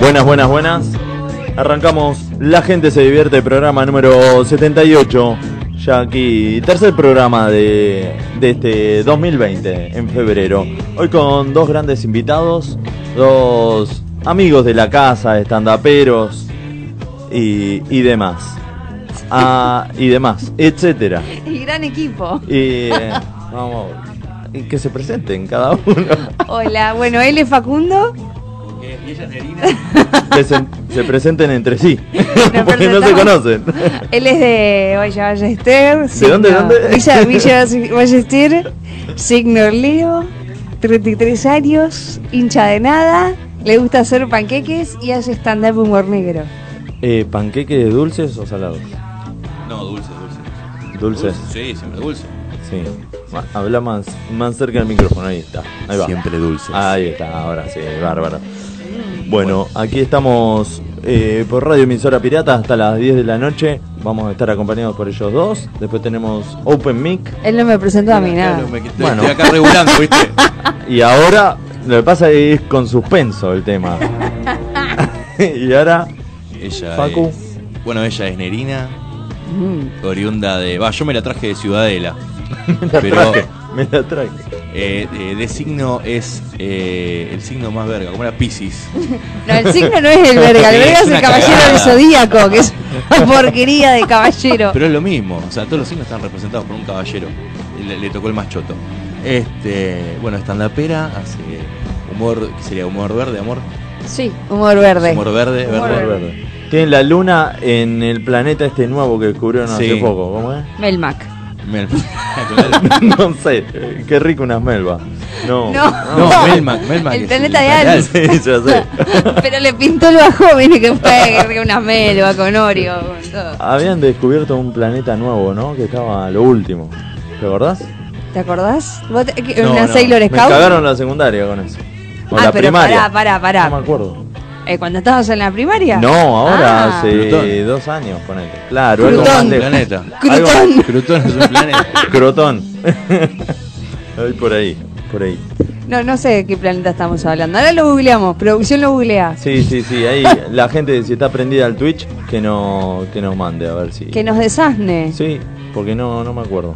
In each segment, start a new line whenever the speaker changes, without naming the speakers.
Buenas, buenas, buenas. Arrancamos La gente se divierte, programa número 78. Ya aquí, tercer programa de, de este 2020, en febrero. Hoy con dos grandes invitados, dos amigos de la casa, estandaperos y, y demás. Ah, y demás, etcétera.
El gran equipo.
Y eh, vamos, y que se presenten cada uno.
Hola, bueno, él es Facundo.
Y ella es Nerina.
Que se, se presenten entre sí,
Nos
porque no se
presentamos.
conocen.
Él es de Villa Ballester.
dónde,
signo-
dónde?
Villa, Villa Ballester, signo Leo, 33 años, hincha de nada, le gusta hacer panqueques y hace stand-up humor negro.
Eh, ¿Panqueques dulces o salados?
No, dulce, dulce.
Dulces,
Sí, siempre dulce.
sí. Ma- Habla más, más cerca del micrófono, ahí está. Ahí va.
Siempre dulces.
Ahí está, ahora sí, bárbara. Bueno, aquí estamos eh, por Radio Emisora Pirata hasta las 10 de la noche. Vamos a estar acompañados por ellos dos. Después tenemos Open Mic.
Él no me presentó a mí nada.
Me quedé-
Bueno.
Estoy acá regulando, ¿viste?
Y ahora, lo que pasa es con suspenso el tema. y ahora,
Ella
Facu.
es- Bueno, ella es Nerina, oriunda de... Va, yo me la traje de Ciudadela.
me
pero
la traje, me la traje.
eh, eh, de signo es eh, el signo más verga, como era Pisces.
No, el signo no es el verga, el verga
Sí, es
es el
una
caballero
cagada.
del zodíaco, que es una porquería de caballero.
Pero es lo mismo, o sea, todos los signos están representados por un caballero. Le, le tocó el más choto. Este, bueno, estandapera, hace humor, ¿qué sería? Humor verde, amor.
Sí, humor verde.
Humor verde,
Humor
verde.
verde.
Tienen la luna en el planeta este nuevo que descubrieron hace
Sí.
poco, ¿cómo es?
Melmac.
Mel- Claro.
no sé, qué rico unas melvas. No,
No.
Eh, No, Melmac, Melmac.
El
es
planeta de
planeta
Alf.
sí, ya sé.
Pero le pintó lo a joven que fue que una melva con Oreo, con todo.
Habían descubierto un planeta nuevo, ¿no? Que estaba a lo último. ¿Te acordás?
¿Te acordás? ¿Vos te- que-
No,
una
no,
Sailor
Me
Scout.
cagaron la secundaria con eso. O
ah,
la
pero
primaria.
pará, pará,
No
pará.
me acuerdo.
Eh, ¿Cuando estabas en la primaria?
No, ahora
Ah.
hace
Plutón.
dos años, ponete. Claro,
Plutón.
algo más
Un
lejos.
planeta.
Algo-
Crutón.
Plutón es un planeta.
Crotón. Ahí por ahí, por ahí.
No, no sé de qué planeta estamos hablando. Ahora lo googleamos. Producción lo googlea.
Sí, sí, sí, ahí la gente si está prendida al Twitch que no que nos mande a ver si
Que nos desasne.
Sí, porque no no me acuerdo.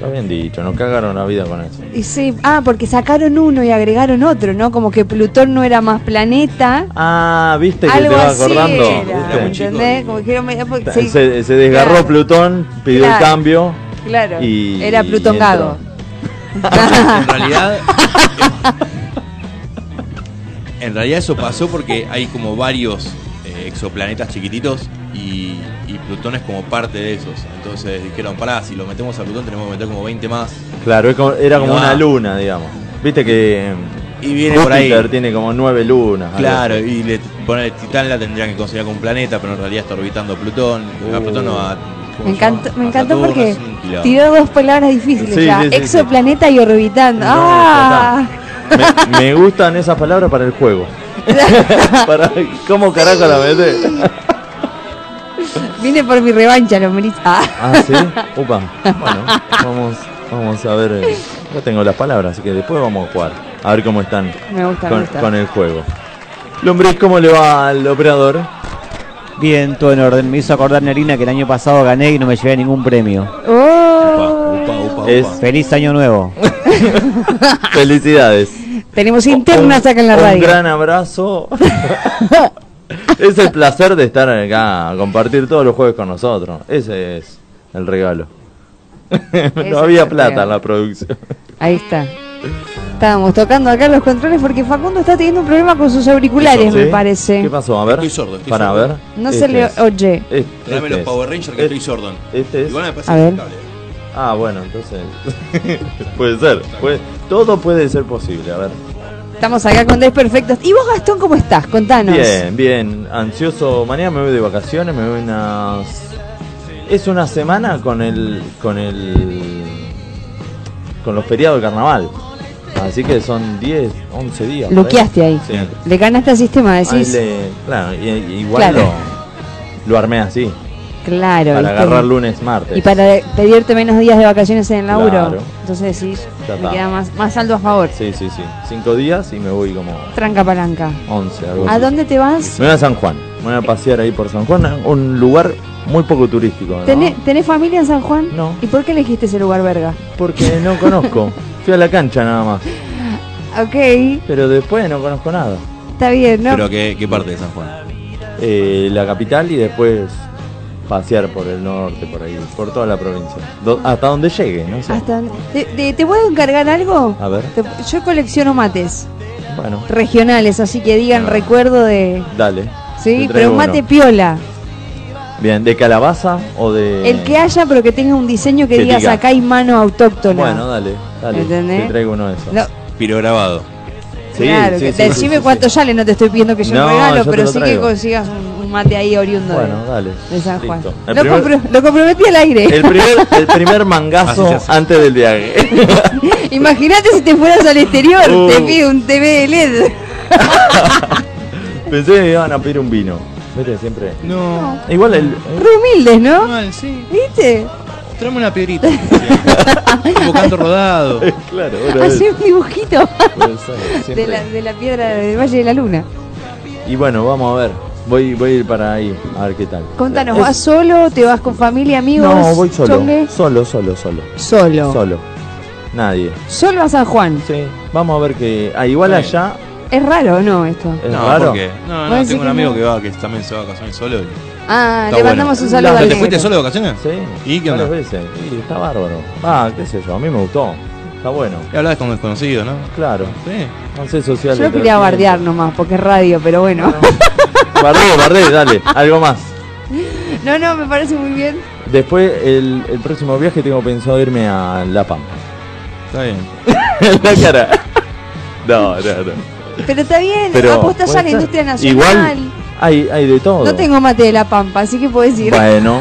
Lo habían dicho, nos cagaron la vida con eso.
Y sí, ah, porque sacaron uno y agregaron otro, ¿no? Como que Plutón no era más planeta.
Ah, viste que
Algo
te vas
así
acordando.
era,
¿viste?
muy chico
¿entendés?
y-
Como que era medio- porque- sí,
Se, se desgarró
claro.
Plutón, pidió
Claro.
el cambio.
Claro,
y-
era Plutón
y
Gago. Ah.
en realidad. En realidad eso pasó porque hay como varios eh, exoplanetas chiquititos y, y Plutón es como parte de esos. Entonces dijeron, pará, si lo metemos a Plutón tenemos que meter como 20 más.
Claro, es como- era como
Y va.
una luna, digamos. Viste que
Y viene por ahí.
Júpiter tiene como nueve lunas. algo
Claro,
así.
y le, poner Titán la tendrían que considerar como un planeta, pero en realidad está orbitando Plutón. A
Uh.
Plutón no a. ¿cómo
Me
se llama?
encantó, me
A
encantó
Saturno,
porque
es un quilombo.
tiró dos palabras difíciles
Sí,
ya.
sí, sí, sí.
Exoplaneta y orbitando.
No,
¡Ah!
Me, me gustan esas palabras para el juego. para, ¿Cómo carajo la metes?
Vine por mi revancha, lombriz. Ah.
Ah, sí. Upa. Bueno, vamos, vamos a ver. eh, Yo tengo las palabras, así que después vamos a jugar. A ver cómo están
Me gusta, me
con,
gusta.
con el juego. Lombriz, ¿cómo le va al operador?
Bien, todo en orden. Me hizo acordar Nerina que el año pasado gané y no me llevé ningún premio.
Oh.
Upa, upa, upa, upa.
Es-
Feliz año nuevo.
Felicidades.
Tenemos internas
Un-
acá en la
Un
radio.
gran abrazo. es el placer de estar acá, compartir todos los jueves con nosotros. Ese es el regalo.
es
no había
el
plata en
regalo.
la producción.
Ahí está. Estábamos tocando acá los controles porque Facundo está teniendo un problema con sus auriculares,
¿Sí?
me parece.
¿Qué pasó? A ver.
Estoy sordo, estoy
Para
sordo.
ver.
No
Este
se le
es.
oye.
Este-
Tráeme
este
los
es.
Power Rangers que
Este-
estoy sordo.
Este es.
Igual me parece
A ver.
aceptable.
Ah, bueno, entonces. puede ser. puede- todo puede ser posible. A ver.
Estamos acá con Desperfectos. ¿Y vos, Gastón, cómo estás? Contanos.
Bien, bien. Ansioso. Mañana me voy de vacaciones. Me voy unas. Es una semana con el. Con el. Con los feriados de carnaval. Así que son 10, 11 días. por ahí.
Luqueaste ahí.
Sí.
Le ganaste al sistema,
Ahí
decís.
le- claro, y- y igual
Claro.
Lo, lo armé así.
Claro.
Para
¿viste?
agarrar lunes, martes.
Y para pedirte menos días de vacaciones en el laburo.
Claro.
Entonces sí, me
Ya está.
queda más, más saldo a favor.
Sí, sí, sí. Cinco días y me voy como
Tranca palanca.
11, algo
¿A
así.
dónde te vas?
Me voy a San Juan. Me voy a pasear ahí por San Juan, un lugar muy poco turístico. ¿no?
¿Tené- ¿Tenés familia en San Juan?
No.
¿Y por qué elegiste ese lugar, verga?
Porque no conozco. Fui a la cancha nada más.
Ah, Ok, está
Pero después no conozco nada.
bien, ¿no?
Pero ¿qué, qué parte de San Juan?
Eh, la capital y después pasear por el norte, por ahí, por toda la provincia. Do- hasta donde llegue, no sé.
Hasta- ¿Te, te- te puedo encargar algo?
A ver,
Te- yo colecciono mates
bueno,
regionales, así que digan
Ah.
recuerdo de...
dale.
Sí,
Te traigo
pero un
uno.
mate piola.
Bien, ¿de calabaza o de...?
El que haya, pero que tenga un diseño que
Que
digas
diga.
acá y mano autóctona.
Bueno, dale, dale.
¿Entendés?
Te traigo uno de esos.
No,
Pirograbado.
claro, que decime cuánto sale, no te estoy pidiendo que yo
No,
regalo,
yo te
pero
lo
sí que
traigo.
consigas un, un mate ahí oriundo de-
Bueno, dale.
de, San Juan.
Listo.
Lo,
El primer-
compro- lo comprometí al aire.
El primer, el primer
Así se
mangazo
hace.
antes del viaje.
Imagínate si te fueras al exterior,
Uh.
te pido un TV de LED.
Pensé que me iban a pedir un vino. Vete, siempre.
No,
Igual el. eh.
Re humildes, ¿no?
mal, sí.
¿Viste?
Tráeme una piedrita. Como canto rodado.
claro,
Hacé un dibujito
puede ser, siempre.
Ah, de la, de la piedra del Valle de la Luna.
Y bueno, vamos a ver. Voy, voy a ir para ahí, a ver qué tal.
Contanos,
Es-
¿vas solo? ¿Te vas con familia, amigos?
No, voy solo.
chongue?
Solo, solo, solo.
Solo.
Solo. Nadie.
Solo a San Juan.
Sí, vamos a ver que. Ah, igual
Está
allá
Es raro, ¿no? Esto.
es
no,
raro.
porque
No,
Voy a
no.
no,
decir
tengo un
que
amigo
no.
que va, que también se va a vacaciones solo. y-
Ah,
Está
le
bueno.
mandamos un saludo
Las-
al
¿Te fuiste
negro.
solo de vacaciones?
Sí.
¿Y qué onda?
Varias veces. Y está bárbaro. Ah, qué sé yo, a mí me gustó. Está bueno.
Y hablabas con desconocidos, ¿no?
Claro.
Sí.
No sé social.
Yo lo quería bardear nomás, porque es radio, pero bueno.
Bardé, bardé, dale. Algo más.
No, no, me parece muy bien.
Después, el, el próximo viaje tengo pensado irme a La Pampa.
Está bien.
la cara. No, no, no.
Pero está bien,
Pero
aposta ya a
puede
la
ser.
industria nacional.
Igual hay, hay de todo.
No tengo mate de la pampa, así que puedes ir.
Bueno.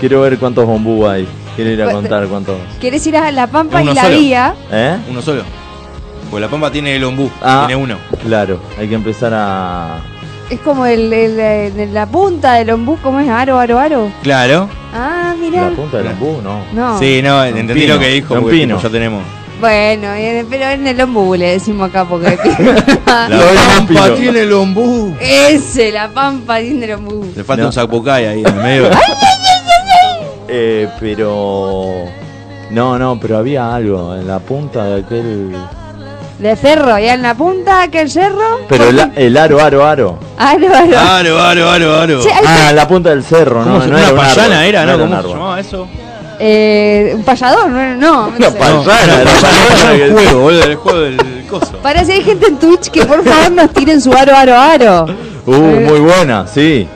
Quiero ver cuántos bombú hay. Quiero ir a
Bueno.
contar cuántos.
Querés ir a la pampa
Uno
y la
solo.
vía.
¿Eh?
Uno solo. Pues la Pampa tiene el ombú.
Ah.
Tiene uno.
Claro, hay que empezar a.
Es como el, el- el- la punta del ombú, ¿cómo es? Aro, aro, aro.
Claro.
Ah, mirá.
La punta del ombú, no.
No.
Sí, no,
Un
entendí
pino,
lo que dijo.
un
porque,
pino.
tipo, Ya tenemos.
Bueno, eh, pero en el ombú le decimos acá porque. Ah.
La Pampa tiene
el ombú.
Ese, la pampa tiene el ombú.
Le falta
No.
un zapucay ahí en el medio.
Eh, pero. No, no, pero había algo en la punta de aquel.
De cerro, allá en la punta, aquel cerro.
Pero el, el aro, aro, aro.
Aro, aro.
Aro, aro, aro, aro.
Sí, hay-
Ah, la punta del cerro,
¿Cómo
no,
se-
no
una
era un árbol,
payana era, ¿no?
era un
¿Cómo se
árbol.
llamaba eso?
eh, un payador, no, no, no
Una
sé.
payana,
Era
era
payana,
payana
era
que-
el juego, boludo, el juego del coso.
Para si hay gente en Twitch que por favor nos tiren su aro, aro, aro.
Uh, muy buena, sí.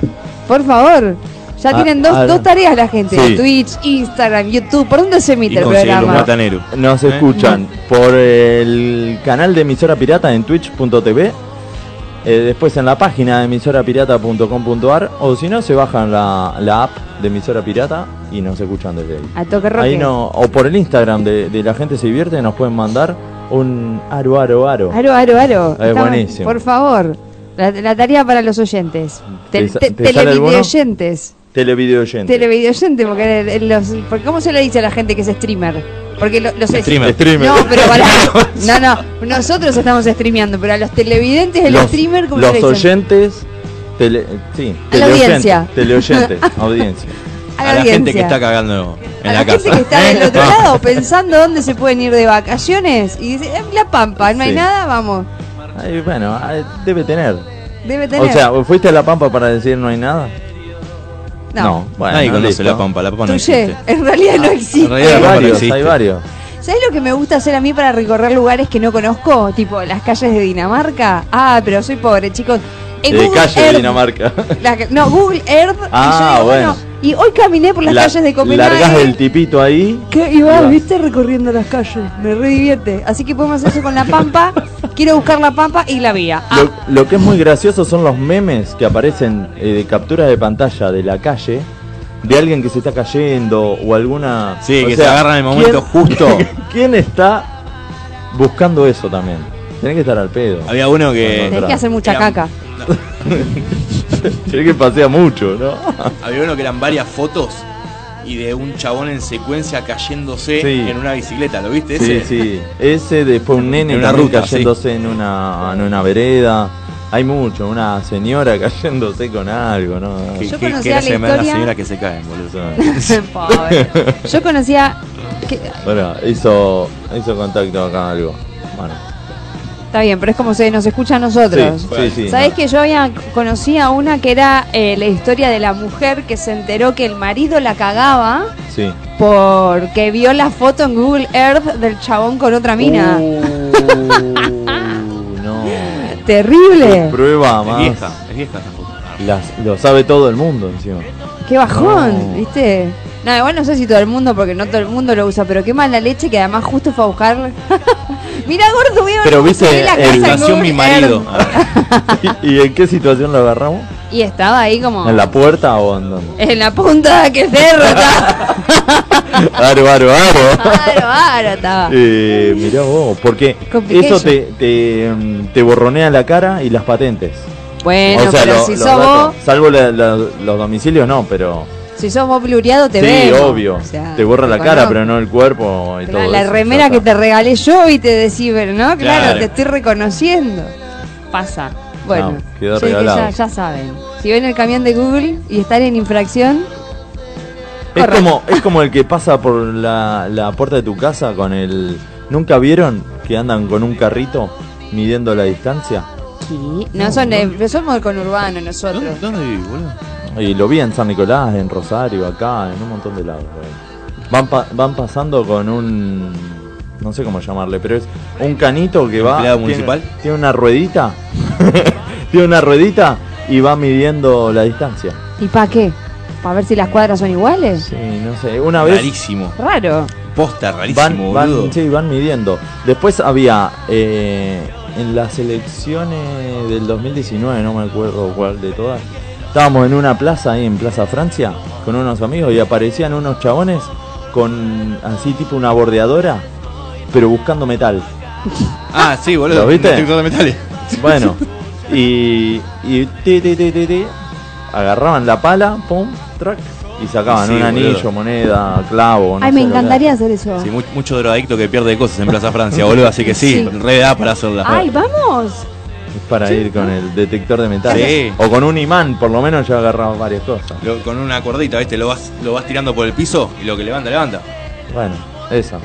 Por favor. Ya
Ah,
tienen dos,
aro.
dos tareas la gente.
Sí.
Twitch, Instagram, YouTube. ¿Por dónde se emite
Y
el
conseguir un
programa?
matanero.
Nos escuchan por el canal de emisora pirata en twitch.tv, eh, después en la página de emisorapirata.com.ar o si no se bajan la, la app de emisora pirata y nos escuchan desde ahí.
A toque roque.
Ahí no, o por el Instagram de, de la gente se divierte nos pueden mandar un aro aro aro.
Aro, aro, aro.
Es buenísimo.
Por favor. La, la tarea para los oyentes.
¿Te
Te,
sa-
te-
te sale el bono?
televideoyentes.
Televideo oyente.
Televideoyente, porque el- el- los- porque ¿cómo se le dice a la gente que es streamer? Porque lo- los
Streamer.
Streamer.
No, pero para. No, no. Nosotros estamos streameando, pero a los televidentes del
los
streamer, ¿cómo se
los
le dicen?
oyentes tele, eh, sí,
A la audiencia.
teleoyentes, teleoyentes, audiencia.
A
A
la,
la gente que
audiencia.
está cagando en
a
la,
la,
casa.
gente que está del
¿Eh?
otro
Ah.
lado pensando dónde se pueden ir de vacaciones y dice, "Eh, la pampa, no hay
Sí.
nada, vamos.
Ay, bueno, ay, debe tener.
Debe tener.
O sea, ¿fuiste a La Pampa para decir no hay nada?
no.
bueno.
Nadie conoce
listo.
la Pampa, la Pampa no
Tuye,
existe.
en realidad
Ah.
no existe.
en realidad
Hay
La Pampa no
varios,
existe.
hay varios.
¿Sabes lo que me gusta hacer a mí para recorrer lugares que no conozco? Tipo las calles de Dinamarca. Ah, pero soy pobre, chicos. En
de
Google
calle de
Earth-
Dinamarca.
la- no, Google Earth. y
Ah,
yo digo,
bueno.
Y hoy caminé por las
La-
calles de Copenhague.
Largás el tipito ahí.
¿Qué? Y vas,
Ibas.
viste, recorriendo las calles. Me re divierte. Así que podemos hacer eso con la pampa. Quiero buscar la pampa y la vía. Ah,
Lo, lo que es muy gracioso son los memes que aparecen eh, de captura de pantalla de la calle de alguien que se está cayendo o alguna.
Sí,
o
que
sea,
se agarran en el momento
¿quién-
justo.
¿Quién está buscando eso también? Tenés que estar al pedo.
Había uno que.
No, no,
tenés que hacer mucha
Era
caca.
un-
Sé que pasea mucho, ¿no?
Había uno que eran varias fotos y de un chabón en secuencia cayéndose
Sí.
en una bicicleta, ¿lo viste?
Sí,
ese?
sí. Ese después un nene
En una
también
ruta,
cayéndose en una en una vereda. Hay mucho, una señora cayéndose con algo, ¿no?
Que-
Yo
que- que
conocía
era
la
se me da
historia-
señora que se caen, boludo.
Pobre. Yo conocía. que-
Bueno, hizo hizo contacto acá algo. Bueno,
está bien, pero es como se nos escucha a nosotros.
sí, sí, sí.
¿Sabés que yo había conocía una que era eh, la historia de la mujer que se enteró que el marido la cagaba
Sí.
porque vio la foto en Google Earth del chabón con otra mina?
Uh, no.
Terrible.
Prueba
Es
más.
vieja, es vieja esa foto.
Las- lo sabe todo el mundo encima.
Qué bajón,
No.
¿viste? No, igual no sé si todo el mundo, porque no todo el mundo lo usa, pero qué mala leche que además justo fue a buscarla. Mira, gordo, voy a ver
Pero
cómo
viste
se ve la
el-
casa en
Nació
Google
mi marido.
Earth.
¿Y, y en qué situación lo agarramos?
Y estaba ahí como
¿En la puerta o en dónde?
en la punta de que cerro estaba.
Aro, aro, aro.
Claro, claro, estaba.
Eh, mirá vos, porque
Complication.
eso te, te, mm, te borronea la cara y las patentes.
Bueno, pero
lo-
si
los
sos
datos,
vos,
salvo la- la- los domicilios no, pero
si sos vos blureado te
sí,
vemos.
obvio.
O sea,
te borra la
te
cara,
conozco.
pero no el cuerpo y
Claro,
todo.
la
eso,
remera
ya
que
está.
te regalé yo y te decís, pero no, claro,
Claro.
te estoy reconociendo. Pasa. Bueno,
No,
yo
quedó
dije,
regalado.
ya, ya saben. Si ven el camión de Google y están en infracción,
Es
corra.
como es como el que pasa por la, la puerta de tu casa con el nunca vieron que andan con un carrito midiendo la distancia
¿qué? No, son, de- somos conurbanos nosotros.
¿Dónde, dónde vivís, boludo?
y lo vi en San Nicolás, en Rosario, acá, en un montón de lados. güey. Van pa- van pasando con un no sé cómo llamarle, pero es un canito que va
¿Empleado
tiene-
municipal?
Tiene, una ruedita. tiene una ruedita y va midiendo la distancia.
¿Y para qué? ¿Para ver si las cuadras son iguales?
Sí, no sé, una vez
Rarísimo.
Raro.
Posta, rarísimo,
van, van-
boludo.
sí, van midiendo. Después había eh, en las elecciones del 2019, no me acuerdo cuál de todas, estábamos en una plaza ahí en Plaza Francia con unos amigos y aparecían unos chabones con así tipo una bordeadora, pero buscando metal.
Ah, sí, boludo.
¿Lo viste?
un detector de metales.
Bueno, y, y ti, ti, ti, ti, ti, agarraban la pala, pum, track, y sacaban
Sí,
un
boludo.
anillo, moneda, clavo. no
Ay, me
sé lo que era.
encantaría hacer eso.
Sí, mu- mucho drogadicto que pierde cosas en Plaza Francia, boludo. Así que sí,
Sí.
re da para hacerla.
Ay, vamos.
Es para ir con el detector de metales.
Sí.
O con un imán, por lo menos yo he agarrado varias cosas.
Lo- con una cordita, ¿viste? Lo vas, lo vas tirando por el piso y lo que levanta, levanta.
Bueno, eso.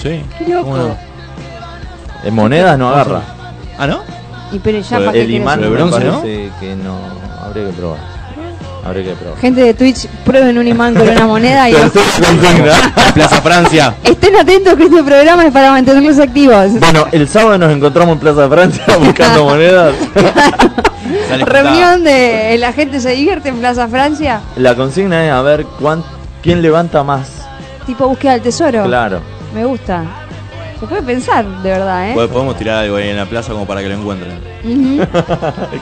Sí.
Qué loco.
Bueno. En monedas no agarra.
Ah, ¿no?
Y pero ya para
Pues El imán
eso?
me
¿De bronce,
parece que no. Habría que probar. Habría que probar.
Gente de Twitch, prueben un imán con una moneda y nos-
En Plaza Francia.
Estén atentos que este programa es para mantenerlos activos.
Bueno, el sábado nos encontramos en Plaza Francia buscando monedas.
sale juntada.
Reunión de eh, la gente se divierte en Plaza Francia,
La consigna es a ver cuán, quién levanta más.
tipo búsqueda del tesoro.
Claro.
Me gusta. Se puede pensar, de verdad, ¿eh?
Pod- Podemos tirar algo ahí en la plaza como para que lo encuentren.
Ujú.
Eh,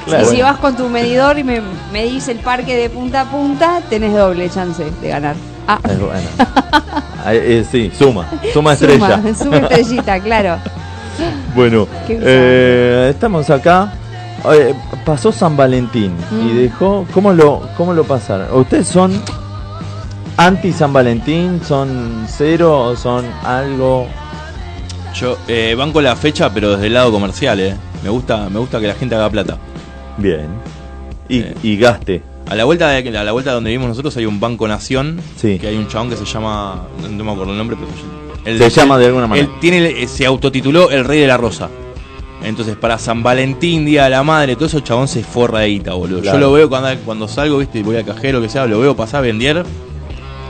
claro.
Y si vas con tu medidor y me medís el parque de punta a punta, tenés doble chance de ganar. Ah,
Es bueno. Ahí, eh, sí, suma. Suma estrella.
suma, suma estrellita, claro.
Bueno,
Qué bizarro.
eh, estamos acá. Eh, pasó San Valentín
Mm.
y dejó. ¿Cómo lo, cómo lo pasaron? ¿Ustedes son anti San Valentín? ¿Son cero o son algo?
Yo eh, banco la fecha, pero desde el lado comercial, ¿eh? Me gusta, me gusta que la gente haga plata.
Bien. Y,
Eh.
y gaste.
A la vuelta de, a la vuelta donde vivimos nosotros hay un Banco Nación,
Sí.
que hay un chabón que se llama, no, no me acuerdo el nombre, pero se llama. él-
Se llama de alguna
él-
manera.
Él tiene, el- eh, se autotituló El Rey de la Rosa. Entonces, para San Valentín, Día de la Madre, todo eso, el chabón se forra de guita, boludo.
Claro.
Yo lo veo cuando, cuando salgo, viste, y voy al cajero, lo que sea, lo veo pasar a vender.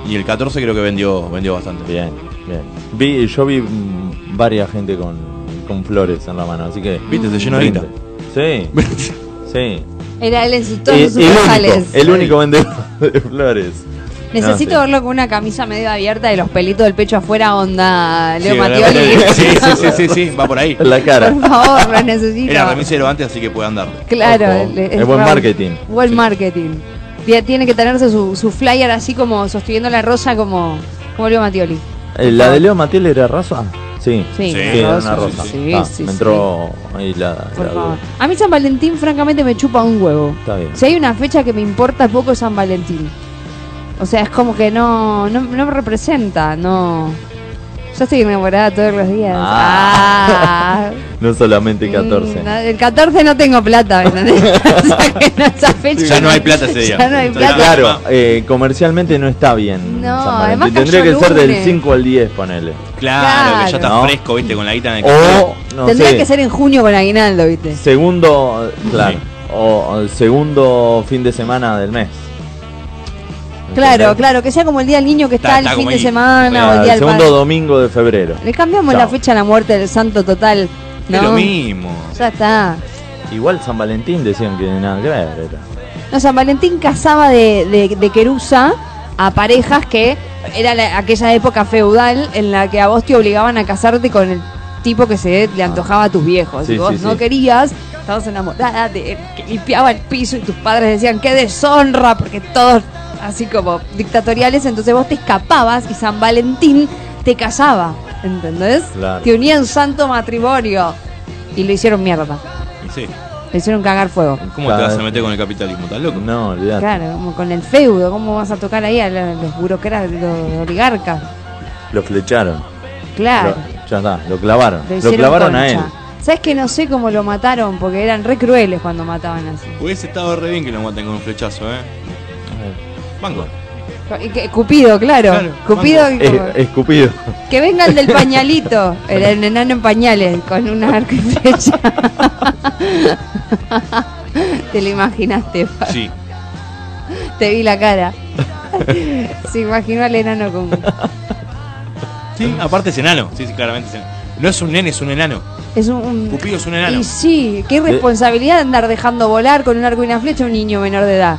Y el 14 creo que vendió, vendió bastante.
Bien, bien. Vi, yo vi mm, varias gente con, con flores en la mano, así que. Mm.
Viste, se llenó de guita.
Sí, sí.
Era él en sus- todos
Eh,
sus
el, único,
locales.
el único vendedor de flores.
Necesito
No, sí.
verlo con una camisa medio abierta y los pelitos del pecho afuera, onda Leo
Sí,
Mattioli.
sí, sí, sí, sí, sí, va por ahí.
En la cara.
Por favor, lo necesito.
Era remisero antes, así que puede andar.
Claro,
Ojo,
el- el-
es buen
Raúl.
marketing.
Buen
Sí.
marketing. Tie- Tiene que tenerse su, su flyer así como sosteniendo la rosa como, como Leo Matioli.
Eh, ¿La de Leo Matiel era raza? Sí,
Sí,
Sí,
Sí, era una
sí,
rosa.
sí,
Está,
sí,
me
sí.
entró ahí la.
Por
la
favor.
duda.
A mí San Valentín, francamente, me chupa un huevo.
Está bien.
Si hay una fecha que me importa poco es San Valentín. O sea, es como que no, no, no me representa, no. Yo estoy enamorada todos los días.
Ah.
Ah.
No solamente 14.
Mm, no, el 14 no tengo plata, ¿me entendés? o sea, que no, esa fecha.
Ya no hay plata ese día.
Ya no hay
Sí,
plata.
Claro, eh, comercialmente no está bien.
No,
San Valentín.
además
Tendría que
cayó
ser del
lunes.
5 al 10, ponele.
Claro, que ya estás
Claro.
fresco, viste, con la guita en el
O, no
Tendría
sé,
que ser en junio con aguinaldo, ¿viste?
segundo, claro,
Sí.
o el segundo fin de semana del mes.
Claro,
¿Entendés?
claro, que sea como el día del niño que está,
Está- está
el fin
como
de
ahí.
semana o el
Claro,
día
el
del
segundo
padre.
domingo de febrero.
Le cambiamos
Chao.
la fecha a la muerte del santo total.
Es
¿no?
lo mismo.
Ya está.
Igual San Valentín decían que nada que ver. era.
No, San Valentín casaba de, de, de querusa a parejas que era la- aquella época feudal en la que a vos te obligaban a casarte con el tipo que se le antojaba a tus viejos.
Ah. Sí,
y vos
sí,
no
sí.
querías, estabas enamorada, te, que limpiaba el piso y tus padres decían qué deshonra, porque todos así como dictatoriales, entonces vos te escapabas y San Valentín te casaba, ¿entendés?
Claro.
Te unía en santo matrimonio y lo hicieron mierda,
Y sí.
lo hicieron cagar fuego.
¿Cómo
Claro.
te vas a meter con el capitalismo? ¿Estás loco?
No, olvidate.
Claro, como con el feudo, ¿cómo vas a tocar ahí a la- los burócratas, los oligarcas?
Lo flecharon.
Claro.
Lo- ya está, lo clavaron.
lo
Lo
hicieron
clavaron a él.
concha. ¿Sabes que no sé cómo lo mataron? Porque eran re crueles cuando mataban así.
Hubiese estado re bien que lo maten con un flechazo, ¿eh? Banco.
Y que- Cupido, claro.
Claro,
Cupido, y como-
Eh, escupido.
que venga el del pañalito, el, el enano en pañales, con un arco y flecha. Te lo imaginaste, Fabio.
Sí.
te vi la cara. Se imaginó al enano con...
Sí, aparte es enano. Sí, sí, claramente es enano. No es un nene, es un enano.
Es un- un,
Cupido es un enano.
Y sí, qué responsabilidad andar dejando volar con un arco y una flecha a un niño menor de edad.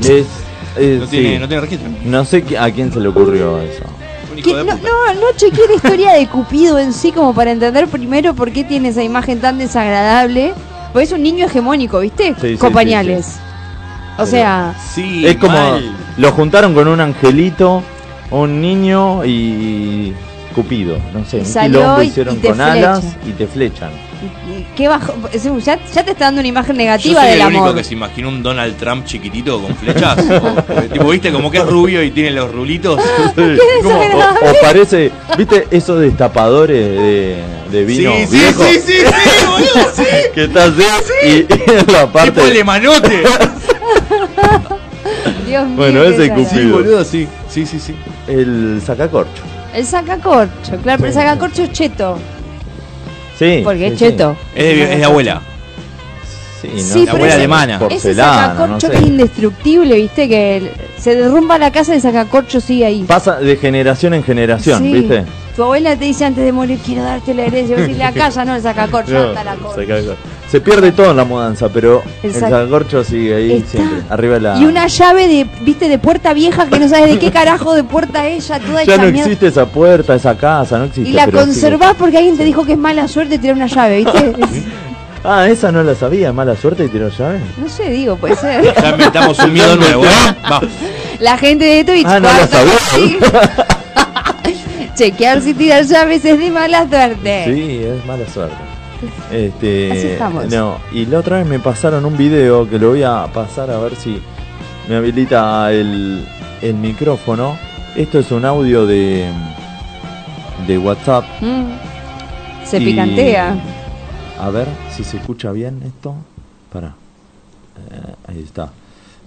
Es, es-
No tiene,
sí.
no tiene registro.
No sé qui- a quién se le ocurrió eso.
Un
Que
hijo
no,
de puta.
no, no chequeé la historia de Cupido en sí como para entender primero por qué tiene esa imagen tan desagradable. Porque es un niño hegemónico, ¿viste?
Sí, sí,
con
sí,
pañales.
sí.
O sea,
Sí,
Es como
mal.
lo juntaron con un angelito, un niño y Cupido, no sé,
Y
un
salió
quilombo
y-
hicieron
y te
con alas
flechan.
y te flechan.
qué bajo. es un- Ya, ya te está dando una imagen
Yo
negativa
soy
del
el único
amor.
que se imaginó un Donald Trump chiquitito con flechas. o- tipo, viste, como que es rubio y tiene los rulitos.
Como- o, o parece, ¿viste esos destapadores de, de vino
sí, sí,
viejo?
sí, sí, sí, boludo, sí.
Que está así y, y en la
Tipo el
parte
emanote.
Dios mío,
Bueno,
qué
ese
desagradable.
Sí, boludo,
sí. Sí, sí, sí.
el sacacorcho.
El sacacorcho, claro, pero el
Sí.
sacacorcho es cheto.
Sí.
Porque
sí,
es
sí.
cheto.
Es de, es de abuela.
Sí,
Sí,
sé,
La abuela
es
alemana.
Ese
Porcelana, no
sacacorcho que es
sé.
indestructible, viste, que el- se derrumba la casa y el sacacorcho sigue ahí.
Pasa de generación en generación,
Sí.
¿viste?
Tu abuela te dice antes de morir, quiero darte la herencia. Vos decís, la casa no, el sacacorcho, ya está la corcho.
sacacorcho. Se pierde todo en la mudanza, pero
El
el,
sac-
sacacorcho sigue ahí
Está.
siempre. Arriba de la.
Y una llave de, viste, de puerta vieja que no sabes de qué carajo de puerta es, ya toda
Ya
hecha
no
mierda.
existe esa puerta, esa casa, no existe.
Y la
pero sigue-
conservás porque alguien te dijo que es mala suerte tirar una llave, viste.
Ah, esa no la sabía, mala suerte y tiró llave.
no sé, digo, puede ser.
Ya metamos un miedo nuevo, ¿eh?
Ah.
Va.
La gente de Twitch.
Ah, no lo
cuarto
sabía.
consigue. Chequear si tirar llaves es de mala suerte.
Sí, es mala suerte. Este,
Así estamos.
No, y la otra vez me pasaron un video que lo voy a pasar a ver si me habilita el, el micrófono. Esto es un audio de, de WhatsApp.
Mm. Se
Y-
picantea.
A ver si se escucha bien esto. Para. ahí está.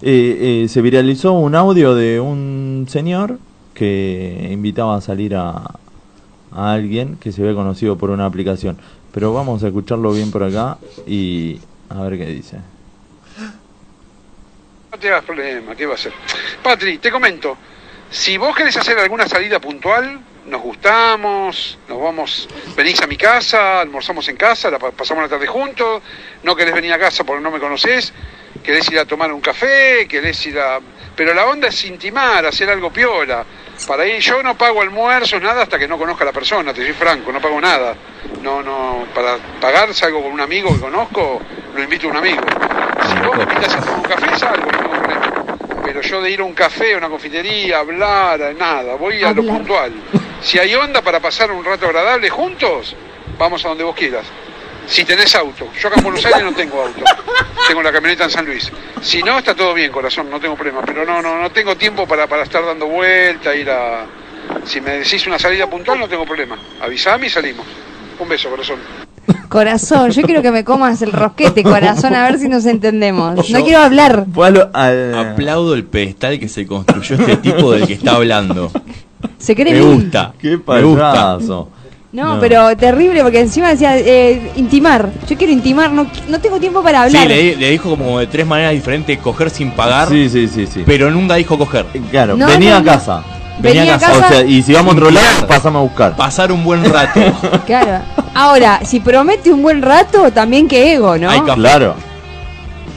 Eh, eh, se viralizó un audio de un señor que invitaba a salir a, a alguien que se había conocido por una aplicación. Pero vamos a escucharlo bien por acá y a ver qué dice.
No te hagas problema, ¿qué va a hacer? Patri, te comento. Si vos querés hacer alguna salida puntual, nos gustamos, nos vamos, venís a mi casa, almorzamos en casa, la pa- pasamos la tarde juntos, no querés venir a casa porque no me conocés, querés ir a tomar un café, querés ir a... Pero la onda es intimar, hacer algo piola. Para ir, yo no pago almuerzos, nada, hasta que no conozca a la persona, te soy franco, no pago nada. No, no, para pagar salgo con un amigo que conozco, lo invito a un amigo. Si vos me invitas a tomar un café, salgo, no tengo problema. Pero yo de ir a un café, a una confitería, a hablar, a nada, voy a lo
Hablar.
puntual. Si hay onda para pasar un rato agradable juntos, vamos a donde vos quieras. Si tenés auto, yo acá en Buenos Aires no tengo auto, tengo la camioneta en San Luis. Si no, está todo bien, corazón, no tengo problemas, pero no, no, no tengo tiempo para, para estar dando vuelta, ir a... Si me decís una salida puntual, no tengo problema. Avisame y salimos. Un beso, corazón.
Corazón, yo quiero que me comas el rosquete, corazón, a ver si nos entendemos. No
Yo-
quiero hablar.
Fue a lo- al-
Aplaudo el pedestal que se construyó este tipo del que está hablando.
Se cree
Me
mil.
gusta.
Qué
me gusta.
payaso.
No,
No.
pero terrible, porque encima decía eh, intimar. Yo quiero intimar, no, no tengo tiempo para hablar.
Sí, le, le dijo como de tres maneras diferentes coger sin pagar,
Sí, sí, sí, sí.
pero nunca dijo coger.
Claro,
No,
venía
no,
a
no.
casa.
Venía a casa.
O sea, y si vamos a otro lado,
Claro.
pasame a buscar.
Pasar un buen rato.
Claro. Ahora, si promete un buen rato, también que ego, ¿no?
Hay café.
Claro.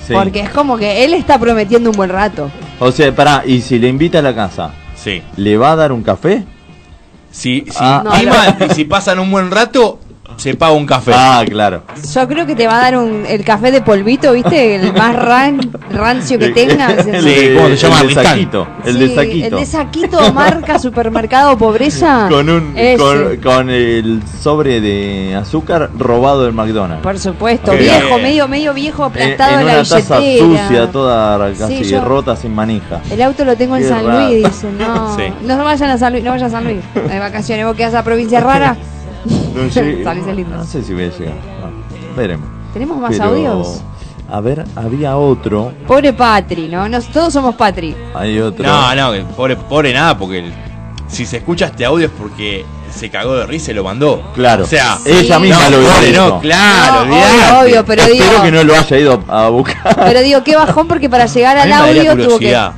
Sí.
Porque es como que él está prometiendo un buen rato.
O sea, pará, y si le invita a la casa,
Sí.
¿le va a dar un café?
Si, si,
Ah.
No,
encima, si pasan un buen rato, se paga un café.
Ah, claro.
Yo creo que te va a dar un, el café de polvito, ¿viste? El más ran- rancio que tengas.
El,
Sí,
de-
¿cómo se llama?
El de
Tristán.
saquito. El de
Sí,
saquito.
El de saquito, marca supermercado pobreza.
Con, un,
Ese.
con, con el sobre de azúcar robado del McDonald's. Eh,
Por supuesto,
Qué
viejo,
bien.
medio, medio viejo
En-
aplastado en,
en una
la
taza
billetera.
sucia, toda casi
yo-
rota, sin manija.
El auto lo tengo en
Qué
San
raro.
Luis, dicen. No,
Sí.
no vayan a San Luis, no vayan a San Luis. De vacaciones, vos quedás a provincia rara.
No, llegué-
Salís de lindo.
no sé si voy a llegar. Bueno, veremos.
Tenemos más
Pero,
audios.
A ver, había otro.
Pobre Patri, ¿no? Nos- todos somos Patri.
Hay otro.
No, no, que pobre, pobre nada, porque el- si se escucha este audio es porque se cagó de risa y lo mandó.
Claro.
O sea,
ella
Sí.
misma
no,
lo hubiera
pobre,
hecho.
no, claro,
No,
olvidate.
obvio, obvio, pero digo,
Espero que no lo haya ido a buscar.
pero digo, qué bajón porque para llegar
A mí
al
me daría
audio tuvo que.
curiosidad.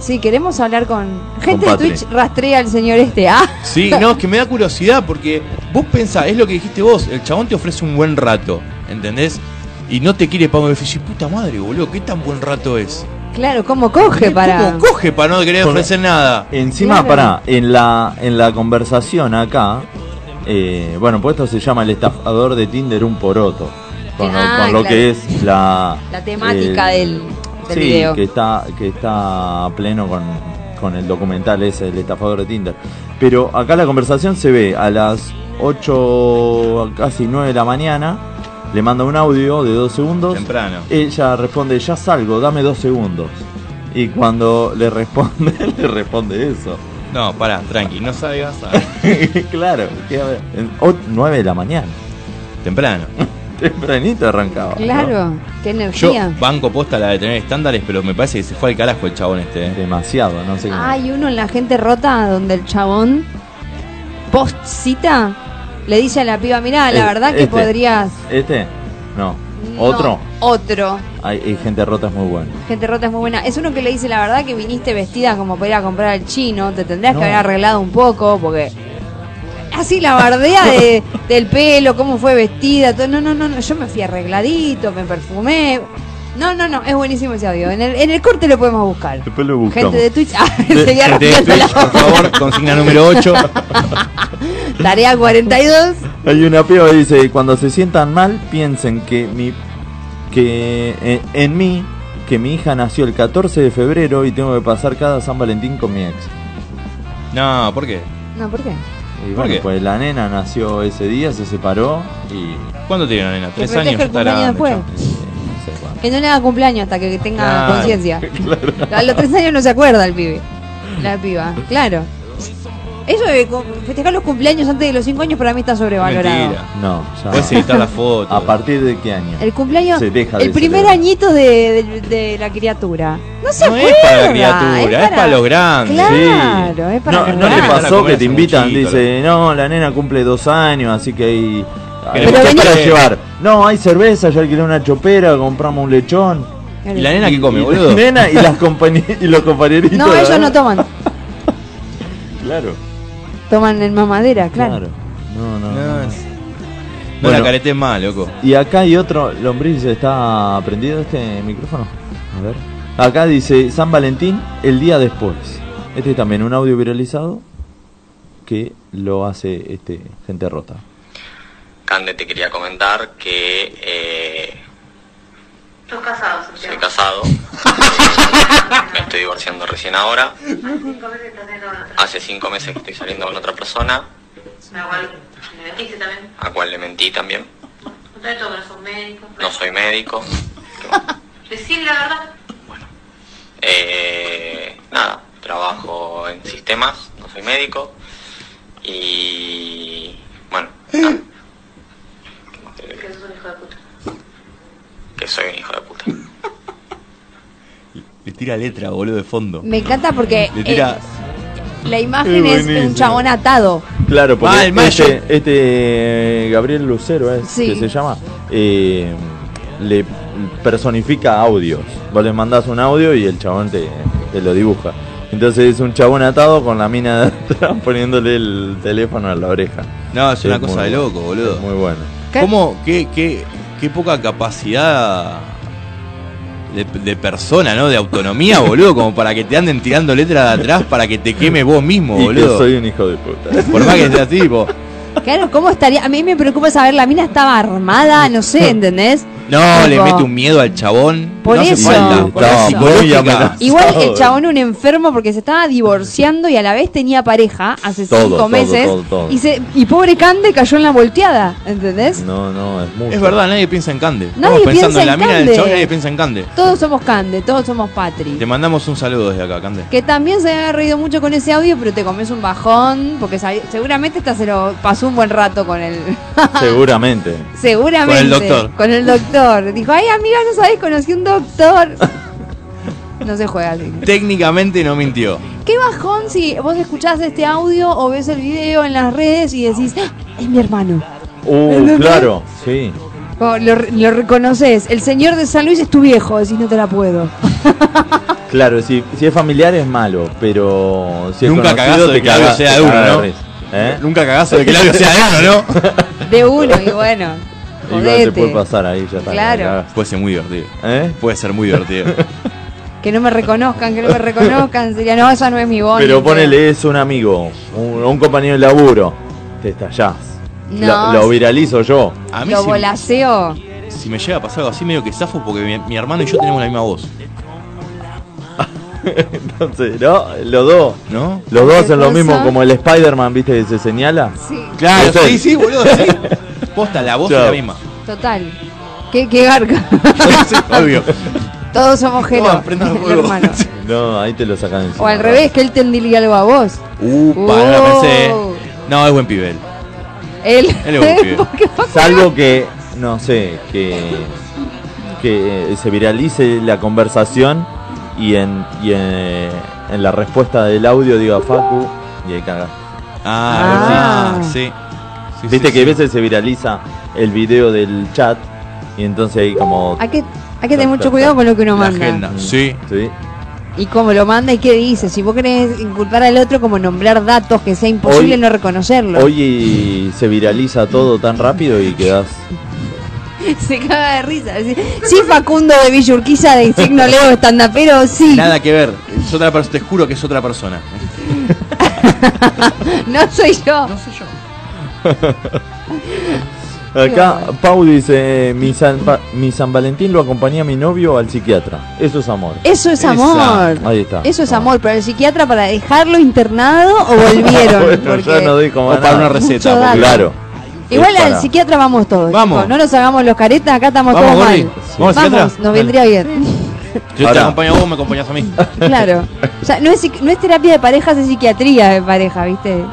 Sí, queremos hablar con. Gente de
Patri.
Twitch rastrea al señor este. Ah,
Sí, no, es que me da curiosidad porque vos pensás, es lo que dijiste vos, el chabón te ofrece un buen rato, ¿entendés? Y no te quiere pagar. Y decís, puta madre, boludo, ¿qué tan buen rato es?
claro, ¿cómo coge para.?
¿Cómo coge para no querer
Con-
ofrecer nada?
Encima,
Claro.
pará, en la, en la conversación acá, eh, bueno, pues esto se llama el estafador de Tinder un poroto. Con, lo-
Ah,
con lo
claro.
que es la.
La temática
eh,
del, del
sí,
video.
que está, que está a pleno con, con el documental ese, El estafador de Tinder. Pero acá la conversación se ve a las 8, casi 9 de la mañana. Le manda un audio de dos segundos.
Temprano.
Ella responde, ya salgo, dame dos segundos. Y cuando le responde, le responde eso.
No, pará, tranqui, no salgas.
claro, que a ver, en o- 9 de la mañana.
Temprano.
Tempranito arrancaba. ¿no?
Claro, qué
Yo
energía.
banco posta la de tener estándares, pero me parece que se fue al carajo el chabón este. ¿eh?
Demasiado, no sé cómo.
Hay uno en la gente rota donde el chabón post cita le dice a la piba, mirá, Ah, la
Eh,
verdad que
este.
podrías.
¿Este? No.
No,
¿Otro?
Otro.
Hay, hay gente rota, es muy bueno.
Gente rota es muy buena. Es uno que le dice la verdad que viniste vestida como para ir a comprar al chino, te tendrías
No.
que haber arreglado un poco, porque así la bardea de- del pelo, cómo fue vestida, todo. No, no, no, no, yo me fui arregladito, me perfumé. No, no, no, es buenísimo ese audio. En el, en el corte lo podemos buscar.
Después lo buscamos.
Gente de Twitch, ah,
Gente
seguía
de
rompiendo la
Twitch, por favor, consigna número 8.
Tarea 42.
Hay una piba que dice, cuando se sientan mal, piensen que mi que en, en mí, que mi hija nació el 14 de febrero y tengo que pasar cada San Valentín con mi ex.
No, ¿por qué?
No, ¿por qué?
Y
¿Por
bueno,
qué?
pues la nena nació ese día, se separó y eh,
¿Cuándo tiene la nena?
Que
¿Tres
proteja
años?
el
Está
cumpleaños
grande,
después.
chao.
no sé cuándo.
Que no le haga cumpleaños hasta que tenga
Claro.
conciencia. A los tres años no se acuerda el pibe.
Mm.
La piba, claro. Eso de co- festejar los cumpleaños antes de los cinco años para mí está sobrevalorado.
Mentira.
No, ya.
Puedes
no.
editar la foto.
¿A partir de qué año?
El cumpleaños,
Se deja de
el primer
celebrar.
añito de, de- de la criatura. No se
no
acuerda.
es para la criatura, es para, los grandes.
Claro,
Sí.
es para los
no, ¿no te
le
grandes.
mandan a
pasó
comer
que te
hace
invitan,
muchito,
dice, no, la nena cumple dos años, así que hay...
Pero
hay
vení-
para llevar. No, hay cerveza, ya alquilé una chopera, compramos un lechón.
¿Y la nena que come,
Y-
boludo?
Nena y, las compañe- y los compañeritos.
No, ellos no toman.
Claro.
Toman en mamadera, claro.
Claro. No, no.
No,
no.
es- no
Bueno.
la caretes más, loco.
Y acá hay otro. Lombriz, ¿está prendido este micrófono? A ver. Acá dice San Valentín el día después. Este es también un audio viralizado que lo hace este gente rota.
Cande, te quería comentar que eh,
Estás casado,
soy
Santiago.
casado. estoy divorciando recién
Ah,
ahora. Hace cinco meses que estoy saliendo con otra persona,
Me metiste también.
a cual le mentí también.
No trae todo corazón médico.
No soy médico.
Decir la verdad.
Eh, nada, trabajo en sistemas, no soy médico. Y bueno, nada,
Que sos un hijo de puta.
que soy un hijo de puta.
Le tira letra, boludo, de fondo.
Me encanta porque
Le tira.
eh, la imagen
Es
es un
buenísimo.
chabón atado.
Claro, porque
Mal, Ah, mayo.
este, este, eh, Gabriel Lucero es
Sí.
que se llama, eh, le personifica audios. Vos le mandás un audio y el chabón te, te lo dibuja. Entonces es un chabón atado con la mina de atrás poniéndole el teléfono a la oreja.
No, es una cosa
muy
de
bueno.
loco, boludo.
Es muy bueno.
¿Qué?
¿Cómo? Qué, qué, qué poca capacidad de, de persona, ¿no? De autonomía, boludo. Como para que te anden tirando letras de atrás para que te queme vos mismo,
y que
boludo.
soy un hijo de puta.
Por más que sea así, po.
Claro, ¿cómo estaría? A mí me preocupa saber, la mina estaba armada, no sé, ¿entendés?
No, le
Tipo,
mete un miedo al chabón.
Por
no hace
eso,
falta.
por
Con la
eso.
Muy
psicológica.
amenazado.
Igual el
Sábado.
chabón un enfermo porque se estaba divorciando y a la vez tenía pareja hace
Todo,
cinco
todo,
meses.
todo, todo.
Y, se, y pobre Cande cayó en la volteada, ¿entendés?
No, no, es mucho.
Es verdad, nadie piensa en Cande.
Nadie
Estamos pensando
piensa
en la
en
mina
Cande.
del chabón, nadie piensa en Cande.
Todos somos Cande, todos somos Patri.
Te mandamos un saludo desde acá, Cande.
Que también se ha reído mucho con ese audio, pero te comes un bajón, porque sabi- seguramente esta se lo pasó un buen rato con el...
Seguramente.
seguramente.
Con el doctor.
Con el doctor. Dijo, ay amiga, no sabés, conocí un doctor. No se juega así.
Técnicamente no mintió.
Qué bajón si vos escuchás este audio o ves el video en las redes y decís, "Ah, es mi hermano.
Uh, claro, sí.
Como lo, lo reconoces. El señor de San Luis es tu viejo, decís, no te la puedo.
Claro, si, si es familiar es malo, pero si es
Nunca
conocido,
cagazo de
te
que algo
caga-
sea
te
de uno,
caga la
¿no?
risa. ¿Eh?
Nunca cagazo de que el labio sea de ano, ¿no?
De uno, y bueno.
Igual te
jodete.
puede pasar ahí, ya está.
Claro.
la cagás.
Puede ser muy divertido.
¿Eh?
Puede ser muy divertido.
Que no me reconozcan, que no me reconozcan. Sería, no, esa no es mi voz.
Pero ponele, es un amigo, un, un compañero de laburo. Te estallás.
No,
Lo- lo,
sí.
viralizo yo.
A mí
Lo
si-
volaseo.
Si me llega a pasar algo así, medio que zafo porque mi, mi hermano y yo tenemos la misma voz,
Entonces, ¿no? Los dos.
¿no?
Los dos hacen lo
cosa?
mismo, como el Spider-Man, ¿viste? Que se señala.
Sí,
Claro,
sí,
sí,
sí, boludo, sí. Posta, la voz
Chao.
es la misma.
total. Qué, qué garca.
Sí, obvio.
Todos somos gelos.
Toman, prendan
el
fuego.
hermano.
No, ahí te lo sacan encima.
O al revés, que él te diría algo a vos.
Upa, no la pensé. ¿eh?
Oh.
No, es buen pibel.
Él.
Él es buen pibe.
Porque vos-
Salvo que, no sé, que, que eh, se viralice la conversación y en, y en, en la respuesta del audio diga Facu y ahí caga.
Ah,
Ah.
sí. Sí,
Viste
sí,
que a
sí.
veces se viraliza el video del chat y entonces ahí como...
Hay que, hay que tener mucho cuidado con lo que uno
La
manda.
agenda. Sí.
Sí.
Y cómo lo manda y qué dice. Si vos querés inculpar al otro, como nombrar datos que sea imposible
Hoy-
no reconocerlo.
Hoy se viraliza todo tan rápido y quedas...
Se caga de risa. Dice, Sí, Facundo de Villurquiza de signo Leo estandapero, sí.
Nada que ver. Es otra persona, te juro que es otra persona.
No soy yo.
Acá Pau dice, eh, mi San, Pa- mi San Valentín lo acompañé a mi novio al psiquiatra. Eso es amor.
Eso es
Esa.
amor.
Ahí está.
Eso es
Ah.
amor, pero el psiquiatra para dejarlo internado o volvieron.
Bueno,
Porque
ya no dijo
O
más
para
nada.
una receta.
Mucho
porque-
dato.
Claro.
Igual
Es
al
para-
psiquiatra vamos todos.
Vamos.
chicos. No nos hagamos los caretas, acá estamos
Vamos,
todos
Gordi.
mal.
Vamos al psiquiatra.
nos vendría bien.
Yo te
Ahora.
acompaño a vos, me acompañás a mí.
Claro. O sea, no es, psiqui- no es terapia de parejas, es psiquiatría de pareja, ¿viste?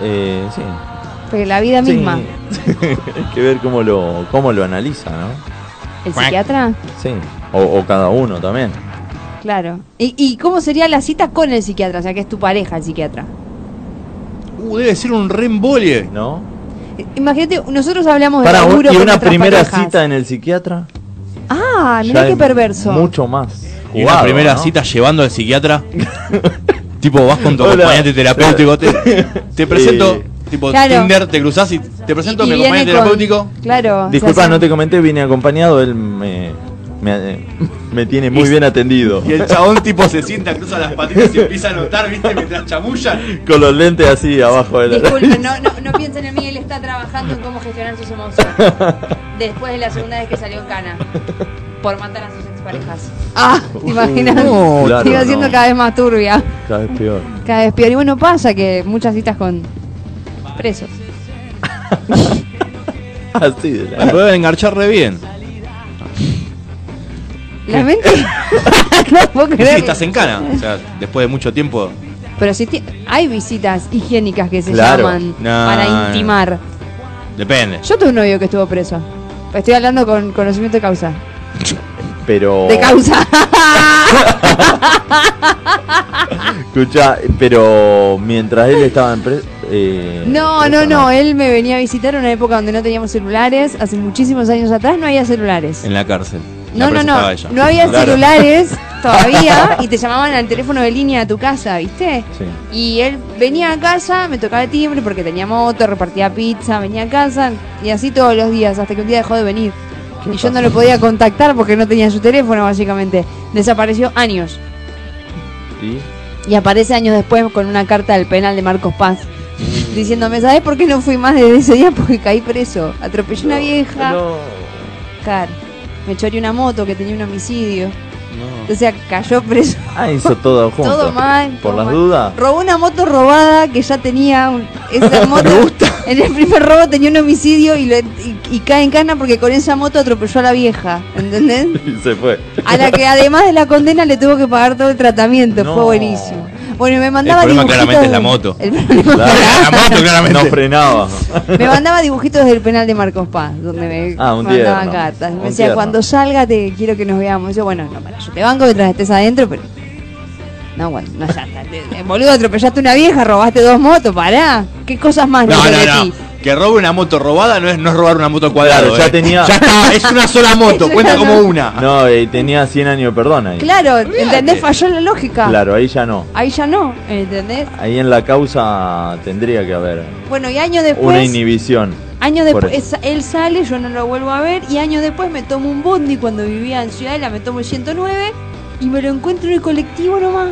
Eh, sí.
Porque la vida
Sí.
misma.
Hay que ver cómo lo, cómo lo analiza, ¿no?
¿El psiquiatra?
Sí. O, o cada uno también.
Claro. ¿Y, y cómo sería la cita con el psiquiatra? O sea, que es tu pareja el psiquiatra.
Uh, debe ser un reembole.
¿No?
Eh, Imagínate, nosotros hablamos de
Para un-
laburo
y
con
una
nuestras
primera
parejas.
cita en el psiquiatra.
Ah,
ya
mirá qué
es
perverso.
Mucho más.
Y una
jugado,
primera
¿no?
cita llevando al psiquiatra. tipo, vas con tu
Hola.
acompañante terapéutico. Te, te presento,
Eh,
tipo,
Claro.
Tinder, te cruzás y te presento a
Y- y
mi
viene
acompañante
con-
terapéutico.
Claro.
Disculpa, no te comenté, vine acompañado, él me, me, eh, me tiene muy bien atendido.
Y el chabón, tipo, se sienta, cruza las patitas y empieza a notar, ¿viste? Mientras chamullan.
Con los lentes así abajo de la
Disculpen, no, no, no piensen en mí, él está trabajando en cómo gestionar sus emociones. Después de la segunda vez que salió en cana. Por matar a sus ex parejas. Ah, ¿te imaginas?
No,
Uh, Claro,
Sigo siendo
no.
cada vez más turbia.
Cada vez peor.
Cada vez peor. Y bueno, pasa que muchas citas con presos.
Así de la-
Me pueden engarchar re bien.
La mente. no puedo
Y Sí,
creerlo.
estás en cana. O sea, después de mucho tiempo.
Pero si ti- hay visitas higiénicas que se
Claro.
llaman
No,
para
no.
intimar.
Depende.
Yo tuve un novio que estuvo preso. Estoy hablando con conocimiento de causa.
Pero.
Oh.
De causa.
Escucha, pero mientras él estaba en pre- eh,
No, no,
eso
no. Él me venía a visitar en una época donde no teníamos celulares. Hace muchísimos años atrás no había celulares.
En la cárcel.
No,
La
no,
presa
no.
estaba ella.
No había
Claro.
celulares todavía y te llamaban al teléfono de línea a tu casa, ¿viste?
Sí.
Y él venía a casa, me tocaba el timbre porque tenía moto, repartía pizza, venía a casa y así todos los días, hasta que un día dejó de venir. Y yo no lo podía contactar porque no tenía su teléfono, básicamente. Desapareció años.
¿Y?
Y aparece años después con una carta del penal de Marcos Paz. Diciéndome, ¿sabes por qué no fui más desde ese día? Porque caí preso. Atropellé una vieja. Car. Me choré una moto que tenía un homicidio. O sea, cayó preso.
Ah, hizo todo junto.
Todo mal,
Por
todo
las
mal.
dudas.
Robó una moto robada que ya tenía un- esa moto. En el primer robo tenía un homicidio y, lo- y- y cae en cana porque con esa moto atropelló a la vieja, ¿entendés?
Y se fue.
A la que además de la condena le tuvo que pagar todo el tratamiento,
No.
fue buenísimo. Bueno, y me mandaba
problema
dibujitos
claramente es la
de-
moto.
el problema-
Claro.
La moto, claramente.
No frenaba.
me mandaba dibujitos del penal de Marcos Paz, donde me
Ah, un
mandaba
tierno.
cartas. Me
Un
decía,
tierno.
cuando salga te quiero que nos veamos. Yo, bueno, no, para, yo te banco mientras estés adentro, pero. No, bueno, no ya está. Te- te- Boludo, atropellaste una vieja, robaste dos motos, pará. ¿Qué cosas más
No,
te
no, no.
metí?
Que robe una moto robada no es, no es robar una moto al cuadrado.
Claro, ya
eh.
tenía-
Ya está, es una sola moto, cuenta como una.
No, eh, tenía 100 años, perdón ahí.
Claro, ¿entendés? Falló la lógica.
Claro, ahí ya no.
Ahí ya no, ¿entendés?
Ahí en la causa tendría que haber
Bueno, y años
una
después.
inhibición.
Años
Por
después, sa- él sale, yo no lo vuelvo a ver, y años después me tomo un bondi cuando vivía en Ciudadela, me tomo el 109 y me lo encuentro en el colectivo nomás.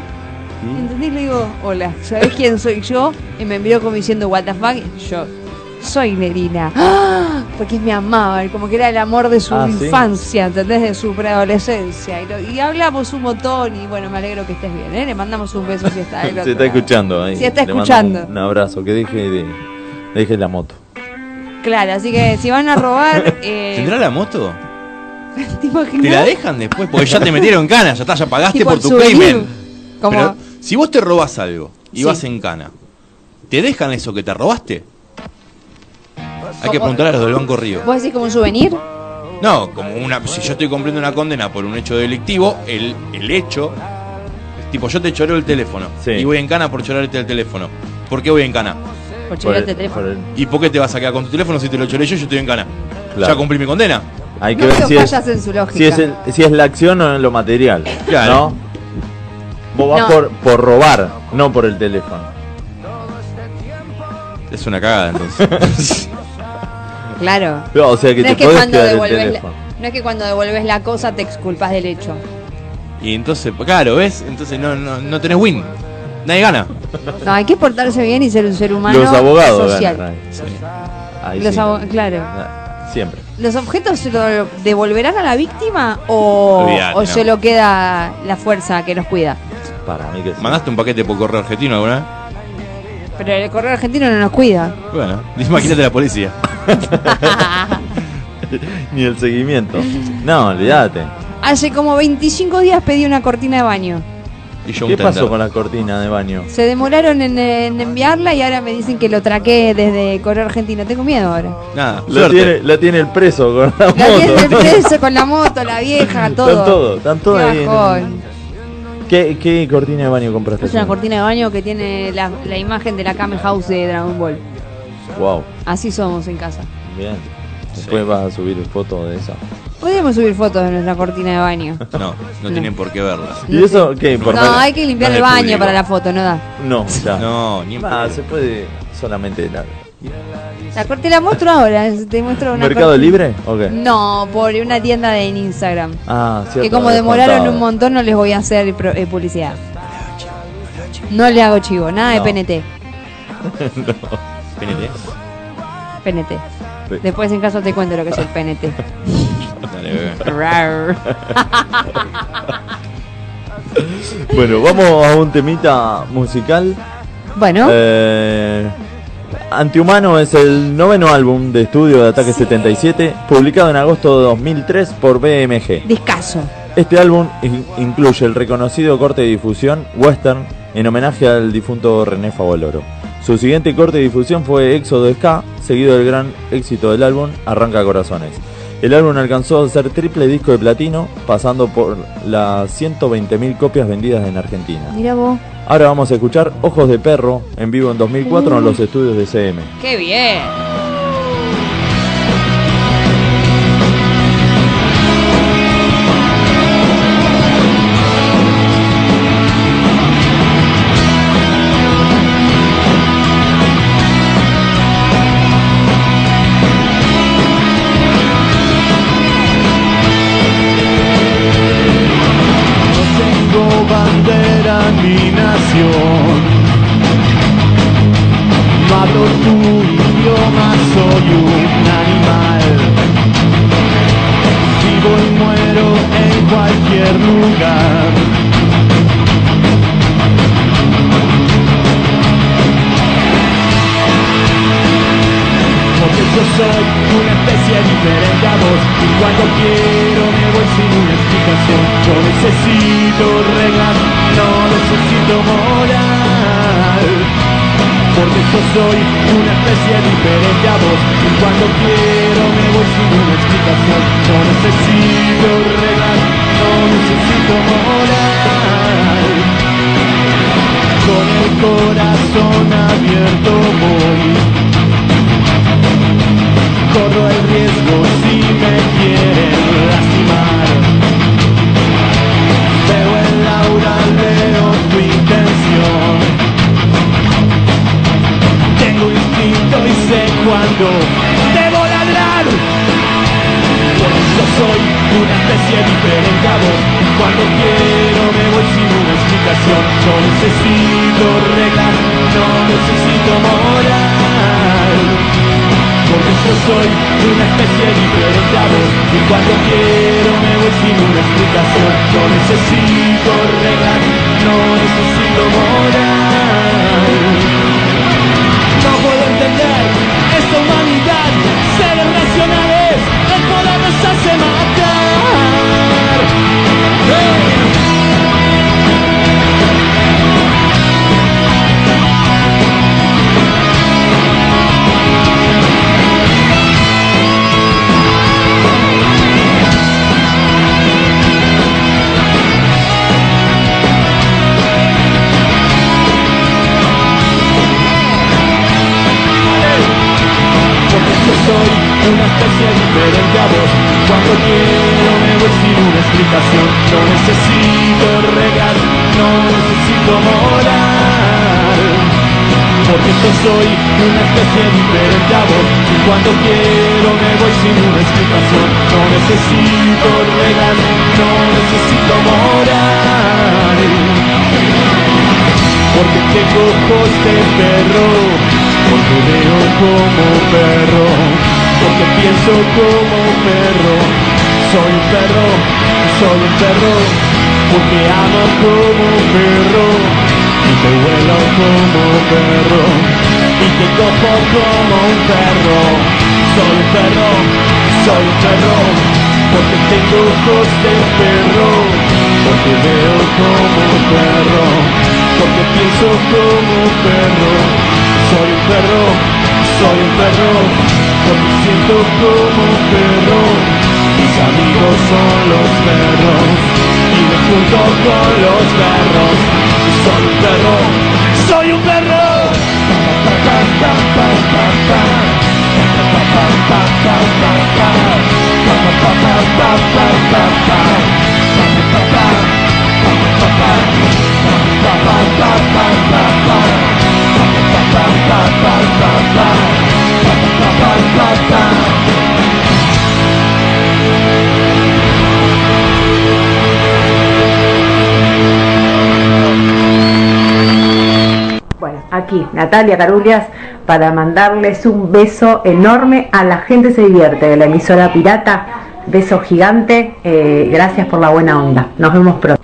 ¿Entendés? Le digo, hola, ¿sabés quién soy yo? Y me envió como diciendo, what the fuck, y yo, soy Nerina. ¡Ah! Porque me amaba, como que era el amor de su
Ah, ¿sí?
infancia, ¿entendés? De su preadolescencia. Y, lo- y hablamos un montón, y bueno, me alegro que estés bien, ¿eh? Le mandamos un beso si está del
Se
otro
está
lado.
escuchando ahí.
Sí, está
Le mando un-
escuchando.
Un abrazo, que deje de deje la moto.
Claro, así que si van a robar... eh,
¿Tendrá la moto?
¿Te imaginas?
Te la dejan después, porque ya te metieron en cana, ya está, ya pagaste
Tipo
por tu
souvenir.
crimen.
Como-
Pero si vos te robás algo y
Sí.
vas en cana, ¿te dejan eso que te robaste? Hay que preguntar a los del Banco Río.
¿Vos decís como un souvenir?
No, como una. Si yo estoy cumpliendo una condena por un hecho delictivo, el, el hecho. Tipo, yo te choreo el teléfono.
Sí.
Y voy en cana por chorarte el teléfono. ¿Por qué voy en cana?
Por
Por el-
chocolate teléfono.
por el-
¿Y por qué te vas a quedar con tu teléfono si te lo choré yo y yo estoy en cana?
Claro.
Ya cumplí mi condena.
Hay que
No
ver
veo
si es,
fallas en su lógica.
si, es el- si es la acción o en lo material.
Claro.
¿no? Vos vas
No.
Por, por robar, no por el teléfono.
Es una cagada entonces.
Claro.
No, o sea que
No
te
es que,
podés
cuando
quedar el
devuelves la,
teléfono.
no es que cuando devuelves la cosa te exculpas del hecho.
y entonces, pues, claro, ¿ves? Entonces no, no, no tenés win. Nadie gana.
No, hay que portarse bien y ser un ser humano
Los abogados
social.
ganan ahí. Ahí
Los
sí.
abo- claro.
Ah, Siempre.
¿Los objetos se lo devolverán a la víctima o,
Olvídate,
o
no.
se lo queda la fuerza que nos cuida?
Para mí que sí.
¿Mandaste un paquete por correo argentino alguna
Pero el correo argentino no nos cuida.
vez? Bueno, imagínate la policía.
Ni el seguimiento. No, olvídate.
Hace como 25 días pedí una cortina de baño.
Y yo un
¿Qué pasó
tender.
con la cortina de baño?
Se demoraron en, en enviarla y ahora me dicen que lo traqué desde correo argentino. Tengo miedo ahora.
Nada,
La
suerte.
tiene, la tiene el preso con la
La
moto.
tiene preso con la moto, la vieja, todo.
Están todos, están todos
Qué
ahí. en-
bajón.
¿Qué, qué cortina de baño compraste?
Es una cortina de baño que tiene la, la imagen de la Kame House de Dragon Ball.
Wow,
Así somos en casa.
bien. Después vas a subir foto de esa.
Podríamos subir fotos de nuestra cortina de baño.
No, no tienen por qué verlas.
¿Y eso qué?
No,
Por fuera?
hay que limpiar
no
el
es
baño
público.
para la foto, no da.
No, ya.
No, ni en
Ah,
pedo.
se puede solamente. la-
La cor- te la muestro ahora, es- te muestro una
¿Mercado
cortina.
Libre? Ok.
No, por una tienda de en Instagram.
Ah, cierto.
que como
habías
demoraron
contado.
un montón no les voy a hacer pro- eh, publicidad. No le hago chivo, nada de
No.
PNT.
PNT.
PNT.
Sí.
Después en caso te cuento lo que es el PNT.
Dale, bebé.
Bueno, vamos a un temita musical.
bueno,
Eh, Antihumano es el noveno álbum de estudio de Ataque 77, publicado en agosto de 2003 por BMG.
discaso.
Este álbum in- incluye el reconocido corte de difusión Western en homenaje al difunto René Favoloro. Su siguiente corte de difusión fue Éxodo SK, seguido del gran éxito del álbum Arranca Corazones. El álbum alcanzó a ser triple disco de platino, pasando por las 120.000 copias vendidas en Argentina.
Mira vos.
Ahora vamos a escuchar Ojos de Perro en vivo en 2004 en los estudios de CM.
¡Qué bien!
No tengo bandera ni nación. No hablo tu idioma, soy un animal. Vivo y muero en cualquier lugar. Porque yo soy una especie diferente a vos Y cuando quiero me voy sin una explicación Yo necesito reglas, no necesito moral Porque yo soy una especie diferente a vos Y cuando quiero me voy sin una explicación Yo necesito reglas, no necesito moral Con el corazón abierto voy corro el riesgo si me quieren lastimar. Veo el aura, veo tu intención. Tengo instinto y sé cuándo debo ladrar. Porque yo soy una especie diferente a vos. Y Cuando quiero me voy sin una explicación. Yo necesito reglas, no necesito moral. Porque yo soy una especie diferente a vos Y cuando quiero me voy sin una explicación Yo necesito reglas, no necesito moral No puedo entender esta humanidad Seres racionales, el poder nos hace matar ¡Hey! Porque yo soy una especie diferente a vos Cuando quiero me voy sin una explicación No necesito regal, no necesito moral Porque yo soy una especie diferente a vos Y cuando quiero me voy sin una explicación No necesito regal, no necesito moral Porque tengo ojos de perro porque veo como perro, porque pienso como perro. Soy un perro, soy un perro, porque amo como perro, y te vuelo como perro, y te cojo como un perro. Soy un perro, soy un perro, porque tengo ojos de perro, porque veo como perro, porque pienso como perro. Soy un perro, soy un perro, porque siento como un perro. Mis amigos son los perros, y me junto con los perros. Soy un perro, soy un perro. Pa, pa, pa, pa, pa, pa. Pa, pa, pa, pa, pa, pa. Pa, pa, pa, pa, pa, pa, pa, pa. Pa, pa, pa, pa, pa, pa, pa. Pa, pa, pa, pa, pa, pa.
Bueno, aquí Natalia Carulias para mandarles un beso enorme a la gente se divierte de la emisora pirata Beso gigante. eh, gracias por la buena onda. Nos vemos pronto.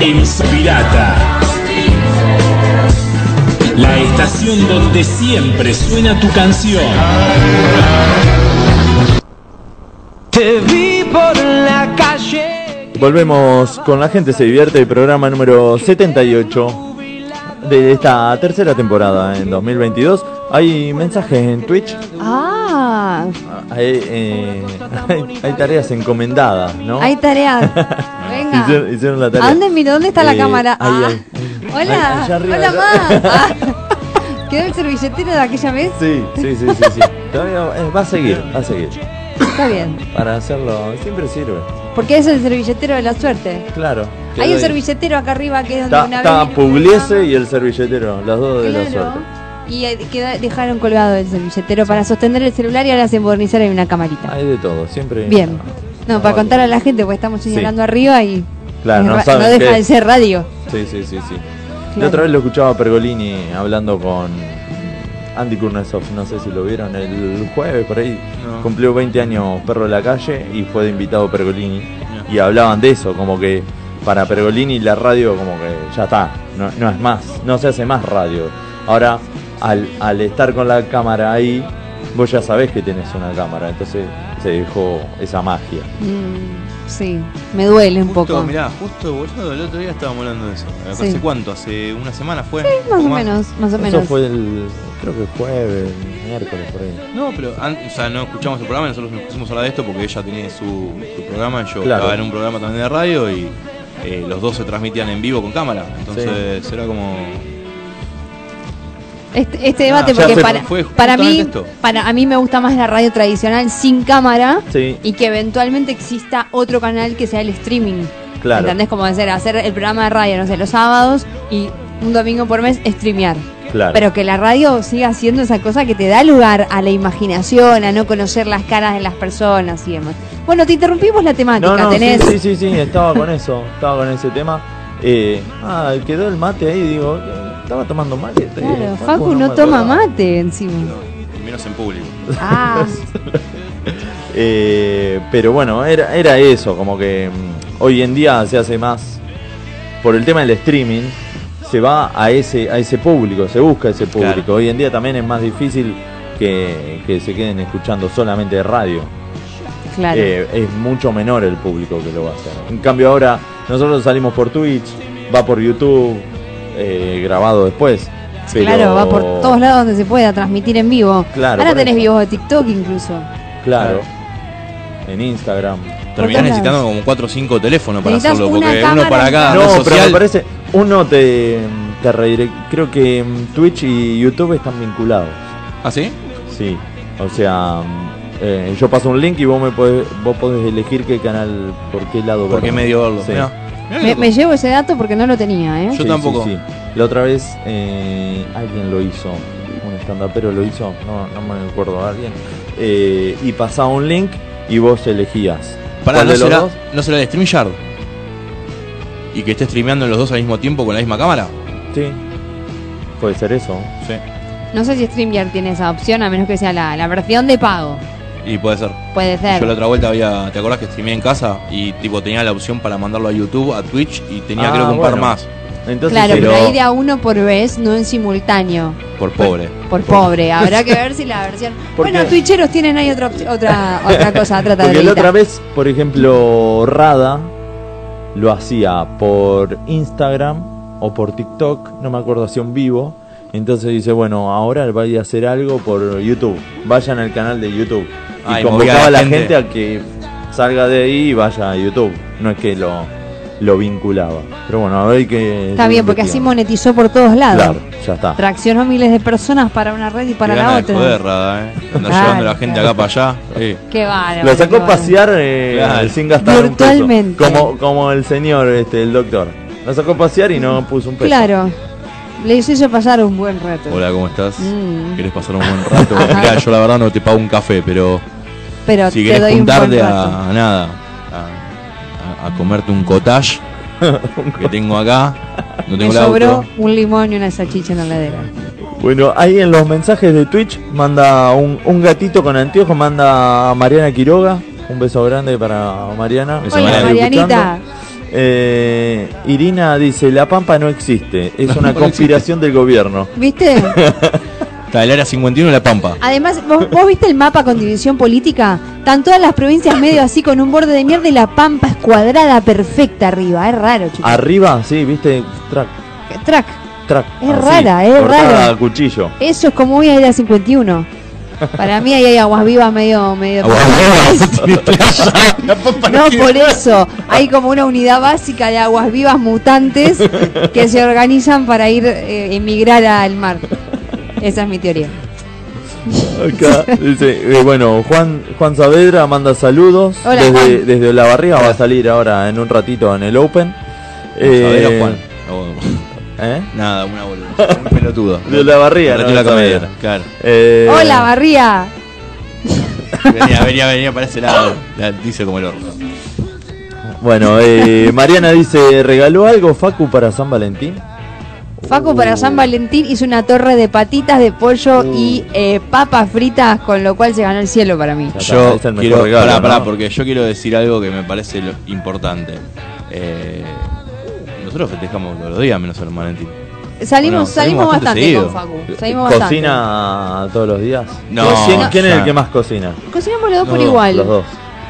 Emis Pirata. La estación donde siempre suena tu canción.
Te vi por la calle.
Volvemos con La gente se divierte, el programa número 78 de esta tercera temporada en 2022. Hay mensajes en Twitch,
Ah,
hay, eh, hay, hay tareas encomendadas, ¿no?
hay tareas. Venga.
Hicieron, hicieron la
¿A
tarea.
dónde, mira, dónde está la
Eh,
cámara?
ahí,
Ah,
ahí.
hola,
allá arriba,
hola
allá-
más. Ah, ¿Quedó el servilletero de aquella vez?
Sí, sí, sí, sí. sí. Todavía, eh, va a seguir, va a seguir.
Está bien.
Para hacerlo, siempre sirve.
Porque es el servilletero de la suerte.
Claro.
Hay un servilletero acá arriba que es donde
Está,
una
está
vez.
Pugliese y el servilletero, los dos de la
Claro.
suerte.
Y eh, queda- dejaron colgado el servilletero para sostener el celular y ahora se modernizar en una camarita.
Hay de todo, siempre.
Bien. No, para contar a la gente, porque estamos señalando arriba y
Claro,
es
no
ra-
saben
deja
qué.
de ser radio.
Sí, sí, sí, sí. La
Claro.
otra vez lo escuchaba a Pergolini hablando con Andy Kurnesov, no sé si lo vieron, el jueves por ahí
No.
cumplió 20 años Perro de la Calle y fue de invitado Pergolini. Y hablaban de eso, como que para Pergolini la radio como que ya está, no, no es más, no se hace más radio. Ahora, al, al estar con la cámara ahí, vos ya sabés que tenés una cámara, entonces se dejó esa magia.
Mm, sí, me duele un
Justo,
poco.
mirá, justo boludo, el otro día estábamos hablando de eso. ¿Hace
Sí.
cuánto? ¿Hace una semana fue?
Sí, más o menos, más o
Eso
menos.
fue el, creo que jueves, miércoles por ahí.
No, pero an- o sea, no escuchamos el programa, nosotros nos pusimos a hablar de esto porque ella tenía su, su programa, yo
Claro.
estaba en un programa también de radio y eh, los dos se transmitían en vivo con cámara. Entonces era como.
Este, este debate,
Ah, ya
porque
se
para,
fue
para
justamente
mí,
esto.
para a mí me gusta más la radio tradicional sin cámara
Sí.
y que eventualmente exista otro canal que sea el streaming.
Claro.
¿Entendés? Como hacer, hacer el programa de radio, no sé, los sábados y un domingo por mes streamear.
Claro.
Pero que la radio siga siendo esa cosa que te da lugar a la imaginación, a no conocer las caras de las personas y demás. Bueno, te interrumpimos Ah, la temática,
No, no, sí,
tenés.
sí, sí, sí, estaba con eso, estaba con ese tema. Eh, ah, quedó el mate ahí, digo, eh, estaba tomando mate.
Claro, Facu no toma mate encima.
Menos en público.
Ah,
Eh, pero bueno, era, era eso, como que mm, hoy en día se hace más por el tema del streaming, se va a ese, a ese público, se busca ese público. Hoy en día también es más difícil que, que se queden escuchando solamente radio.
claro.
Eh, es mucho menor el público que lo va a hacer. En cambio ahora nosotros salimos por Twitch, va por YouTube, eh, grabado después. pero-
Claro, va por todos lados donde se pueda transmitir en vivo.
Claro,
Ahora
por
tenés
eso.
vivos de TikTok incluso.
Claro. En Instagram.
Terminás necesitando como 4 o 5 teléfonos para
Necesitas
hacerlo,
una
porque uno
cámara
para cada
No,
red
pero
social.
me parece, uno te, te redirec- Creo que mm, Twitch y YouTube están vinculados.
¿Ah, sí?
Sí. O sea, mm, eh, yo paso un link y vos me podés, vos podés elegir qué canal, por qué lado
Por qué medio verlo.
Sí.
Mirá.
Me, me llevo ese dato porque no lo tenía, ¿eh?
Sí, sí, sí. La otra vez eh, alguien lo hizo, un stand pero lo hizo, no, no me acuerdo, alguien. Eh, y pasaba un link y vos elegías.
Pará,
¿Cuál
¿no
de los
será,
dos?
¿no será el Stream Yard? ¿Y que esté streameando los dos al mismo tiempo con la misma cámara?
Sí. Puede ser eso.
Sí.
No sé si StreamYard tiene esa opción, a menos que sea la, la versión de pago.
Y puede ser.
Puede ser.
Yo la otra vuelta había, ¿te acordás que streameé en casa? Y tipo tenía la opción para mandarlo a YouTube, a Twitch y tenía
Ah,
creo que un par
bueno.
más.
Entonces,
claro, pero
pero-
ahí de a uno por vez, no en simultáneo.
Por pobre.
Por pobre, Eh, habrá que ver si la versión.
¿Por
Bueno,
qué?
Twitcheros tienen ahí otra, opci- otra, otra cosa a tratar
Porque
de
la
evitar.
otra vez, por ejemplo, Rada lo hacía por Instagram o por TikTok, no me acuerdo, hacía un vivo. Entonces dice, bueno, ahora vaya a hacer algo por YouTube. Vayan al canal de YouTube.
Ah,
y
y
convocaba a la gente.
gente
a que salga de ahí y vaya a YouTube. No es que lo, lo vinculaba. Pero bueno, a ver que...
Está bien, porque así monetizó por todos lados.
Claro, ya está.
Traccionó miles de personas para una red y para
Qué
la
gana de
otra.
joder, Rada, ¿eh? Anda
Claro,
llevando a la gente acá para allá. Eh.
Qué bárbaro.
Lo sacó
qué
a
bárbaro.
pasear eh,
Claro.
sin gastar un peso.
Virtualmente.
Como, como el señor, este, el doctor. Lo sacó a pasear y no puso un peso.
Claro. Le hizo pasar un buen rato.
Hola, ¿cómo estás?
Mm.
¿Querés pasar un buen rato? Mirá, yo la verdad no te pago un café, pero
Pero
si
te
querés
doy un buen
juntarte
rato.
a, a nada, a, a- a comerte un cottage que tengo acá, no tengo
Me
el auto.
sobró un limón y una salchicha en la heladera.
Bueno, ahí en los mensajes de Twitch manda un, un gatito con anteojos, manda a Mariana Quiroga. Un beso grande para Mariana.
Beso, Hola, Mariana. Marianita.
Eh, Irina dice, la pampa no existe, es una conspiración del gobierno.
¿Viste?
Está el área 51 de la pampa.
Además, ¿vos, vos viste el mapa con división política? Están todas las provincias medio así con un borde de mierda y la pampa es cuadrada perfecta arriba. Es raro, chicos.
Arriba, sí, viste, track,
Track.
track.
Es rara, es
cortada
rara.
a cuchillo.
Eso es como ir a la 51. Para mí ahí hay aguas vivas medio... medio
Ah,
No, por eso. Hay como una unidad básica de aguas vivas mutantes que se organizan para ir eh, emigrar al mar. Esa es mi teoría.
Acá dice, eh, bueno, Juan, Juan Saavedra manda saludos
Hola,
desde,
Juan.
desde Olavarría, va a salir ahora en un ratito en el Open.
Saavedra o Juan.
¿Eh?
Nada, una boluda. Un pelotudo.
De Olavarría,
Retiro
no
la
de Saavedra.
comedia. Claro.
Eh,
Hola, Barría.
Venía, venía, venía para ese lado. La dice como el horno.
Bueno, eh, Mariana dice, ¿regaló algo Facu para San Valentín?
Facu para San Valentín hizo una torre de patitas de pollo y eh, papas fritas, con lo cual se ganó el cielo para mí.
está,
Yo
es el mejor
quiero.
regalo,
pará, pará,
¿no?
porque yo quiero decir algo que me parece lo importante. Eh, nosotros festejamos todos los días menos San Valentín.
Salimos,
Bueno, salimos
salimos bastante,
bastante
con
seguido. Eh,
Facu. Salimos bastante.
¿Cocina Ah, todos los días?
No,
¿Quién, quién es
ya.
el que más cocina?
Cocinamos los dos por igual.
Los dos.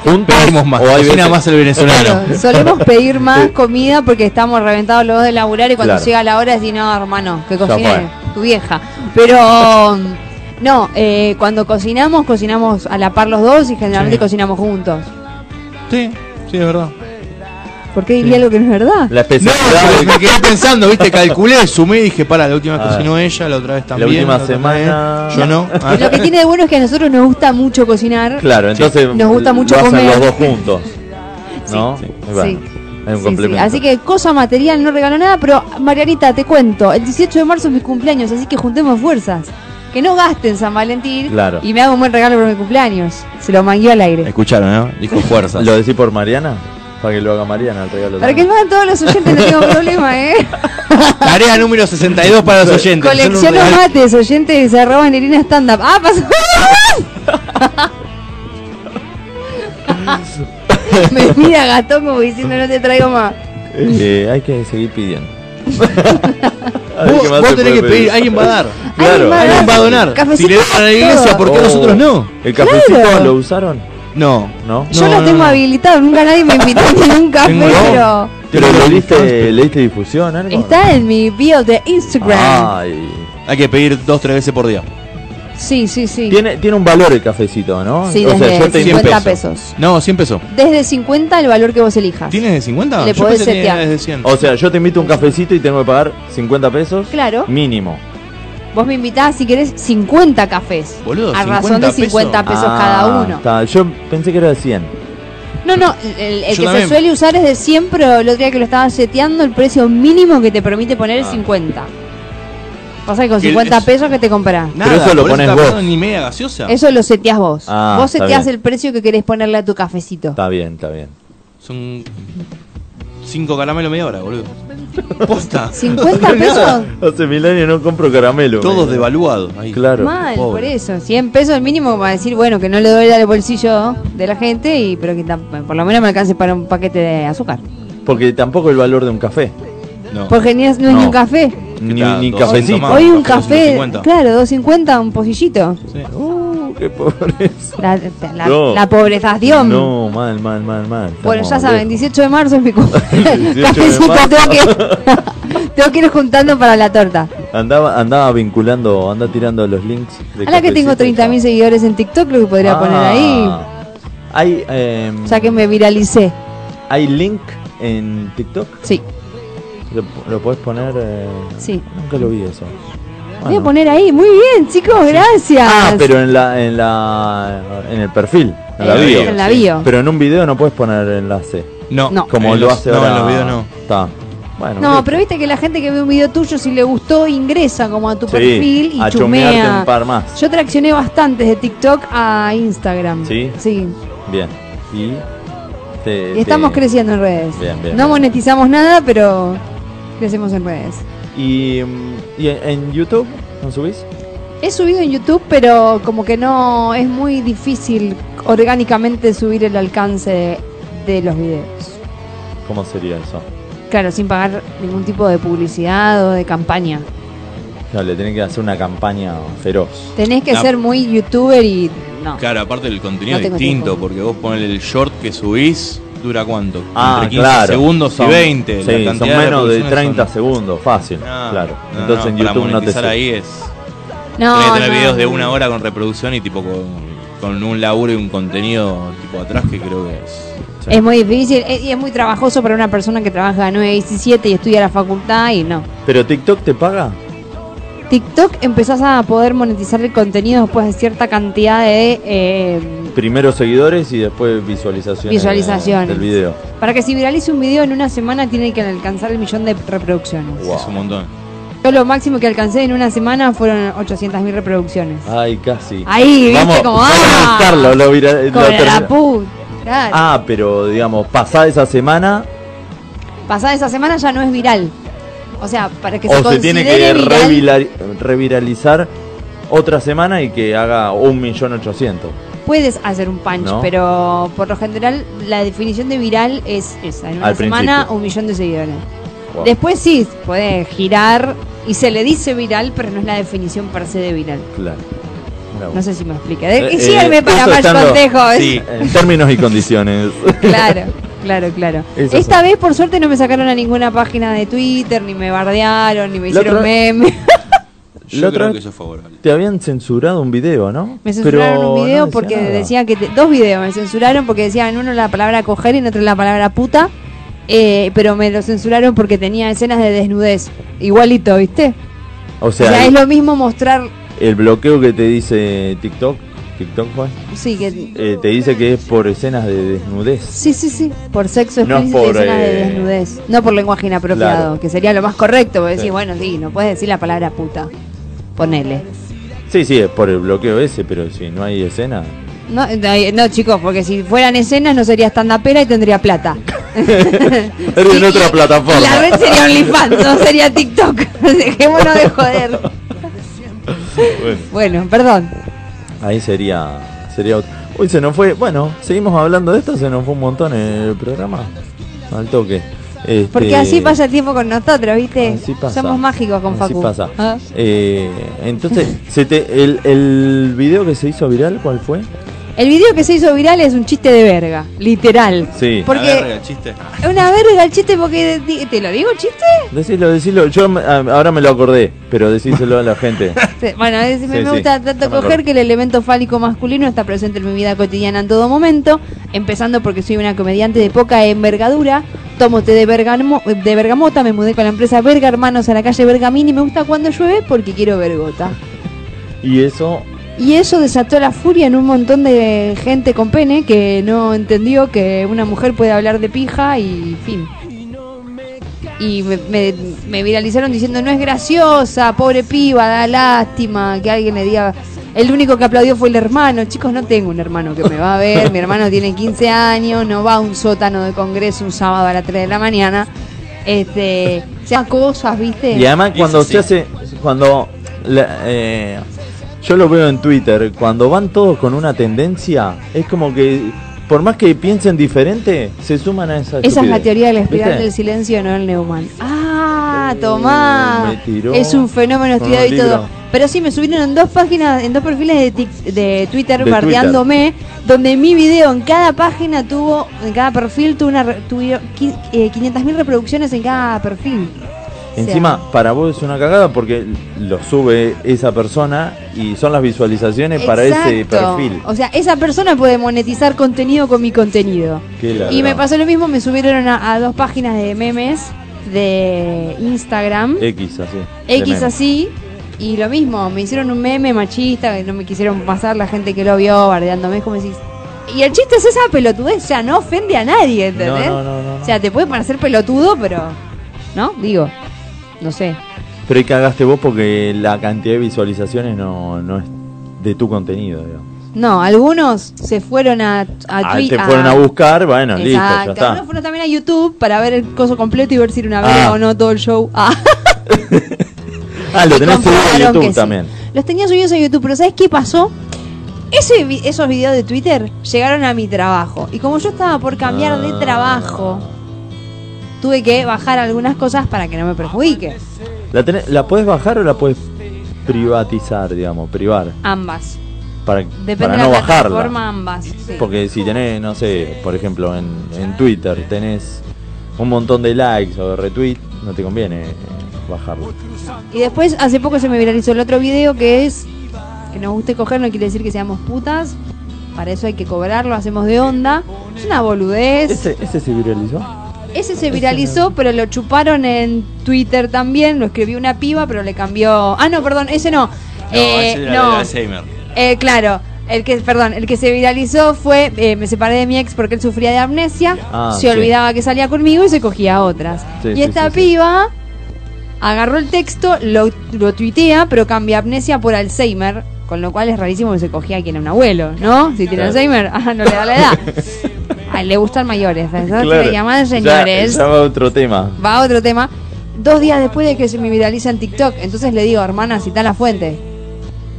¿Juntos?
más.
¿O hay
Cocina
veces- Eh,
más el venezolano.
Claro, solemos pedir más comida porque estamos reventados los dos de laburar y cuando
Claro.
llega la hora decís, no, hermano, que
Ya
cocine
fue.
tu vieja. Pero no, eh, cuando cocinamos, cocinamos a la par los dos y generalmente
Sí.
cocinamos juntos.
Sí, sí, es verdad.
¿Por qué diría algo que no es verdad?
La especialidad
No,
de-
me quedé pensando, viste, calculé, sumé y dije, para, la última
Ah.
vez cocinó ella, la otra vez también.
última
otra
semana-
también. Yo no. Ah.
Lo que tiene de bueno es que a nosotros nos gusta mucho cocinar.
Claro, entonces
Nos gusta mucho
lo hacen
comer.
los dos juntos. ¿No? Y
Sí.
bueno, Hay un
Sí, sí.
complemento.
Así que cosa material no regaló nada, pero Marianita, te cuento, el 18 de marzo es mi cumpleaños, así que juntemos fuerzas. Que no gasten San Valentín
Claro.
y me hago un buen regalo por mi cumpleaños. Se lo mangué al aire.
Escucharon, ¿no? Dijo fuerza.
eh? ¿Lo decís por Mariana? Para que lo haga Mariana el regalo.
Para que
también.
lo hagan todos los oyentes, no tengo problema, ¿eh?
Tarea número 62 para los oyentes.
Colecciono
Son un regalo.
mates, oyentes, arroba Nerina Stand Up. ¡Ah, pasó! Me mira gatón como diciendo no te traigo más.
Eh, hay que seguir pidiendo. A ver
Vos-
qué más
vos
se puede
tenés que pedir, alguien va a dar.
Claro.
Alguien va a donar.
Cafecito
si le dan a la iglesia, ¿por qué
Oh.
nosotros no?
¿El cafecito
Claro.
lo usaron?
No.
¿No?
Yo lo tengo habilitado, nunca nadie me invitó ni un café,
Tengo- no.
pero
¿Pero le diste, le diste difusión, algo?
está en mi bio de Instagram.
Ay.
Hay que pedir dos, tres veces por día.
Sí, sí, sí.
Tiene, tiene un valor el cafecito, ¿no?
Sí,
o sea,
desde
yo te
50
invento.
pesos.
No, 100 pesos.
Desde 50 el valor que vos elijas.
¿Tienes de 50?
Eh, Le
Yo
podés
pensé que tenía
setear.
desde 100.
O sea, yo te invito a un cafecito y tengo que pagar 50 pesos
Claro,
mínimo.
vos me invitás si querés 50 cafés.
Boludo,
a razón de 50 pesos cada
Ah,
uno.
está. Yo pensé que era de 100.
No, no, el- el, el
Yo
que se
también.
suele usar es de 100, pero el otro día que lo estaba seteando, el precio mínimo que te permite poner
Ah.
es 50. Pasa que con
El-
50
es-
pesos que te comprás.
Nada,
Pero eso lo
por
pones
está
vos.
pasando ni media gaseosa.
Eso lo seteás vos.
Ah,
vos
está
seteás
bien.
el precio que querés ponerle a tu cafecito.
Está bien, está bien.
Son 5 caramelos media hora, boludo. Posta.
50 pesos.
Hace mil años no compro caramelo.
Todos
mira.
devaluados. ahí.
Claro.
Mal, por
pobre.
eso. 100 pesos el mínimo para decir, bueno, que no le duele al bolsillo de la gente, y pero que tam- por lo menos me alcance para un paquete de azúcar.
Porque tampoco el valor de un café.
No.
Porque ni es, no es
No.
ni un café.
Ni,
tal?
ni
200
cafecito.
más. Ah,
Hoy
un
un café,
café 250.
claro, 2.50, un pocillito.
Sí.
Uh, qué pobreza.
La, la, la-
No.
la pobrestación.
No, mal, mal, mal, mal.
Bueno, ya
Estamos
saben,
lejos.
18 de marzo es mi cumpleaños.
18 de
Cafecito,
marzo.
tengo que, tengo que ir juntando para la torta.
Andaba, andaba vinculando, andaba tirando los links. de
Ahora que tengo
cafecito.
30.000 seguidores en TikTok, lo que podría
Ah.
poner ahí.
Hay, em,
Ya que me viralicé.
hay link en TikTok.
Sí,
Lo, lo podés poner. eh,
sí.
Nunca lo vi eso.
Voy a
Bueno.
poner ahí. Muy bien, chicos, gracias.
Ah, pero en la, en la, en el perfil, en la
En la
bio.
bio,
En la bio.
Pero en un video no puedes poner enlace,
No,
No.
como
En
lo
los-
hace
No,
ahora.
en los videos no.
Está. Bueno.
No, pero viste que la gente que ve un video tuyo, si le gustó, ingresa como a tu
Sí,
perfil y
a chumearte
chumea.
un par más.
Yo traccioné bastante de TikTok a Instagram.
Sí.
Sí.
Bien. Y te-
Y estamos
te-
creciendo en redes.
Bien, bien,
no
bien.
monetizamos nada, pero crecemos en redes.
Y, mm, y en, en YouTube no subís?
He subido en YouTube, pero como que no es muy difícil orgánicamente subir el alcance de los videos.
¿Cómo sería eso?
Claro, sin pagar ningún tipo de publicidad o de campaña.
Claro, le tienen que hacer una campaña feroz.
Tenés que
La-
ser muy youtuber y no.
Claro, aparte el contenido
No
es
tengo
distinto,
tiempo.
porque vos pones el short que subís, dura cuánto?
Ah,
Entre 15
claro.
segundos y
Son-
20.
sí,
la
son
cantidad
menos de
reproducciones
30
son-
segundos, fácil.
No,
claro.
Ah, no,
Entonces
no,
en
para
YouTube no te
monetizar
sirve.
ahí es.
No,
tenés que tener
no,
videos de
no.
una hora con reproducción y tipo con, con un laburo y un contenido tipo atrás que creo que es.
Es muy difícil eh, y es muy trabajoso para una persona que trabaja de 9 a 17 y estudia la facultad y no.
¿Pero TikTok te paga?
TikTok empezás a poder monetizar el contenido después de cierta cantidad de... eh,
Primero seguidores y después visualizaciones,
Visualizaciones.
del video.
para que si viralice un video en una semana tiene que alcanzar el millón de reproducciones.
Es un montón.
Yo lo máximo que alcancé en una semana fueron 800.000 reproducciones.
Ay, casi.
Ahí, ¿viste
vamos,
cómo
vamos
va?
a buscarlo, lo vira- lo
Con la
termina-
puta. claro.
Ah, pero digamos, pasada esa semana
Pasada esa semana ya no es viral. O sea, para que
o
se
se
considere
tiene que
viral,
revilar- reviralizar otra semana y que haga un millón ochocientos.
puedes hacer un punch,
No.
pero por lo general la definición de viral es esa. En una
Al
semana
principio.
un millón de seguidores.
Wow.
Después sí, puede girar y se le dice viral, pero no es la definición per se de viral.
Claro. Bravo.
No sé si me explica.
Eh, eh,
síganme para eh.
eso
más
estando-
consejos.
Sí, en términos y condiciones.
Claro, claro, claro.
Eso
Esta
son.
vez, por suerte, no me sacaron a ninguna página de Twitter, ni me bardearon, ni me
La
hicieron
otra-
meme.
Yo
La
creo
otra
que eso es favorable.
Te habían censurado un video, ¿no?
Me censuraron
Pero
un video
no decía
porque
nada.
decían que. te- dos videos me censuraron porque decían en uno la palabra coger y en otro la palabra puta. eh, pero me lo censuraron porque tenía escenas de desnudez. Igualito, ¿viste?
O
O sea,
sea,
es
el,
lo mismo mostrar.
el bloqueo que te dice TikTok, TikTok fue,
Sí, que.
eh, te dice que es por escenas de desnudez.
Sí, sí, sí. Por sexo
No
explícito y
por,
escenas de
eh,
desnudez. No por lenguaje inapropiado,
claro.
que sería lo más correcto. Porque
Sí.
decís, bueno, sí, no puedes decir la palabra puta. Ponele.
Sí, sí, es por el bloqueo ese, pero si no hay escena.
No, no, no, chicos, porque si fueran escenas no sería stand-upera y tendría plata.
Pero en otra plataforma.
La red sería OnlyFans, Ah, no sería TikTok. Dejémonos de joder.
Bueno.
Bueno, perdón.
Ahí sería. sería otro. Uy, se nos fue. Bueno, seguimos hablando de esto, se nos fue un montón el programa. Al toque. Este,
Porque así pasa el tiempo con nosotros, ¿viste?
así pasa.
Somos mágicos con
Así
Facu.
pasa.
Ah.
Eh, entonces, se te- el, el video que se hizo viral, ¿cuál fue?
El video que se hizo viral es un chiste de verga, literal.
Sí.
Porque-
La verga, chiste.
Una verga el chiste porque... di- ¿Te lo digo el chiste?
Decilo, decilo. Yo me- ah, ahora me lo acordé, pero decíselo a la gente.
Sí, Bueno, es- me,
Sí,
me
sí,
gusta
ya
tanto
me acuerdo.
coger que el elemento fálico masculino está presente en mi vida cotidiana en todo momento, empezando porque soy una comediante de poca envergadura, tomo té de, bergamo- de bergamota, me mudé con la empresa Verga Hermanos a la calle Bergamín y me gusta cuando llueve porque quiero vergota.
Y eso,
Y eso desató la furia en un montón de gente con pene que no entendió que una mujer puede hablar de pija y fin. Y me, me- me viralizaron diciendo, no es graciosa, pobre piba, da lástima, que alguien le diga... El único que aplaudió fue el hermano. Chicos, no tengo un hermano que me va a ver. Mi hermano tiene 15 años, no va a un sótano de congreso un sábado a las 3 de la mañana. Este, o sea, cosas, ¿viste?
Y además
Eso
cuando
sí.
se hace, cuando la- eh, yo lo veo en Twitter, cuando van todos con una tendencia, es como que por más que piensen diferente, se suman a
Esa
esa.
es la
estupidez.
teoría de la espiral
¿Viste?
del silencio, no el Neumann. Ah, tomá.
me tiró
es un fenómeno
con
estudiado
un
y todo.
libro.
Pero sí, me subieron en dos páginas, en dos perfiles de, tic- de Twitter
De
bardeándome, donde mi video en cada página tuvo, en cada perfil tuvo una re- tuvieron qui- eh, 500.000 reproducciones en cada perfil.
Encima, para vos es una cagada porque lo sube esa persona y son las visualizaciones para ese
Exacto.
perfil.
O sea, esa persona puede monetizar contenido con mi contenido.
Qué
Y
ladrón.
me pasó lo mismo, me subieron a, a dos páginas de memes de Instagram.
X así. de
X
meme.
así. Y lo mismo, me hicieron un meme machista, que no me quisieron pasar la gente que lo vio bardeándome, es como decís. Y el chiste es esa pelotudez, o sea, no ofende a nadie, ¿entendés?
No, no, no,
O sea, te puede parecer pelotudo, pero. ¿No? Digo, no sé.
Pero ahí cagaste vos porque la cantidad de visualizaciones no, no es de tu contenido, digamos.
No, algunos se fueron a, a
Ah,
Twi- Ah,
te fueron a buscar, bueno, listo, ya
Exacto.
está.
Algunos fueron también a YouTube para ver el coso completo y ver si era una verga
Ah.
o no todo el show. Ah.
Ah, lo tenés subido a
comprobaron
YouTube
que sí.
también.
Los tenía subidos a YouTube, pero ¿sabes qué pasó? Ese vi- esos videos de Twitter llegaron a mi trabajo. Y como yo estaba por cambiar de
Ah.
trabajo, tuve que bajar algunas cosas para que no me perjudique.
¿La, tenés- ¿La puedes bajar o la puedes privatizar, digamos, privar?
Ambas.
Para,
Depende
para
de la
no bajarla.
plataforma, ambas. sí.
Porque si tenés, no sé, por ejemplo, en, en Twitter tenés un montón de likes o de retweet, no te conviene eh, bajarla.
Y después, hace poco se me viralizó el otro video que es que nos guste coger, no quiere decir que seamos putas. Para eso hay que cobrarlo, hacemos de onda. Es una boludez.
¿Ese, ese se viralizó?
Ese se viralizó, pero lo chuparon en Twitter también. Lo escribió una piba, pero le cambió. Ah, no, perdón, ese no. Eh,
ese era el de
no.
Alzheimer.
Eh, claro. El que, perdón, el que se viralizó fue, eh, me separé de mi ex porque él sufría de amnesia,
Ah,
se
sí.
olvidaba que salía conmigo y se cogía a otras.
Sí,
y
sí,
esta
sí, sí.
piba agarró el texto, lo, lo tuitea, pero cambia amnesia por Alzheimer, con lo cual es rarísimo que se cogía a quien era un abuelo, ¿no? Si tiene
Claro.
Alzheimer, ah, no le da la edad. A él le gustan mayores, ¿verdad? Se le llaman
ya-
señores.
ya va otro tema.
Va a otro tema. Dos días después de que se me viraliza en TikTok, entonces le digo, hermana, cita la fuente.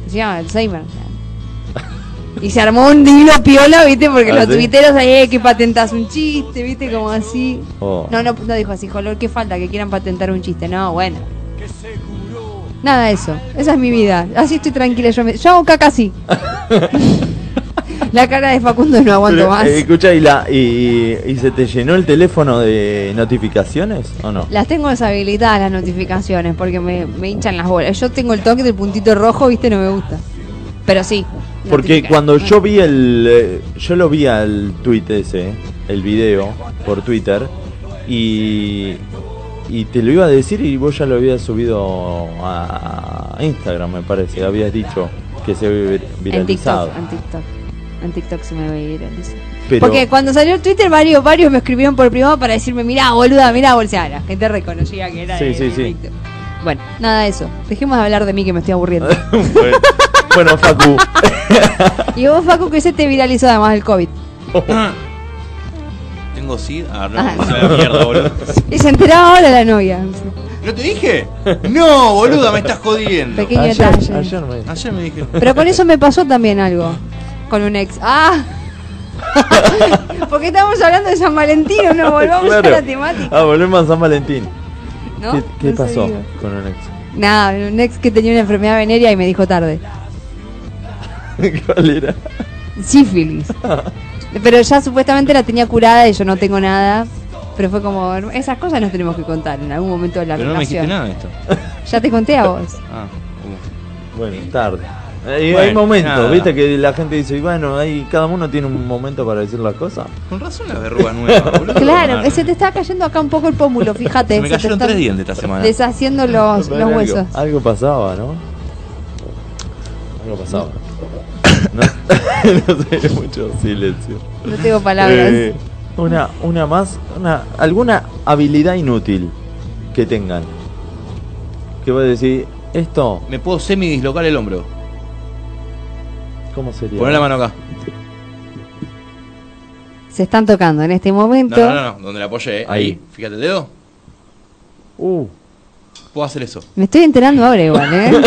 Se llama Alzheimer. Y se armó un dilo piola, ¿viste? Porque
¿Ah,
los
sí?
tuiteros ahí, "Eh, que patentas un chiste, ¿viste? Como así.
Oh.
No, no, no dijo así, color, ¿qué falta? Que quieran patentar un chiste. No, bueno. Nada de eso. Esa es mi vida. Así estoy tranquila. Yo, me... yo hago caca así. la cara de Facundo no aguanto
Pero,
más.
eh, escucha, ¿y, la- y, y se te llenó el teléfono de notificaciones o no?
Las tengo deshabilitadas las notificaciones porque me, me hinchan las bolas. Yo tengo el toque del puntito rojo, viste, no me gusta. Pero sí.
Porque cuando yo vi el. eh, Yo lo vi al tweet ese, el video, por Twitter, y. Y te lo iba a decir y vos ya lo habías subido a a Instagram, me parece. Habías dicho que se había vir-
En
viralizado.
TikTok, en TikTok. En TikTok se me viraliza.
Pero-
Porque cuando salió el Twitter, varios, varios me escribieron por privado para decirme, mirá, boluda, mirá, bolsa. La gente reconocía que era.
Sí,
de-
sí,
de
sí.
TikTok. Bueno, nada de eso. Dejemos de hablar de mí que me estoy aburriendo.
Bueno, bueno, Facu.
y vos, Facu, que se te viralizó además del COVID.
Oh.
Tengo sí. Ah, no,
Ah.
me puse la mierda, boludo.
Y se enteraba ahora la novia.
¿No te dije? No, boluda, me estás jodiendo.
Pequeño Ayer- detalle. ayer
me,
ayer me dije.
Pero con eso me pasó también algo. Con un ex. ¡Ah! Porque estamos hablando de San Valentín, ¿o no volvamos
Claro.
a la temática,
Ah, volvemos a San Valentín.
¿no?
¿Qué, qué
No se
pasó
diga.
con un ex?
Nada, un ex que tenía una enfermedad venérea y me dijo tarde.
¿Cuál era?
Sífilis. Pero ya supuestamente la tenía curada y yo no tengo nada. Pero fue como, esas cosas nos tenemos que contar en algún momento de la
Pero no me dijiste
relación.
nada de esto.
Ya te conté a vos.
Ah, uh.
Bueno, tarde. Eh, hay
Bueno,
momentos,
nada.
viste que la gente dice, y bueno, ahí cada uno tiene un momento para decir las cosas.
Con razón las verrugas nuevas, boludo.
Claro, se te está cayendo acá un poco el pómulo, fíjate.
Se me
te
cayeron
están
tres dientes esta semana.
Deshaciendo los, los
Algo-
huesos.
Algo, pasaba, ¿no? Algo pasaba. No, no sé, mucho silencio.
No tengo palabras.
Eh, una, una más, una, alguna habilidad inútil que tengan. Que voy a decir, esto,
Me puedo semidislocar el hombro.
¿cómo sería?
Poner la mano acá.
Se están tocando en este momento.
No, no, no, no, donde la apoyé. eh. Ahí.
Ahí.
Fíjate el dedo.
Uh,
Puedo hacer eso.
Me estoy enterando ahora igual, ¿eh?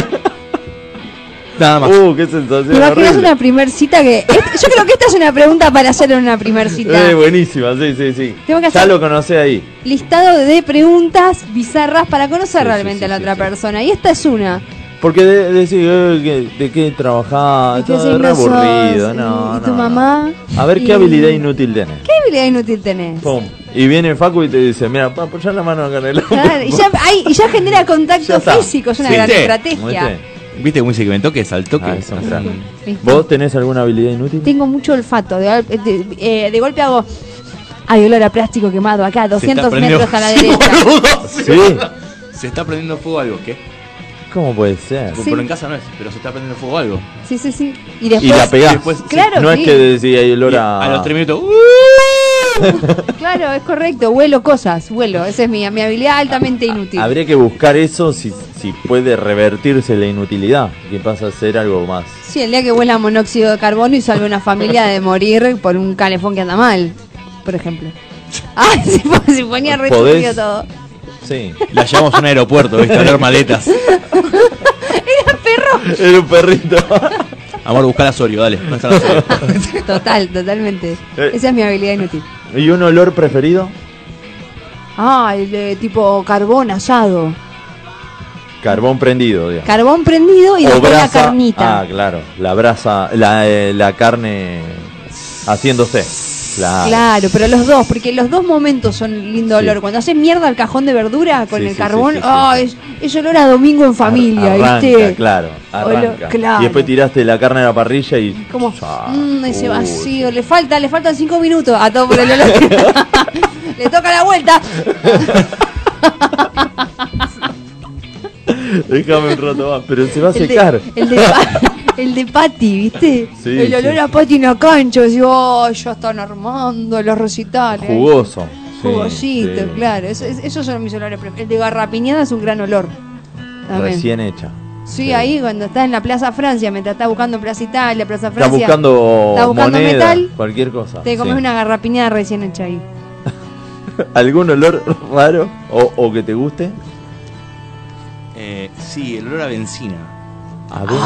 Nada más.
uh, qué sensación.
¿Te imaginas
horrible.
una primer cita que... Este- yo creo que esta es una pregunta para hacer en una primer cita.
Eh, buenísima, sí, sí, sí.
Tengo que
Ya
hacer-
lo conocé ahí.
Listado de preguntas bizarras para conocer
Sí, sí,
realmente
sí,
a la
sí,
otra
sí.
persona. Y esta es una.
Porque de, decir, eh, que- de qué trabajás,
¿De qué
todo re
signo sos?
aburrido, no,
¿Y tu
no, no.
mamá?
A ver
¿Y-
qué habilidad inútil tenés.
¿Qué habilidad inútil tenés?
Pum. Y viene Facu y te dice, mira, pa, apoyá la mano acá en el hombro.
Claro, y, ya, ay, y ya genera
Ya
contacto
está.
físico, es una
¿Viste?
gran estrategia.
¿Viste cómo dice que me toques al toque?
Ah, es un crack.
¿Viste?
¿Vos tenés alguna habilidad inútil?
Tengo mucho olfato. De, gol- de- eh, de golpe hago. Hay olor a plástico quemado acá, 200
prendiendo-
metros a la
Sí,
derecha.
boludo, sí,
Sí.
Se está prendiendo fuego algo, ¿qué?
¿Cómo puede ser?
Sí.
Pero en casa no es, pero se está prendiendo fuego algo.
Sí, sí, sí. Y
Y
después.
la pegás.
después-
Claro,
no
sí.
es que decía hay olor
Y
a...
A los tres minutos. ¡uh!
Claro, es correcto. Huelo cosas, vuelo. Esa es mi, mi habilidad altamente inútil.
Habría que buscar eso si, si puede revertirse la inutilidad, que pasa a ser algo más.
Sí, el día que huela monóxido de carbono y salve a una familia de morir por un calefón que anda mal, por ejemplo. Ah, se, po- se ponía re
Podés-
turbio todo.
Sí.
La llevamos a un aeropuerto, ¿viste? A ver maletas.
Era perro.
Era un perrito.
Amor, busca la Sorio, dale. ¿Dónde está la Sorio?
Total, totalmente.
Eh.
Esa es mi habilidad inútil.
¿Y un olor preferido?
Ah, el de tipo carbón asado.
Carbón prendido, digamos.
Carbón prendido y
O
después la
brasa-
carnita.
Ah, claro. La brasa, la, eh, la carne haciéndose. Claro.
Claro, pero los dos, porque los dos momentos son lindo
Ah. Sí.
olor. Cuando haces mierda el cajón de verdura con
Sí,
el
sí,
carbón,
sí, sí, sí.
ah, es, es olor a domingo en familia,
Arranca,
¿viste?
claro. Arranca.
Olor- claro.
Y después tiraste la carne a la parrilla y.
Como,
Ah,
mmm, ese
uy.
vacío, le falta, le faltan cinco minutos a todo por el olor. le toca la vuelta.
Déjame un rato más, pero se va a
El de-
secar.
El de, pa- el de Pati, ¿viste?
Sí,
el olor
sí.
a Pati en la cancha. Digo, oh, ya están armando los recitales.
Jugoso. Sí,
Jugosito,
sí.
claro. Eso- es- esos son mis olores. preferidos. El de garrapiñada es un gran olor. También.
Recién hecha.
Sí, ahí cuando estás en la Plaza Francia, mientras estás buscando Plaza Italia, Plaza
Está
Francia.
buscando,
Está buscando Ah,
moneda,
metal.
cualquier cosa.
Te comes
Sí.
una garrapiñada recién hecha ahí.
¿Algún olor raro o, o que te guste?
Eh, sí, el olor a benzina.
A benzina,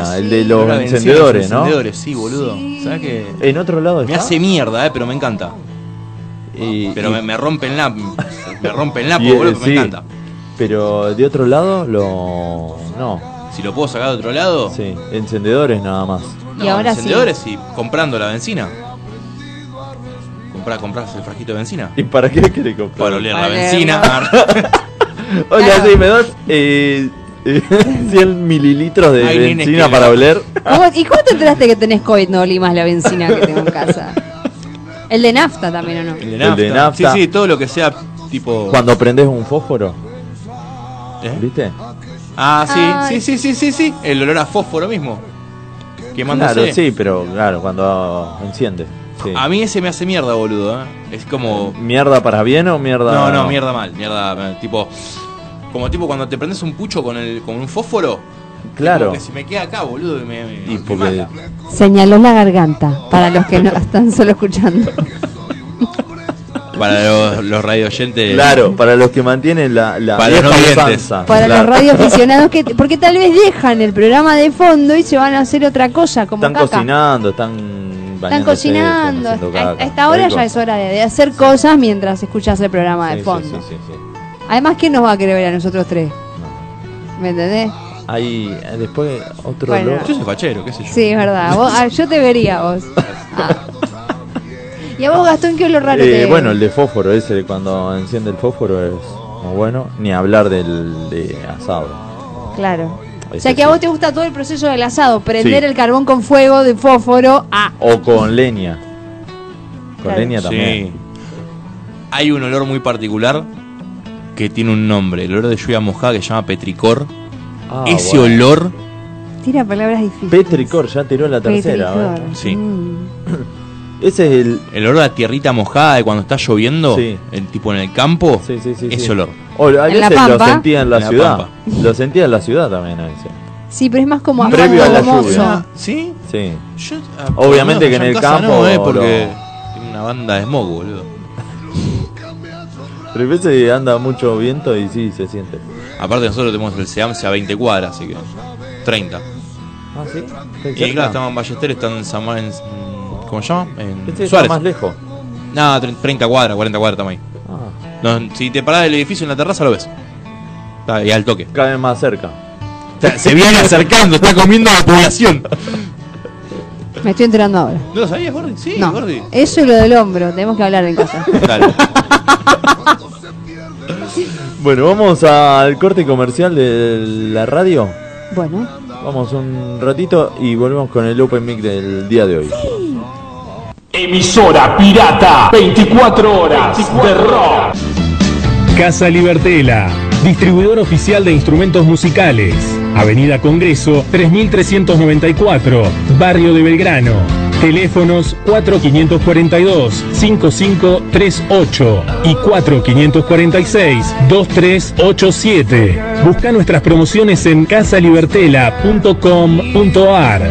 Ah,
sí.
el de
El
los
olor a benzina,
encendedores,
los
¿no?
encendedores, sí, boludo. ¿Sabes qué?
En otro lado
Me
está?
hace mierda, eh, pero me encanta. pero me, me rompen la. Me rompen la,
Y, eh,
boludo, pero
sí.
me encanta.
Pero de otro lado, lo. No.
Si lo puedo sacar de otro lado.
Sí, encendedores nada más.
Y ahora sí.
encendedores y comprando la benzina. Comprá, comprás el frasquito de benzina.
¿Y para qué querés comprar?
Para oler la
Para oler,
benzina.
Hola, sí, me das eh, eh, 100 mililitros de
Ay, nene,
benzina
que
para
la-
oler.
¿Cómo- ¿Y cómo te enteraste que tenés COVID? No olí más la benzina que tengo en casa. El de nafta también, ¿o no?
El de
El de nafta.
Sí, sí, todo lo que sea tipo.
Cuando prendes un fósforo.
¿Eh?
¿Viste?
Ah, sí,
Ay.
sí, sí, sí, sí, sí. El olor a fósforo mismo. Quemándose. Ah.
Claro, sí, pero claro, cuando enciende. sí.
A mí ese me hace mierda, boludo. ¿eh? Es como.
¿Mierda para bien o mierda.?
No, no, mierda mal. Mierda, eh, tipo. Como tipo cuando te prendes un pucho con, el, con un fósforo.
Claro.
como que si me queda acá, boludo, me. me-
Y porque.
Señaló la garganta, para los que no están solo escuchando.
Para los, los radio oyentes.
Claro, para los que mantienen la, la
Para los
vieja
no oyentes.
usanza,
Para
claro.
los radioaficionados que... Porque tal vez dejan el programa de fondo y se van a hacer otra cosa, como
Están
caca.
cocinando, están.
Están
bañándose,
cocinando.
están haciendo
A
caca.
a esta hora
Rico.
ya es hora de, de hacer cosas mientras escuchas el programa
Sí,
de
sí,
fondo.
sí, sí, sí.
Además, ¿quién nos va a querer ver a nosotros tres? ¿Me entendés?
Hay eh, después otro
Bueno.
olor. Eh,
Yo soy fachero, qué sé yo.
Sí, es verdad. Vos- ah, yo te vería a vos. Ah. ¿Y a vos, Gastón, qué olor raro
Eh,
te-
bueno, el de fósforo, ese de cuando enciende el fósforo es muy bueno. Ni hablar del de asado.
Claro. O
Ese
sea que a
sí.
vos te gusta todo el proceso del asado, prender
Sí.
el carbón con fuego de fósforo a...
O con leña. Con
Claro.
leña
Sí.
también.
Hay un olor muy particular que tiene un nombre. El olor de lluvia mojada que se llama petricor.
Ah,
Ese
bueno.
olor.
Tira palabras difíciles. Mm.
Petricor, ya tiró la tercera.
Petricor.
¿eh?
Sí.
Ese es el.
El olor a tierrita mojada de cuando está lloviendo,
Sí.
el tipo en el campo, ese
sí.
olor.
O, a
En la
veces lo
Pampa.
sentía en la
En la
ciudad.
Pampa.
Lo sentía en la ciudad también a veces.
Sí, pero es más como a
Previo a la
mozo.
lluvia.
¿Sí?
Sí.
Yo, ah,
Obviamente
por lo menos
que en
allá
el
casa
campo
no, eh,
lo-
porque tiene una banda de smog, boludo.
Pero a veces anda mucho viento y sí, se siente.
Aparte nosotros tenemos el Seamse a 20 cuadras, así que 30.
Ah, sí.
Y claro, estamos en Ballester, están en San Mar- en- ¿Cómo se llama? En
Este está
Suárez.
más lejos.
Nada, 30 cuadras, 40 cuadras estamos ahí.
Ah,
No, si te parás del edificio en la terraza lo ves. Está y al toque.
cada vez más cerca.
Está- se viene acercando, está comiendo a la población.
Me estoy enterando ahora.
¿No lo sabías, Gordi? Sí,
No,
Gordi.
eso y lo del hombro, tenemos que hablar en casa.
Dale.
Bueno, vamos al corte comercial de la radio.
Bueno,
Vamos un ratito y volvemos con el Open Mic del día de hoy.
Emisora pirata, 24 horas de rock. Casa Libertela, distribuidor oficial de instrumentos musicales. Avenida Congreso, 3394, Barrio de Belgrano. Teléfonos 4542-5538 y 4546-2387. Busca nuestras promociones en casalibertela.com.ar.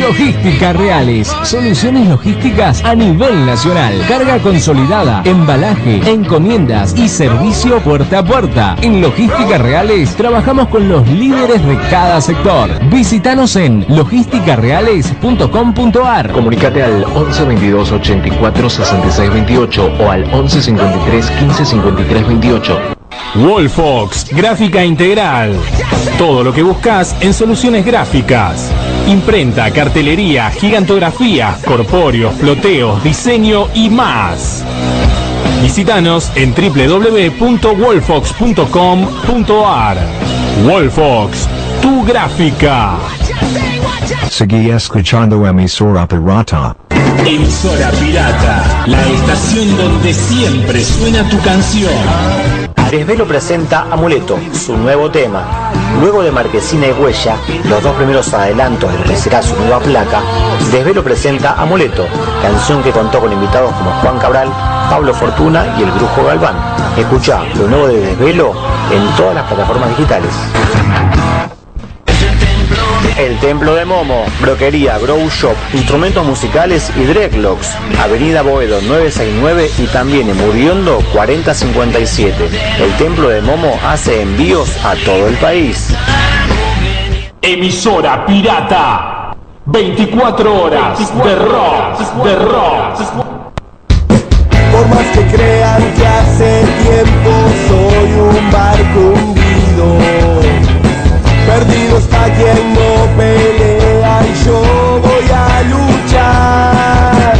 Logística Reales, soluciones logísticas a nivel nacional. Carga consolidada, embalaje, encomiendas y servicio puerta a puerta. En Logística Reales trabajamos con los líderes de cada sector. Visítanos en logísticareales.com.ar.
Comunicate al 11 22 84 66 28 o al 11 53 15 53 28.
Wallfox, gráfica integral. Todo lo que buscas en soluciones gráficas. Imprenta, cartelería, gigantografías, corpóreos, floteos, diseño y más. Visítanos en www.wolfox.com.ar. Wolfox, tu gráfica.
Seguí escuchando emisora pirata.
Emisora Pirata, la estación donde siempre suena tu canción.
Aresvelo presenta Amuleto, su nuevo tema. Luego de Marquesina y Huella, los dos primeros adelantos de lo que será su nueva placa, Desvelo presenta Amuleto, canción que contó con invitados como Juan Cabral, Pablo Fortuna y el Brujo Galván. Escucha lo nuevo de Desvelo en todas las plataformas digitales. El Templo de Momo, Broquería, Grow Shop, Instrumentos Musicales y Dreadlocks, Avenida Boedo 969 y también en Muriondo 4057. El Templo de Momo hace envíos a todo el país.
Emisora Pirata, 24 horas de rock, de rock.
Por más que crean que hace tiempo soy un barco hundido. Perdido está quien no pelea y yo voy a luchar.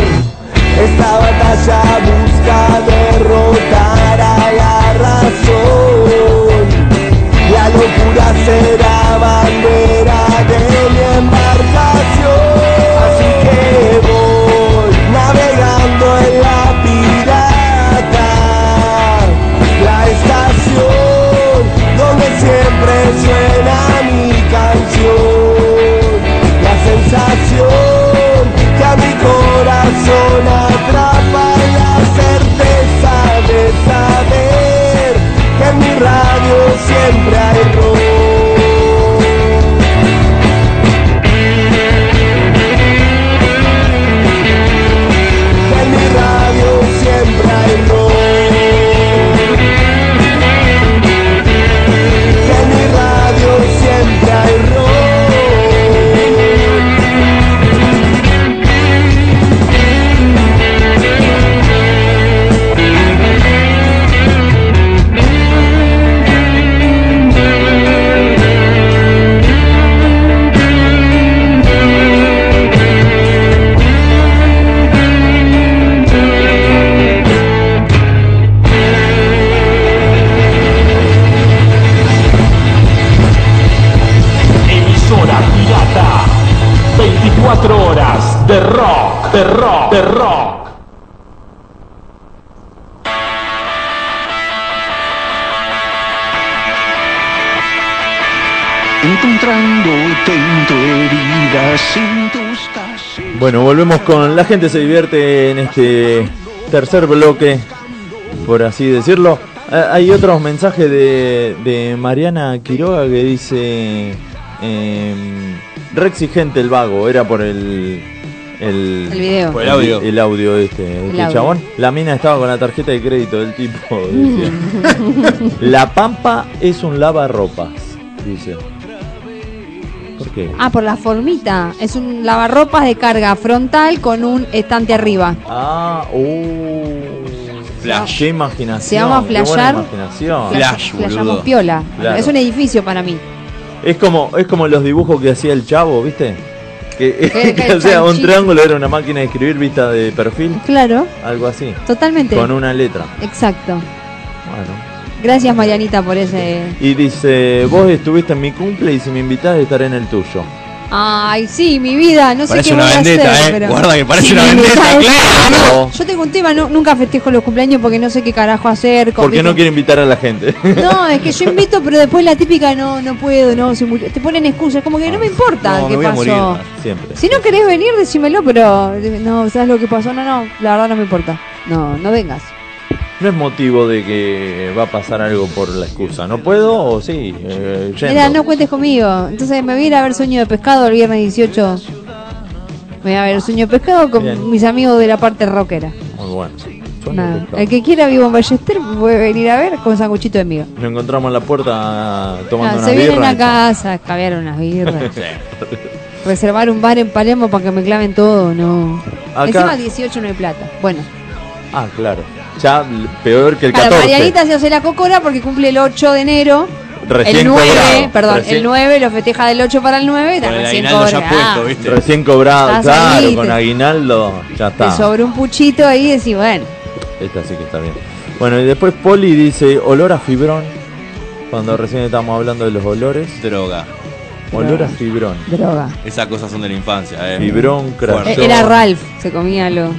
Esta batalla busca derrotar a la razón. La locura será bandera de mi embarcación. Así que voy navegando en la pirata, la estación donde siempre suena mi canción. La sensación que a mi corazón atrapa la certeza de saber que en mi radio siempre hay rock. Que en mi radio siempre hay rock. Que en mi radio siempre hay rock.
Emisora Pirata, 24 horas de rock, de rock, de rock.
Encontrándote en tu herida sin tus
Bueno, volvemos con La gente se divierte en este tercer bloque, por así decirlo. Ah, Hay otros mensajes de, de Mariana Quiroga que dice... em, re exigente el vago, era por el... El,
El video. Por el
audio.
El, audio de este, de este
audio.
chabón. La mina estaba con la tarjeta de crédito del tipo. decía. la pampa es un lavarropas, dice. ¿Por qué?
Ah, por la formita. Es un lavarropas de carga frontal con un estante arriba.
Ah, uh. Flash. Qué imaginación.
Se llama
qué buena
flashear.
imaginación.
Flash, flasheamos piola.
Ah. Claro.
Es un edificio para mí.
Es como, es como los dibujos que hacía el chavo, ¿viste? Que,
que
que
el
hacía un
chanchito.
triángulo, era una máquina de escribir vista de perfil,
Claro,
algo así.
totalmente.
Con una letra.
Exacto.
Bueno.
Gracias, Marianita, por ese.
Y dice, vos estuviste en mi cumple y si me invitás estaré en el tuyo.
Ay, sí, mi vida. No sé
Parece
qué
una
voy a
vendetta,
hacer.
eh.
pero-
Guarda que parece
Sí,
una
me
vendetta,
gusta, ¿eh?
claro.
No, Yo tengo un tema, no- nunca festejo los cumpleaños porque no sé qué carajo hacer. con-
Porque no quiere invitar a la gente.
No, es que yo invito, pero después la típica no, no puedo, no, se murió. Te ponen excusas, como que no me importa qué pasó.
Siempre.
Si no querés venir, decímelo, pero eh, no, ¿sabes lo que pasó? No, no, la verdad no me importa. No, no vengas.
No es motivo de que va a pasar algo por la excusa. ¿No puedo o sí? Eh, yendo.
Mira, no cuentes conmigo. Entonces me voy a ir a ver Sueño de Pescado el viernes 18. Me voy a ver Sueño de Pescado con
Bien.
mis amigos de la parte rockera.
Muy bueno.
Nada. El que quiera vivo en Ballester puede venir a ver con sanguchito de miga.
Nos encontramos en la puerta tomando
Ah,
una
se vienen
birra.
a casa, a caviar unas birras. Reservar un bar en Palermo para que me claven todo, no.
Acá-
Encima 18 no hay plata. Bueno,
Ah, claro. Ya l- peor que el
para
14.
Marianita se hace la cocora porque cumple el 8 de enero.
Recién
el 9,
cobrado.
perdón,
Recién-
el 9 lo festeja del 8 para el 9 y
Con el
recién
aguinaldo
cobra. Ah,
ya puesto, ¿viste?
Recién cobrado,
Estás
claro,
ahí,
con
te-
aguinaldo. Ya
Ah, te
está.
sobró un puchito ahí y decís, bueno,
Esta sí que está bien. Bueno, y después Poli dice olor a fibrón. Cuando recién estábamos hablando de los olores.
Droga.
Olor a fibrón.
droga.
Esas cosas son de la infancia, eh.
Fibrón, crack.
Eh,
Yo-
Era Ralph, se comía lo.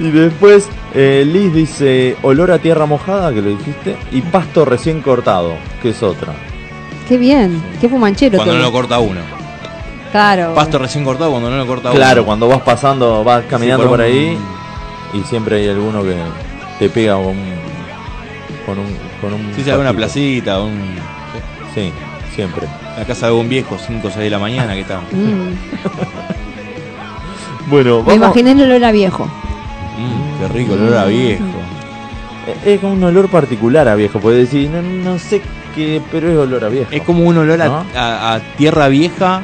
Y después eh, Liz dice olor a tierra mojada, que lo dijiste, y pasto recién cortado, que es otra.
Qué bien, qué fumanchero.
Cuando no
todo.
lo corta uno.
Claro.
Pasto recién cortado cuando no lo corta uno.
Claro, cuando vas pasando, vas caminando
Sí, por
por,
un-
ahí y siempre hay alguno que te pega con un... Con un, con un
Sí, se alguna
patito.
placita, un.
Sí, siempre.
La casa de un viejo, 5 o 6 de la mañana, que está.
Mm.
Bueno,
Pues
Me
vamos...
imaginé el olor a viejo.
Mm, qué rico, el olor a viejo.
Eh, Es como un olor particular a viejo, puedes decir, no, no sé qué, pero es olor a viejo.
Es como un olor a,
¿No?
a- a tierra vieja,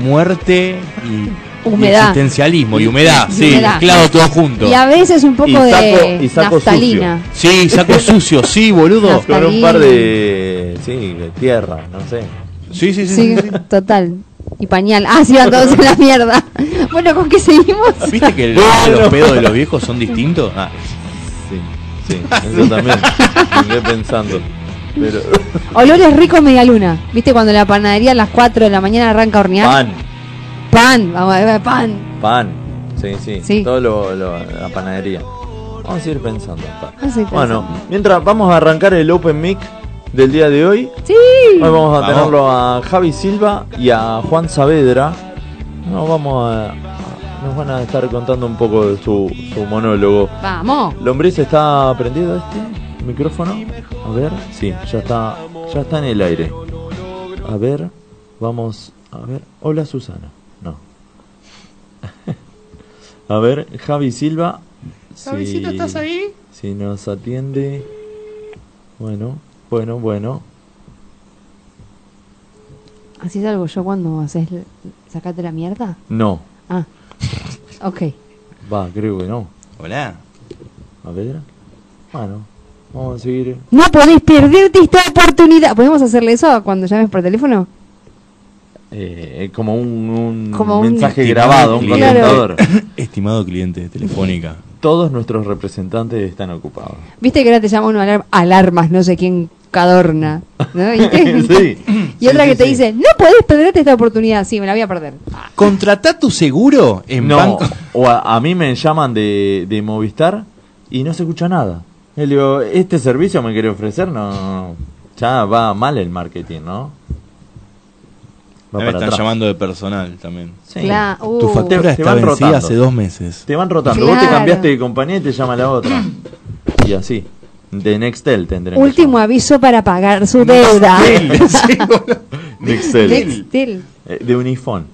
muerte y. y
Humedad.
existencialmente, y humedad,
Y
sí,
humedad.
mezclado todo junto.
Y a veces un poco
Y saco-
de
y saco
naftalina.
Sí, saco sucio, sí, boludo.
Con un
Naftalina.
par de... Sí, de tierra, no sé.
Sí, sí, sí.
Sí, total. Y pañal. Ah, sí, van todos en la mierda. Bueno, ¿con qué seguimos?
Ah, ¿Viste que el-
Bueno.
los pedos de los viejos son distintos? Ah,
Sí, sí, eso también. Estoy pensando. Pero.
Olores ricos media luna. ¿Viste cuando la panadería a las 4 de la mañana arranca a hornear?
Pan,
Pan, vamos a ver, pan.
pan. Sí, sí.
Sí.
Todo lo, lo- la panadería. Vamos a ir pensando. pa.
Vamos a ir
Bueno,
pensando.
mientras vamos a arrancar el Open Mic del día de hoy.
Sí.
Hoy vamos a
Vamos.
tenerlo a Javi Silva y a Juan Saavedra. Nos vamos a. Nos van a estar contando un poco de su, su monólogo.
Vamos.
Lombriz está prendido este micrófono. A ver, sí, ya está, ya está en el aire. A ver, vamos, a ver. Hola Susana. No. a ver, Javi Silva. si-
Javicito, ¿estás ahí?
Si nos atiende. Bueno, bueno, bueno.
Así es algo yo cuando haces. sacate la mierda.
No,
Ah. Ok.
va, creo que no.
Hola.
A ver. Bueno, vamos a seguir.
No podés perderte esta oportunidad. ¿Podemos hacerle eso cuando llames por teléfono?
eh, como un, un
Como un-
mensaje
Estimado
grabado, un
cliente.
contestador.
Estimado cliente de Telefónica.
Todos nuestros representantes están ocupados.
Viste que ahora te llama uno alar- alarmas, no sé quién cadorna. ¿no? ¿Viste?
Sí.
Y otra
Sí,
que
sí,
te
sí.
dice, no podés perderte esta oportunidad. Sí, me la voy a perder.
Contratá tu seguro en
no,
banco.
o a, a mí me llaman de, de Movistar y no se escucha nada. Le digo, este servicio me quiere ofrecer, no. Ya va mal el marketing, ¿no?
A mí Me
para
están
atrás.
llamando de personal también.
Sí.
Cla- uh.
Tu factura
Te- te
está
van
vencida
rotando.
hace dos meses.
Te van rotando. Vos te
Claro.
cambiaste de compañía y te llama la otra. Y así. De Nextel tendremos.
Último aviso para pagar su deuda.
Nextel.
Nextel.
Eh, de Unifón.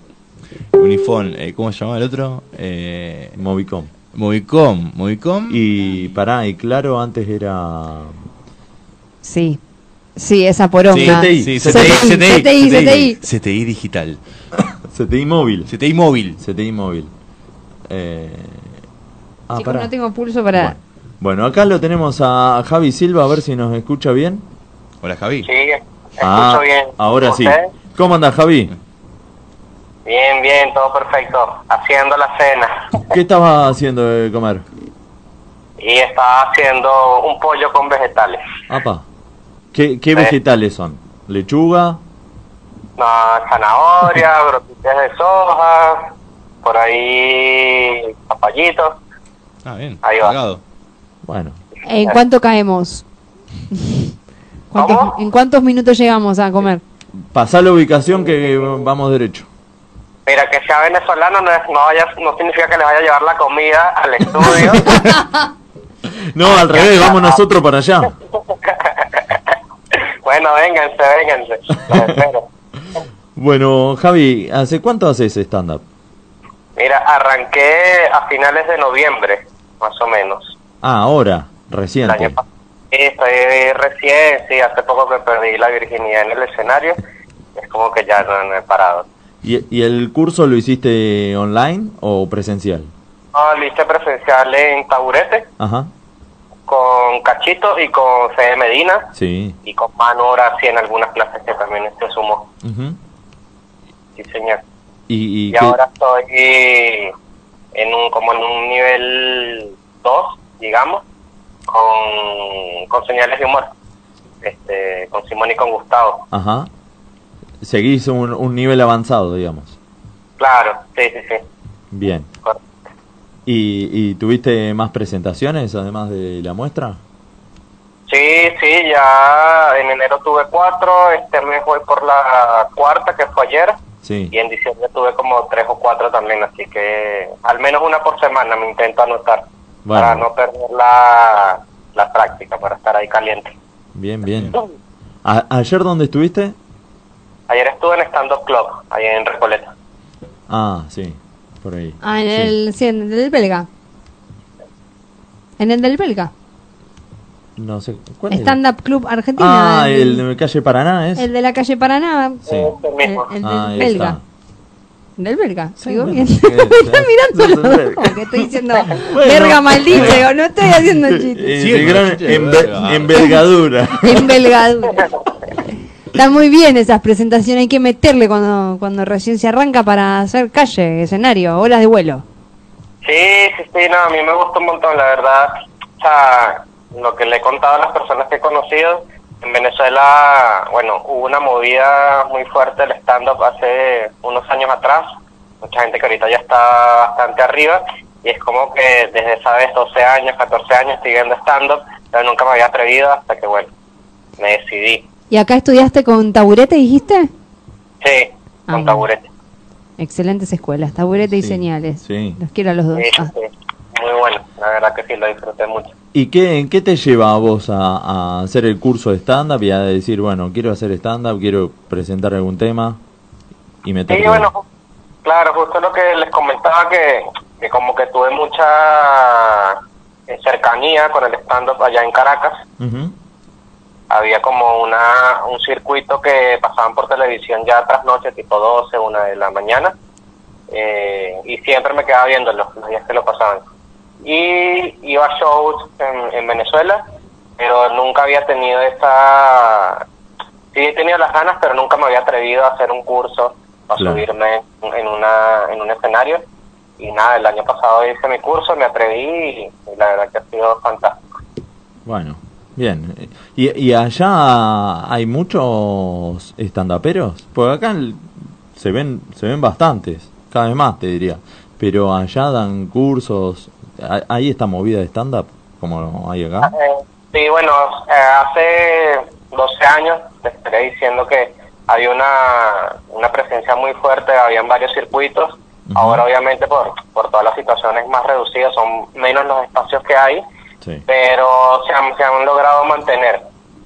Unifón, eh, ¿cómo se llama el otro? Eh,
Movicom.
Movicom, Movicom.
Y pará, y claro, antes era.
Sí. Sí, esa poronga.
CTI.
Sí,
CTI, CTI, CTI.
CTI digital.
CTI móvil.
CTI móvil.
CTI móvil. Eh, Ah,
Chicos,
pará.
no tengo pulso para.
Bueno, acá lo tenemos a Javi Silva, a ver si nos escucha bien.
Hola Javi.
Sí,
Ah,
escucho bien. eh?
ahora sí.
¿Ustedes?
¿Cómo andas, Javi?
Bien, bien, todo perfecto. Haciendo la cena.
¿Qué estabas haciendo de comer?
Y estaba haciendo un pollo con vegetales.
Apa. ¿Qué, qué
Sí.
vegetales son? ¿Lechuga?
No, zanahoria, brotitas de soja, por ahí papayitos.
Ah, bien.
Ahí va.
Bueno.
¿En cuánto caemos? ¿Cuántos- ¿En cuántos minutos llegamos a comer?
Pasá la ubicación que vamos derecho.
Mira, que sea venezolano no, es, no, vaya- no significa que les vaya a llevar la comida al estudio.
No, al revés, vamos nosotros para allá.
bueno, vénganse, vénganse. Los espero.
Bueno, Javi, ¿hace cuánto haces stand-up?
Mira, arranqué a finales de noviembre, más o menos.
Ah, ahora, reciente.
Sí, Estoy recién, sí, hace poco que perdí la virginidad en el escenario. Es como que ya no, no he parado.
¿Y, y el curso lo hiciste online o presencial?
No, lo hice Ah, presencial en Taburete
Ajá,
con Cachito y con C. Medina
sí.
y con Manu Horaci en algunas clases que también se sumó.
Ujú.
Sí, señor.
¿Y, y
Y
qué-
ahora estoy en un, como en un nivel 2, digamos, con, con señales de humor. Este, con Simón y con Gustavo.
Ajá. Seguís un, un nivel avanzado, digamos.
Claro, sí, sí, sí.
Bien. ¿Y, y tuviste más presentaciones además de la muestra?
Sí, sí, ya en enero tuve cuatro, este mes voy por la cuarta que fue ayer
Sí.
y en diciembre tuve como tres o cuatro también, así que al menos una por semana me intento anotar para
Bueno,
no perder la, la práctica, para estar ahí caliente.
bien, bien. A- ¿Ayer dónde estuviste?
Ayer estuve en Stand Up Club, ahí en Recoleta.
Ah, sí, por ahí.
Ah, en
Sí.
el, sí, en el del belga. En el del belga.
No sé. ¿Cuál es?
Stand Up Club Argentina.
Ah, el de calle Paraná es.
el de la calle Paraná.
Sí.
El, el del
Ah, ahí
belga.
está.
En el belga. digo
bueno,
bien.
sí,
Me están mirando los dos, como que estoy diciendo verga maldita. digo, no estoy haciendo chistes.
Eh,
Sí,
de
el
gran
chiste de
enve-
verdad.
envergadura.
Envergadura. Están muy bien esas presentaciones. Hay que meterle cuando, cuando recién se arranca para hacer calle, escenario, horas de vuelo.
Sí, sí, sí, no, a mí me gusta un montón, la verdad. O sea, lo que le he contado a las personas que he conocido, en Venezuela, bueno, hubo una movida muy fuerte del stand-up hace unos años atrás. Mucha gente que ahorita ya está bastante arriba. Y es como que desde, ¿sabes? 12 años, 14 años estoy viendo stand-up, pero nunca me había atrevido hasta que, bueno, me decidí.
¿Y acá estudiaste con taburete, dijiste?
Sí,
Ah,
con taburete.
Excelentes escuelas, taburete y señales.
Sí.
Los quiero a los dos.
Sí,
Ah,
sí, muy bueno. La verdad que sí, lo disfruté mucho.
¿Y qué, qué te lleva a vos a, a hacer el curso de stand-up y a decir, bueno, quiero hacer stand-up, quiero presentar algún tema y meterte?
Sí, bueno, ju- claro, justo lo que les comentaba que, que como que tuve mucha eh, cercanía con el stand-up allá en Caracas.
Ujú.
Había como una un circuito que pasaban por televisión ya tras noche, tipo 12, 1 de la mañana. eh, y siempre me quedaba viéndolo, los días que lo pasaban. Y iba a shows en, en Venezuela, pero nunca había tenido esa... Sí, he tenido las ganas, pero nunca me había atrevido a hacer un curso o a
Claro.
subirme en, una, en un escenario. Y nada, el año pasado hice mi curso, me atreví y, y la verdad que ha sido fantástico.
Bueno, bien. ¿Y, y allá hay muchos stand-uperos? Porque acá el- se ven, se ven bastantes, cada vez más te diría. Pero allá dan cursos, ¿hay- ¿hay esta movida de stand-up como hay acá?
Eh, sí, bueno, eh, hace 12 años te estaré diciendo que había una, una presencia muy fuerte, habían varios circuitos. Ahora, obviamente, por, por todas las situaciones más reducidas, son menos los espacios que hay, pero se han, se han logrado mantener.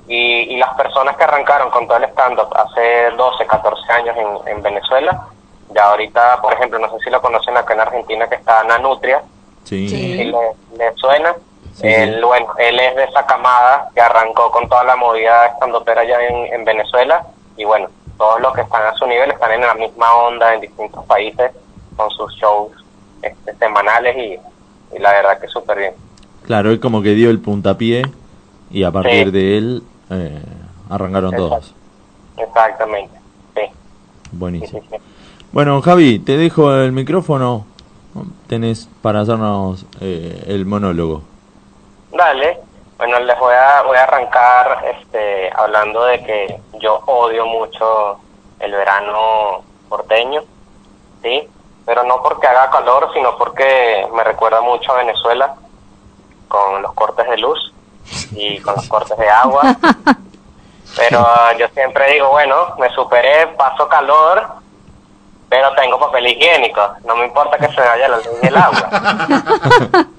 Y, y las personas que arrancaron con todo el stand-up hace 12, 14 años en, en Venezuela, ya ahorita, por ejemplo, no sé si lo conocen acá en Argentina, que está Ana Nutria,
Sí.
si le, le suena.
Sí,
él,
sí.
Bueno, él es de esa camada que arrancó con toda la movida estandopera allá en, en Venezuela y bueno, todos los que están a su nivel están en la misma onda en distintos países con sus shows este, semanales y, y la verdad que súper bien.
Claro, él como que dio el puntapié y a partir de él eh, arrancaron todos.
Exactamente.
Buenísimo. Bueno, Javi, te dejo el micrófono. Tenés para hacernos eh, el monólogo.
Dale. Bueno, les voy a, voy a arrancar este, hablando de que yo odio mucho el verano porteño, ¿sí? Pero no porque haga calor, sino porque me recuerda mucho a Venezuela con los cortes de luz y con los cortes de agua. Pero ah, yo siempre digo, bueno, me superé, paso calor, pero tengo papel higiénico. No me importa que se vaya la luz y el agua.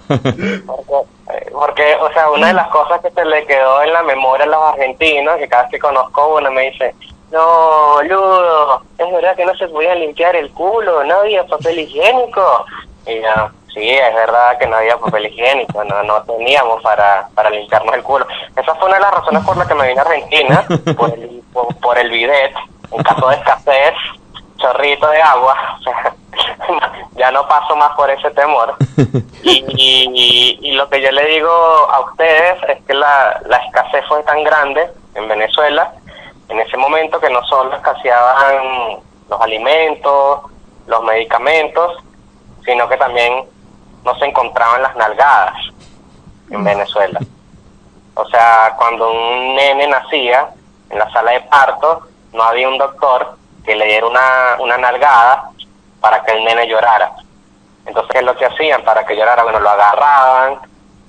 porque, eh, porque, o sea, una de las cosas que se le quedó en la memoria a los argentinos, que cada vez que conozco uno me dice, no, boludo, es verdad que no se podía limpiar el culo, no había papel higiénico. Y yo, sí, es verdad que no había papel higiénico, no, no teníamos para, para limpiarnos el culo. Esa fue una de las razones por las que me vine a Argentina, por el, por, por el bidet, en caso de escasez, chorrito de agua. O sea, ya no paso más por ese temor. Y, y- y lo que yo le digo a ustedes es que la, la escasez fue tan grande en Venezuela, en ese momento que no solo escaseaban los alimentos, los medicamentos, sino que también no se encontraban las nalgadas en Venezuela. O sea, cuando un nene nacía en la sala de parto, no había un doctor que le diera una, una nalgada para que el nene llorara. Entonces, ¿qué es lo que hacían para que llorara? Bueno, lo agarraban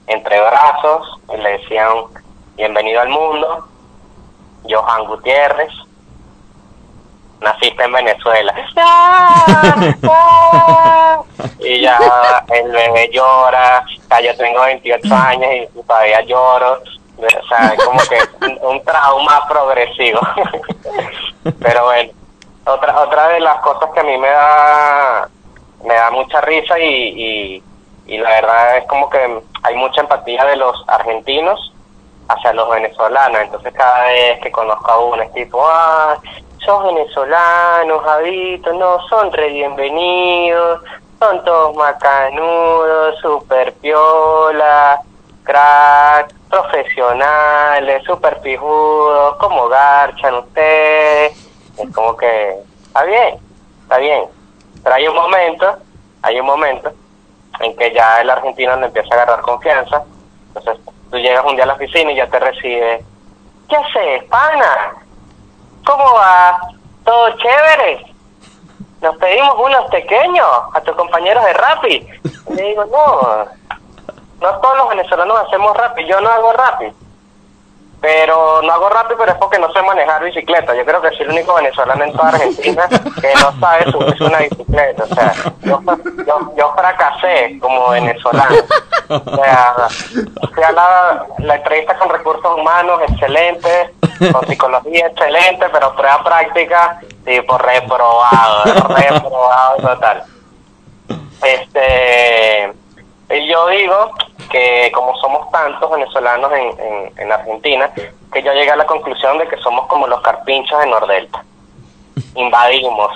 entre brazos y le decían, bienvenido al mundo, Johan Gutiérrez, naciste en Venezuela. Y ya el bebé llora, o sea, yo tengo 28 años y todavía lloro. O sea, es como que un- un trauma progresivo. Pero bueno, otra, otra de las cosas que a mí me da, me da mucha risa y, y, y la verdad es como que hay mucha empatía de los argentinos hacia los venezolanos. Entonces cada vez que conozco a uno es tipo, ah, sos venezolanos, Javito, no, son re bienvenidos, son todos macanudos, super piola, crack, profesionales, super pijudos, como garchan ustedes. Es como que, está bien, está bien. Pero hay un momento, hay un momento en que ya el argentino le empieza a agarrar confianza. Entonces tú llegas un día a la oficina y ya te recibe, ¿qué haces, pana? ¿Cómo va? ¿Todo chévere? Nos pedimos unos pequeños a tus compañeros de Rappi. Y le digo, no, no todos los venezolanos hacemos Rappi, yo no hago Rappi. Pero no hago Rappi, pero es porque no sé manejar bicicleta. Yo creo que soy el único venezolano en toda Argentina que no sabe subirse una bicicleta. O sea, yo, yo, yo fracasé como venezolano. O sea, fui a la, la entrevista con recursos humanos, excelente, con psicología, excelente, pero prueba práctica, tipo reprobado, reprobado total. Este, y yo digo que como somos tantos venezolanos en, en, en Argentina, que yo llegué a la conclusión de que somos como los carpinchos de Nordelta. Invadimos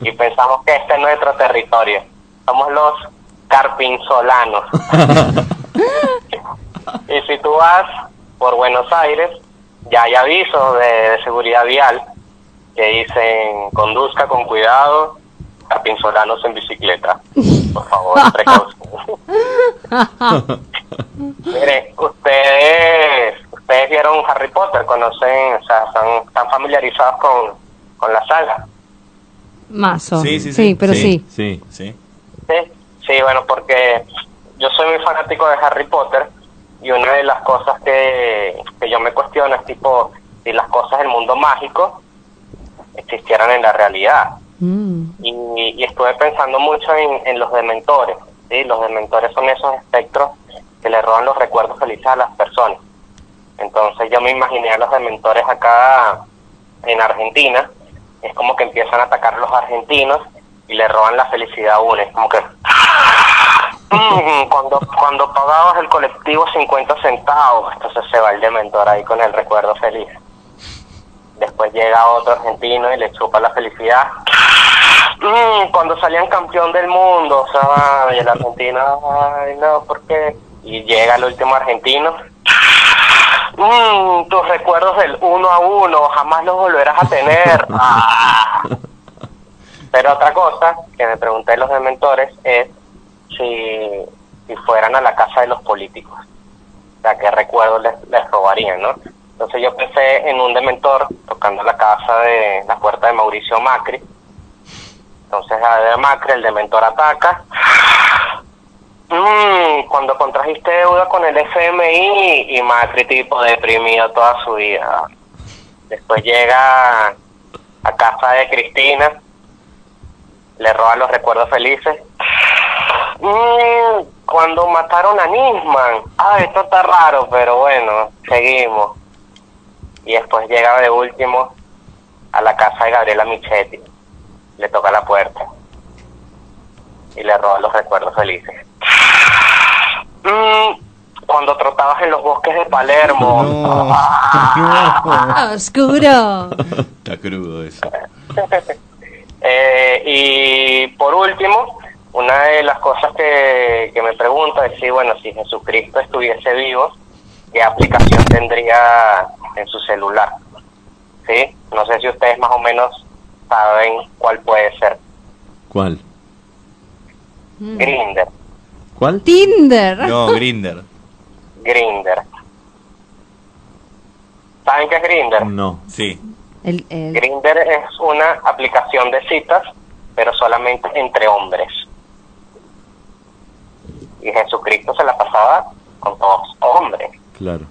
y pensamos que este es nuestro territorio. Somos los carpinzolanos. y si tú vas por Buenos Aires, ya hay avisos de, de seguridad vial que dicen conduzca con cuidado, carpinzolanos en bicicleta. Por favor, precaución. Mire, ustedes, ustedes vieron Harry Potter, conocen, o sea, están, están familiarizados con, con la saga.
Mazo. Sí, pero sí.
Sí,
sí.
Sí, sí, bueno, porque yo soy muy fanático de Harry Potter y una de las cosas que, que yo me cuestiono es tipo si las cosas del mundo mágico existieran en la realidad.
Mm.
Y, y estuve pensando mucho en, en los dementores. ¿sí? Los dementores son esos espectros que le roban los recuerdos felices a las personas. Entonces yo me imaginé a los dementores acá en Argentina. Es como que empiezan a atacar a los argentinos y le roban la felicidad a uno. Es como que... "Mm, Cuando, cuando pagabas el colectivo 50 centavos, entonces se va el dementor ahí con el recuerdo feliz. Después llega otro argentino y le chupa la felicidad. "Mm, mm, cuando salían campeón del mundo, o sea, y el argentino, ay, no, ¿por qué? Y llega el último argentino. Mm, tus recuerdos del uno a uno, jamás los volverás a tener. Ah. Pero otra cosa que me pregunté a los dementores es si, si fueran a la casa de los políticos, o sea, qué recuerdos les, les robarían, ¿no? Entonces yo pensé en un dementor tocando la casa de la puerta de Mauricio Macri. Entonces a ver Macri, el dementor ataca. Mm, cuando contrajiste deuda con el FMI y Macri tipo deprimido toda su vida. Después llega a casa de Cristina, le roban los recuerdos felices. Mm, cuando mataron a Nisman. Ah, esto está raro, pero bueno, seguimos. Y después llega de último a la casa de Gabriela Michetti. Le toca la puerta. Y le roba los recuerdos felices. Mm, cuando trotabas en los bosques de Palermo.
Ah, Oscuro.
Está crudo eso.
Eh, y por último, una de las cosas que, que me pregunto es si, bueno, si Jesucristo estuviese vivo, ¿qué aplicación tendría en su celular? ¿Sí? No sé si ustedes más o menos saben cuál puede ser.
¿Cuál?
Mm.
Grinder.
¿Cuál?
Tinder.
No, Grinder.
Grinder. ¿Saben qué es Grinder?
No.
Sí.
El- el-
Grinder es una aplicación de citas, pero solamente entre hombres. Y Jesucristo se la pasaba con todos hombres.
Claro.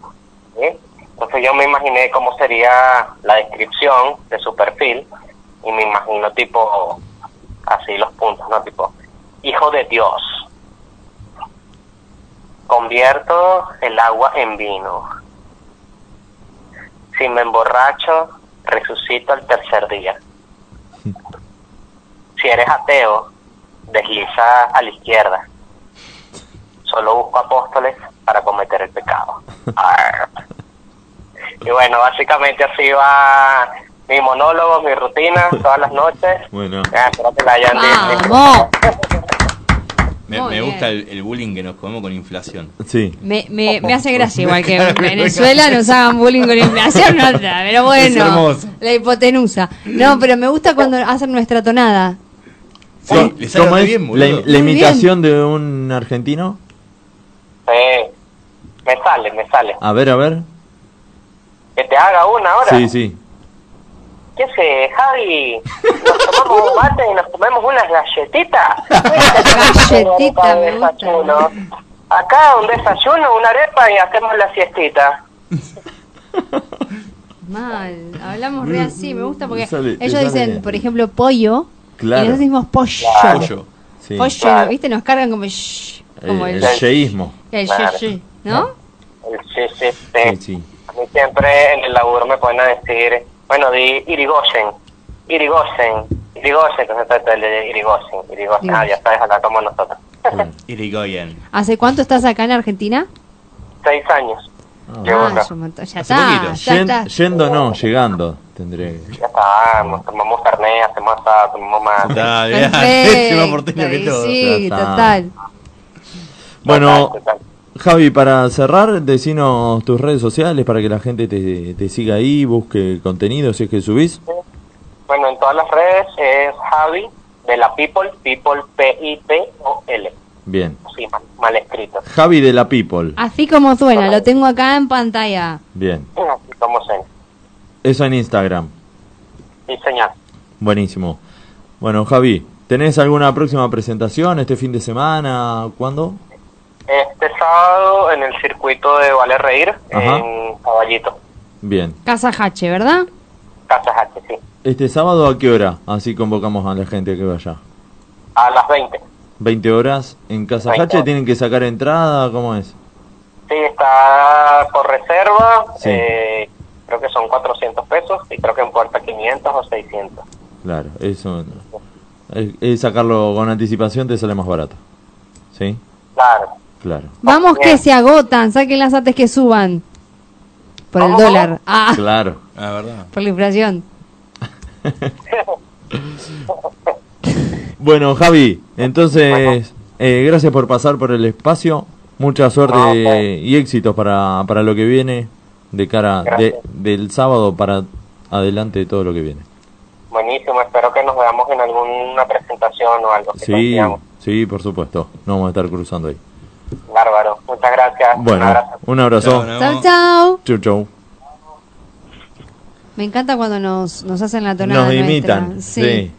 ¿sí? Entonces yo me imaginé cómo sería la descripción de su perfil y me imagino tipo así los puntos, ¿no? Tipo, hijo de Dios, convierto el agua en vino. Si me emborracho, resucito al tercer día. Si eres ateo, desliza a la izquierda. Solo busco apóstoles para cometer el pecado. Arr. Y bueno, básicamente así va mi monólogo, mi rutina, todas las noches.
Bueno.
Ah, espero que la hayan
Vamos.
Me,
Muy
me
bien.
gusta el, el bullying que nos comemos con inflación.
Sí.
Me, me, me hace gracia igual que en Venezuela nos hagan bullying con inflación, no, pero
Es
bueno,
hermoso.
la hipotenusa. No, pero me gusta cuando hacen nuestra tonada.
Sí, le sale
¿Cómo
re
es
bien, boludo.
la, la
Muy bien.
imitación de un argentino?
Sí. Me sale, me sale.
A ver, a ver.
Que te haga una ahora.
Sí, sí.
¿Qué sé, Javi? Nos tomamos un mate y nos comemos unas galletitas. Galletita, me desayuno. Acá un desayuno, una arepa y hacemos la siestita.
Mal, hablamos re así, me gusta porque
Mm. Sale- te
ellos
sale
dicen,
bien.
por ejemplo, pollo,
Claro.
y nosotros decimos pollo.
Pollo. Sí.
Pollo, ¿viste? Nos cargan como, shh, como
Eh,
el,
el yeísmo.
el
Claro.
shh, shh, ¿no?
El sí, sí, sí. A mí siempre en el laburo me pueden decir, bueno, di Irigoyen, Irigoyen, Irigoyen, entonces trata de Irigoyen, Irigoyen. Ah, ya sabes, acá como nosotros.
Irigoyen.
¿Hace cuánto estás acá en Argentina?
Seis años. Llevo
Ah,
acá.
es un montón. Ya
Hace
está,
poquito.
ya
Yen-
está.
yendo no, llegando. Tendré.
Ya estábamos, tomamos carne, hacemos asado, tomamos más.
Dale,
dale, es más porteño que todo. Sí,
Ya está.
total.
Bueno, Javi, para cerrar, decinos tus redes sociales para que la gente te, te siga ahí, busque contenido si es que subís.
Bueno, en todas las redes es Javi de la People, People P-I-P-O-L.
Bien.
Sí, mal, mal escrito.
Javi de la People.
Así como suena, lo tengo acá en pantalla.
Bien.
Así como se.
Eso en Instagram.
Sí, señor.
Buenísimo. Bueno, Javi, ¿tenés alguna próxima presentación este fin de semana? ¿Cuándo?
Este sábado en el circuito de Vale Reír,
Ajá.
en Caballito,
Bien.
Casa Hache, ¿verdad?
Casa Jaque, sí.
¿Este sábado a qué hora? Así convocamos a la gente que vaya.
A las 20.
20 horas en Casa
20
Hache, tienen que sacar entrada, ¿cómo es?
Sí, está por reserva.
Sí.
eh, creo que son 400 pesos y creo que en puerta 500 o 600.
Claro, eso. Es, es sacarlo con anticipación, te sale más barato. ¿Sí?
Claro.
Claro.
Vamos que se agotan, sáquenlas antes que suban. Por el dólar. Ah,
Claro.
Ah, verdad.
por la inflación.
Bueno, Javi, entonces, eh, gracias por pasar por el espacio. Mucha suerte y éxitos para, para lo que viene de cara de- del sábado para adelante de todo lo que viene.
Buenísimo, espero que nos veamos en alguna presentación o algo. que
Sí,
consigamos.
sí, por supuesto. Nos vamos a estar cruzando ahí.
Bárbaro, muchas gracias. un
Bueno,
abrazo.
un abrazo.
Chau, chau.
Chau, chau.
Me encanta cuando nos, nos hacen la tonada.
Nos
nuestra.
imitan. Sí.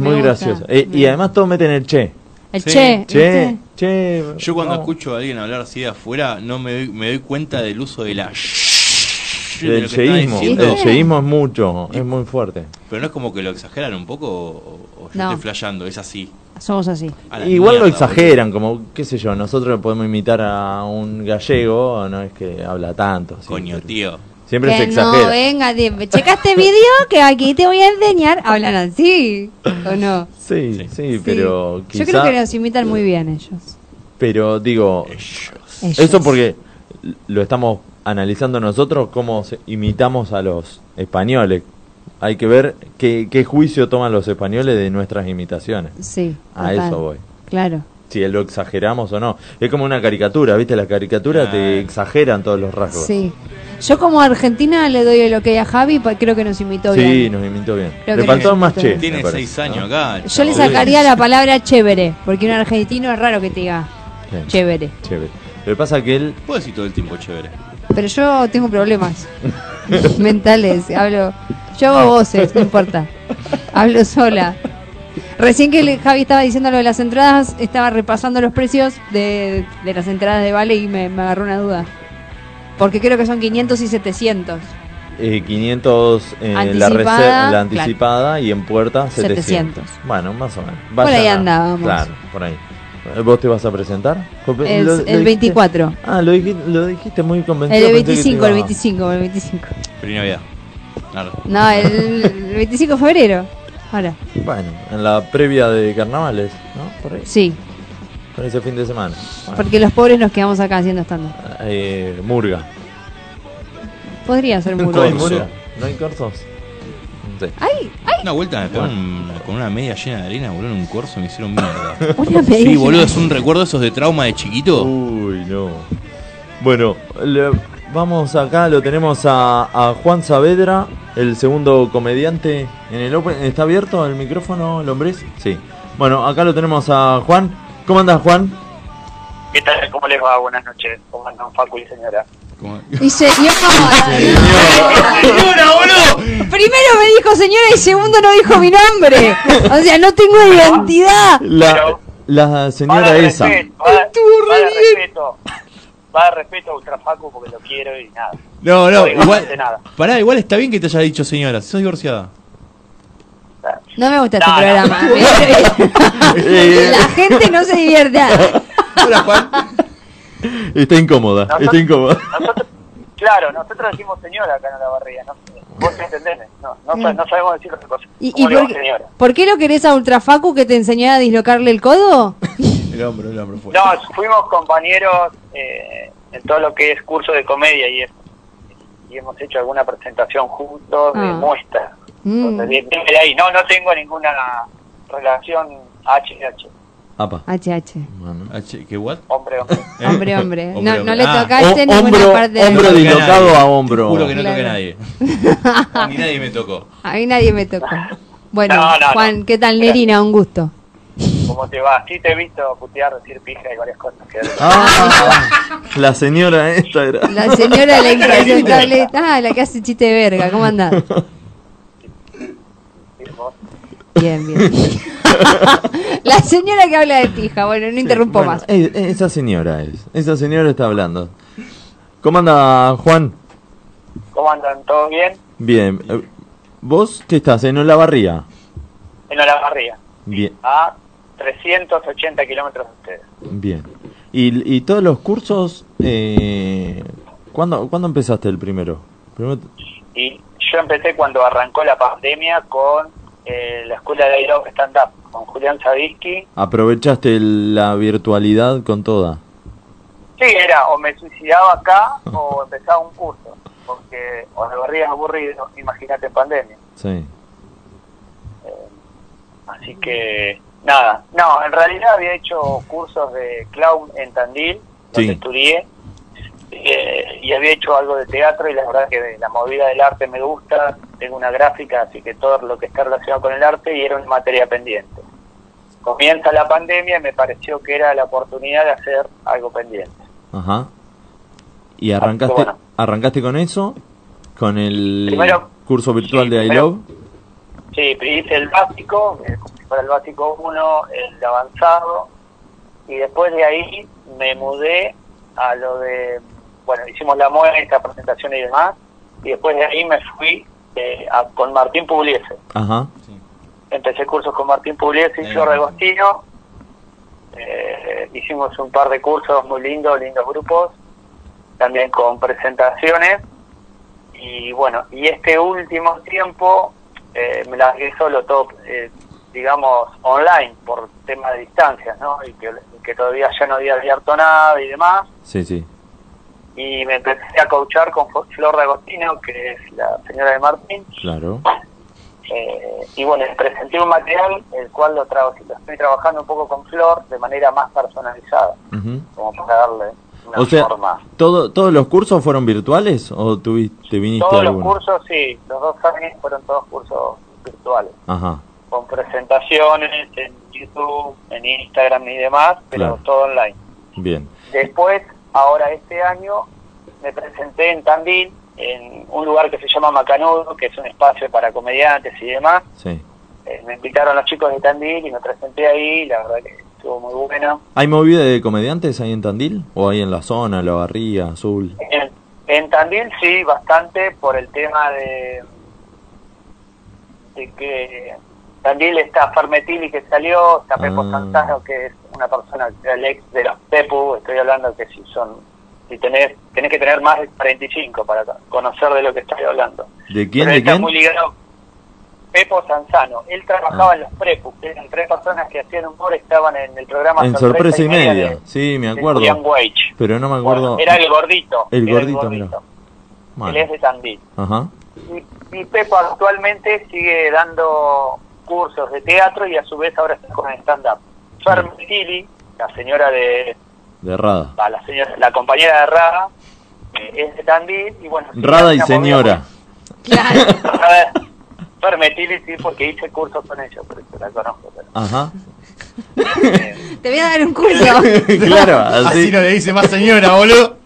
Me
muy
gusta.
gracioso. Eh, y además todos meten el che.
El che.
Che,
Eh, ¿viste?
che.
Yo cuando
vamos.
escucho a alguien hablar así de afuera, no me doy, me doy cuenta del uso de la... de
Del
lo que está
cheísmo.
diciendo.
El cheísmo es mucho, es muy fuerte.
Pero no es como que lo exageran un poco o, o yo
No.
estoy flasheando, es así.
Somos así.
A la
Igual lo
mierda,
exageran, como, qué sé yo, nosotros podemos imitar a un gallego, no es que habla tanto. Coño,
tío.
Siempre se
que Eh, no,
exagera.
venga, de- checa este vídeo que aquí te voy a enseñar. Hablan así, ¿o no?
sí, sí, pero
Yo creo
quizá-
que nos imitan muy bien ellos.
Pero digo,
Ellos.
eso porque lo estamos analizando nosotros, cómo se- imitamos a los españoles. Hay que ver qué, qué juicio toman los españoles de nuestras imitaciones.
Sí.
A
total.
eso voy.
Claro.
Si lo exageramos o no. Es como una caricatura, ¿viste? Las caricaturas te exageran todos los rasgos.
Sí. Yo como argentina le doy el ok a Javi, pa- creo que nos imitó
Sí,
bien.
nos imitó bien.
Creo
Le
que
faltó
nos
más
imitó
che.
bien.
me
Tiene
parece,
seis
¿no?
años acá.
Yo le sacaría la palabra chévere, porque un argentino es raro que te diga
Sí.
chévere.
Chévere. Lo que pasa que él...
Puedo decir todo el tiempo chévere.
Pero yo tengo problemas mentales, hablo. Yo
Ah.
hago voces, no importa. Hablo sola. Recién que le- Javi estaba diciendo lo de las entradas, estaba repasando los precios de, de las entradas de Vale y me, me agarró una duda. Porque creo que son 500 y 700.
Eh, 500 eh, la,
Anticipada,
reser-
claro.
la anticipada y en puerta 700.
700.
Bueno, más o menos.
Por ahí
Vayan a-
andábamos.
Claro, por ahí. Eh, ¿Vos te vas a presentar? Cope-
Es
lo- lo
el
dijiste-
24.
Ah, lo dijiste, lo dijiste muy convencido.
El
pensé que te
25, el
iba-
25, el 25.
Feliz Navidad. Nada.
No, el, el 25 de febrero. Ahora.
Bueno, en la previa de carnavales, ¿no? Por ahí.
Sí,
Por ese fin de semana. Bueno,
porque los pobres nos quedamos acá haciendo stand
eh, Murga.
Podría ser muy
¿No hay Murga? ¿No hay corsos? Sí.
¡Ay! ¡Ay!
Una vuelta me pegaron un- con una media llena de arena, boludo, en un corso me hicieron mierda.
Una media
sí,
llena.
boludo, es un recuerdo esos de trauma de chiquito.
Uy, no. Bueno, le- vamos acá, lo tenemos a, a Juan Saavedra, el segundo comediante en el Open. ¿Está abierto el micrófono, Lombrés? Sí. Bueno, acá lo tenemos a Juan. ¿Cómo andas, Juan?
¿Qué tal? ¿Cómo les va? Buenas noches. ¿Cómo andan, Facu y señora?
Y señora.
Señora, boludo.
Primero me dijo señora y segundo no dijo mi nombre. O sea, no tengo identidad.
La, la señora esa.
Va, va de respeto. Va de respeto a Ultrafacu porque lo quiero y nada.
No, no,
digo
igual.
absolutamente nada.
Pará, igual está bien que te haya dicho señora, sos divorciada.
No me gusta este programa. La gente no se divierte.
Está incómoda, está incómoda.
Claro, nosotros decimos señora acá en la barriga, ¿no? Vos entendés, no, no, sa- no sabemos decir otra cosa.
¿Y, y
¿Cómo le va,
por, qué,
señora?
por qué lo querés a Ultrafacu que te enseñara a dislocarle el codo?
El hombro, el hombro fue.
No, fuimos compañeros eh, en todo lo que es curso de comedia y eso. Y hemos hecho alguna presentación juntos de
Ah.
muestras.
Mm.
Entonces, bien, bien de ahí. No, no tengo ninguna relación HH.
HH.
Ah, che, ¿Qué what?
Hombre, hombre.
Hombre, hombre. No- no le
Ah.
tocaste O- ninguna hombro- parte del- hombro
No toqué
dislocado
nadie.
a hombro.
Te Juro que no toqué
Claro.
a nadie. Ni nadie me tocó.
A mí nadie me tocó. Bueno,
No, no, no.
Juan, ¿qué tal, Nerina? Un gusto.
¿Cómo te va? Sí te he visto putear, decir pija y varias cosas. que-
Ah, La señora esta era.
La señora la impresentable. Ah, la que hace chiste de verga. ¿Cómo andás? Bien, bien. La señora que habla de pija. Bueno, no interrumpo
Bueno,
más.
e- e- Esa señora es. Esa señora está hablando. ¿Cómo anda, Juan?
¿Cómo andan? ¿Todo bien?
Bien. eh, ¿Vos qué estás? ¿En Olavarría?
En Olavarría,
Bien,
a 380 kilómetros de ustedes.
bien. ¿Y, y todos los cursos? Eh, ¿cuándo, cuándo empezaste el primero? Primero-
Y yo empecé cuando arrancó la pandemia con eh, la escuela de Aero Stand Up, con Julián Sabisky.
¿Aprovechaste el- la virtualidad con toda?
Sí, era o me suicidaba acá o empezaba un curso, porque Olavarría es aburrido, imagínate en pandemia.
Sí.
eh, Así que Nada. No, en realidad había hecho cursos de clown en Tandil, donde
Sí.
estudié, eh, y había hecho algo de teatro, y la verdad que la movida del arte me gusta, tengo una gráfica, así que todo lo que está relacionado con el arte, y era una materia pendiente. Comienza la pandemia y me pareció que era la oportunidad de hacer algo pendiente.
Ajá. ¿Y arrancaste, arrancaste con eso? ¿Con el
Primero-
curso virtual de I
primero-
Love?
Sí, hice el básico, eh, como si fuera el básico 1, el avanzado, y después de ahí me mudé a lo de, bueno, hicimos la muestra, presentación y demás, y después de ahí me fui eh, a- con Martín Pugliese.
Ajá.
Empecé cursos con Martín Pugliese y Flor Agostino, Eh, hicimos un par de cursos muy lindos, lindos grupos, también con presentaciones, y bueno, y este último tiempo eh, me largué solo todo, eh, digamos, online por tema de distancias, ¿no? Y que, que todavía ya no había abierto nada y demás.
Sí, sí.
Y me empecé a coachar con Fo- Flor D'Agostino, que es la señora de Martín.
Claro.
Eh, y bueno, presenté un material, el cual lo, tra- lo estoy trabajando un poco con Flor de manera más personalizada,
Ujú.
como para darle una
O sea,
forma.
¿todo, ¿todos los cursos fueron virtuales o tuviste, viniste
Todos
a
los
alguno?
cursos, sí, los dos años fueron todos cursos virtuales.
Ajá.
con presentaciones en YouTube, en Instagram y demás, pero
Claro.
todo online.
Bien.
Después, ahora este año, me presenté en Tandil, en un lugar que se llama Macanudo, que es un espacio para comediantes y demás.
Sí.
Eh, me invitaron los chicos de Tandil y me presenté ahí, la verdad que estuvo muy bueno.
¿Hay movida de comediantes ahí en Tandil? ¿O ahí en la zona, la barría, azul?
En, en Tandil sí, bastante por el tema de, de que Tandil está Fermetili que salió, está Pepo
Ah.
Santano que es una persona, el ex de los Pepu, estoy hablando que si son, si tenés, tenés que tener más de 45 para conocer de lo que estoy hablando.
¿De quién?
Pero
¿De
está
quién?
muy ligado. Pepo Sanzano, él trabajaba
Ah.
en los Prepu, que eran tres personas que hacían humor, estaban en el programa
En sorpresa y media.
de-
sí, me
de
acuerdo.
Julián Weich.
Pero no me acuerdo.
Era el gordito.
El
era
gordito, mirá. Mal.
Él es de Tandil.
Ajá.
Y, y Pepo actualmente sigue dando cursos de teatro y a su vez ahora está con stand-up. Fermetili, la señora de.
De Rada.
va, la, señora, la compañera de Rada, eh, es de Tandil y bueno. sí,
Rada y
una
señora.
movida- A ver, Fermetili sí, porque hice cursos con ellos, por eso la conozco. pero-
Ah.
Ajá.
Te voy a dar un curso.
claro, así.
no le dice más señora, boludo.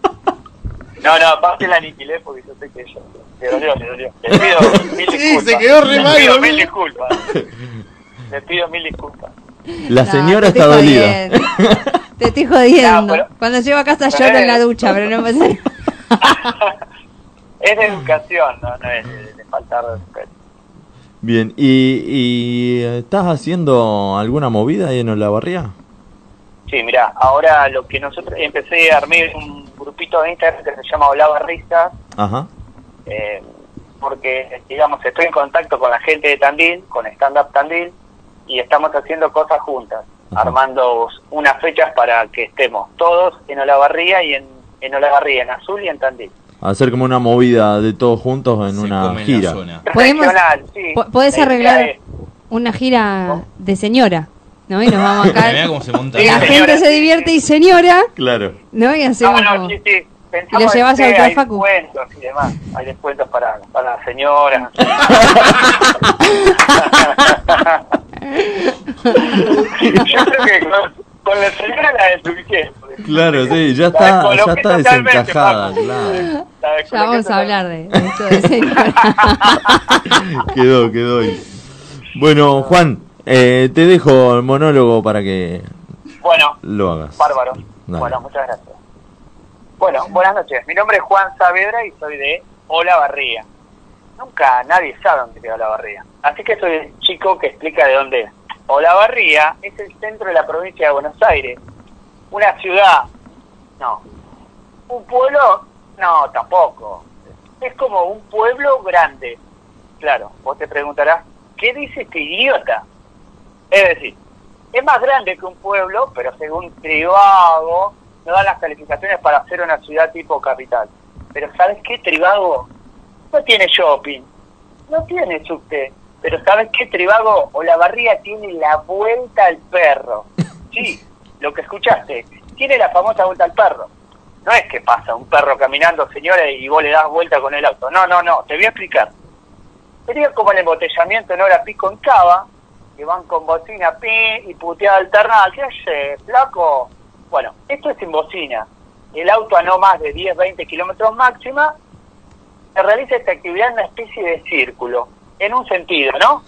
No, no, aparte la aniquilé porque yo sé que ella. Le dolió, le dolió. Le pido mil
Sí,
disculpas.
se quedó re
Le
mal,
pido
boludo.
mil disculpas. Le pido mil disculpas.
La
No,
señora
te estoy
está dolida.
Te estoy jodiendo.
No, pero-
Cuando llego a casa lloro en
Eh.
la ducha, pero no pasa nada.
Es de educación, no, no es de, de faltar de educación.
Bien. ¿Y, y estás haciendo alguna movida ahí en la barría?
Sí, mirá, ahora lo que nosotros empecé a armar un grupito de Instagram que se llama Olaba Risas,
Ajá.
eh, porque, digamos, estoy en contacto con la gente de Tandil, con Stand Up Tandil, y estamos haciendo cosas juntas, armando unas fechas para que estemos todos en Olavarría y en, en Olavarría, en Azul y en Tandil.
Hacer como una movida de todos juntos en una
la
gira.
Podemos-
Regional, sí.
Po- Podés
La idea
arreglar
es-
una gira de señora, ¿no? Y nos vamos acá.
Mirá cómo se monta.
La gente se divierte y señora,
Claro.
¿no? Y hacemos.
No,
como-
no, sí, sí.
Y lo
Pensamos
llevas
que
al
hay
Facu.
descuentos y demás. Hay descuentos para, para las señoras. Yo creo que con, con la señora la es suficiente.
Claro, sí, ya
La
está,
descoloqué
ya está
totalmente,
desencajada,
Facu.
claro.
La descoloqué
Ya vamos a
totalmente.
hablar de de esto de señora.
Quedó, quedó ahí. Bueno, Juan, eh, te dejo el monólogo para que
Bueno,
lo hagas.
bárbaro.
Dale.
Bueno, muchas gracias. Bueno, buenas noches. Mi nombre es Juan Saavedra y soy de Olavarría. Nunca nadie sabe dónde queda Olavarría. Así que soy el chico que explica de dónde es. Olavarría es el centro de la provincia de Buenos Aires. Una ciudad. No. Un pueblo. No, tampoco. Es como un pueblo grande. Claro, vos te preguntarás, ¿qué dice este idiota? Es decir, es más grande que un pueblo, pero según Tribago, no dan las calificaciones para hacer una ciudad tipo capital. Pero ¿sabes qué, Tribago? No tiene shopping, no tiene subte, Pero ¿sabes qué, Tribago? Olavarría tiene la vuelta al perro. Sí, lo que escuchaste. Tiene la famosa vuelta al perro. No es que pasa un perro caminando, señores, y vos le das vuelta con el auto. No, no, no. Te voy a explicar. Sería como el embotellamiento en hora pico en Cava, que van con bocina pi y puteada alternada. ¿Qué hace, flaco? Bueno, esto es sin bocina. El auto a no más de 10, 20 kilómetros máxima se realiza esta actividad en una especie de círculo, en un sentido, ¿no?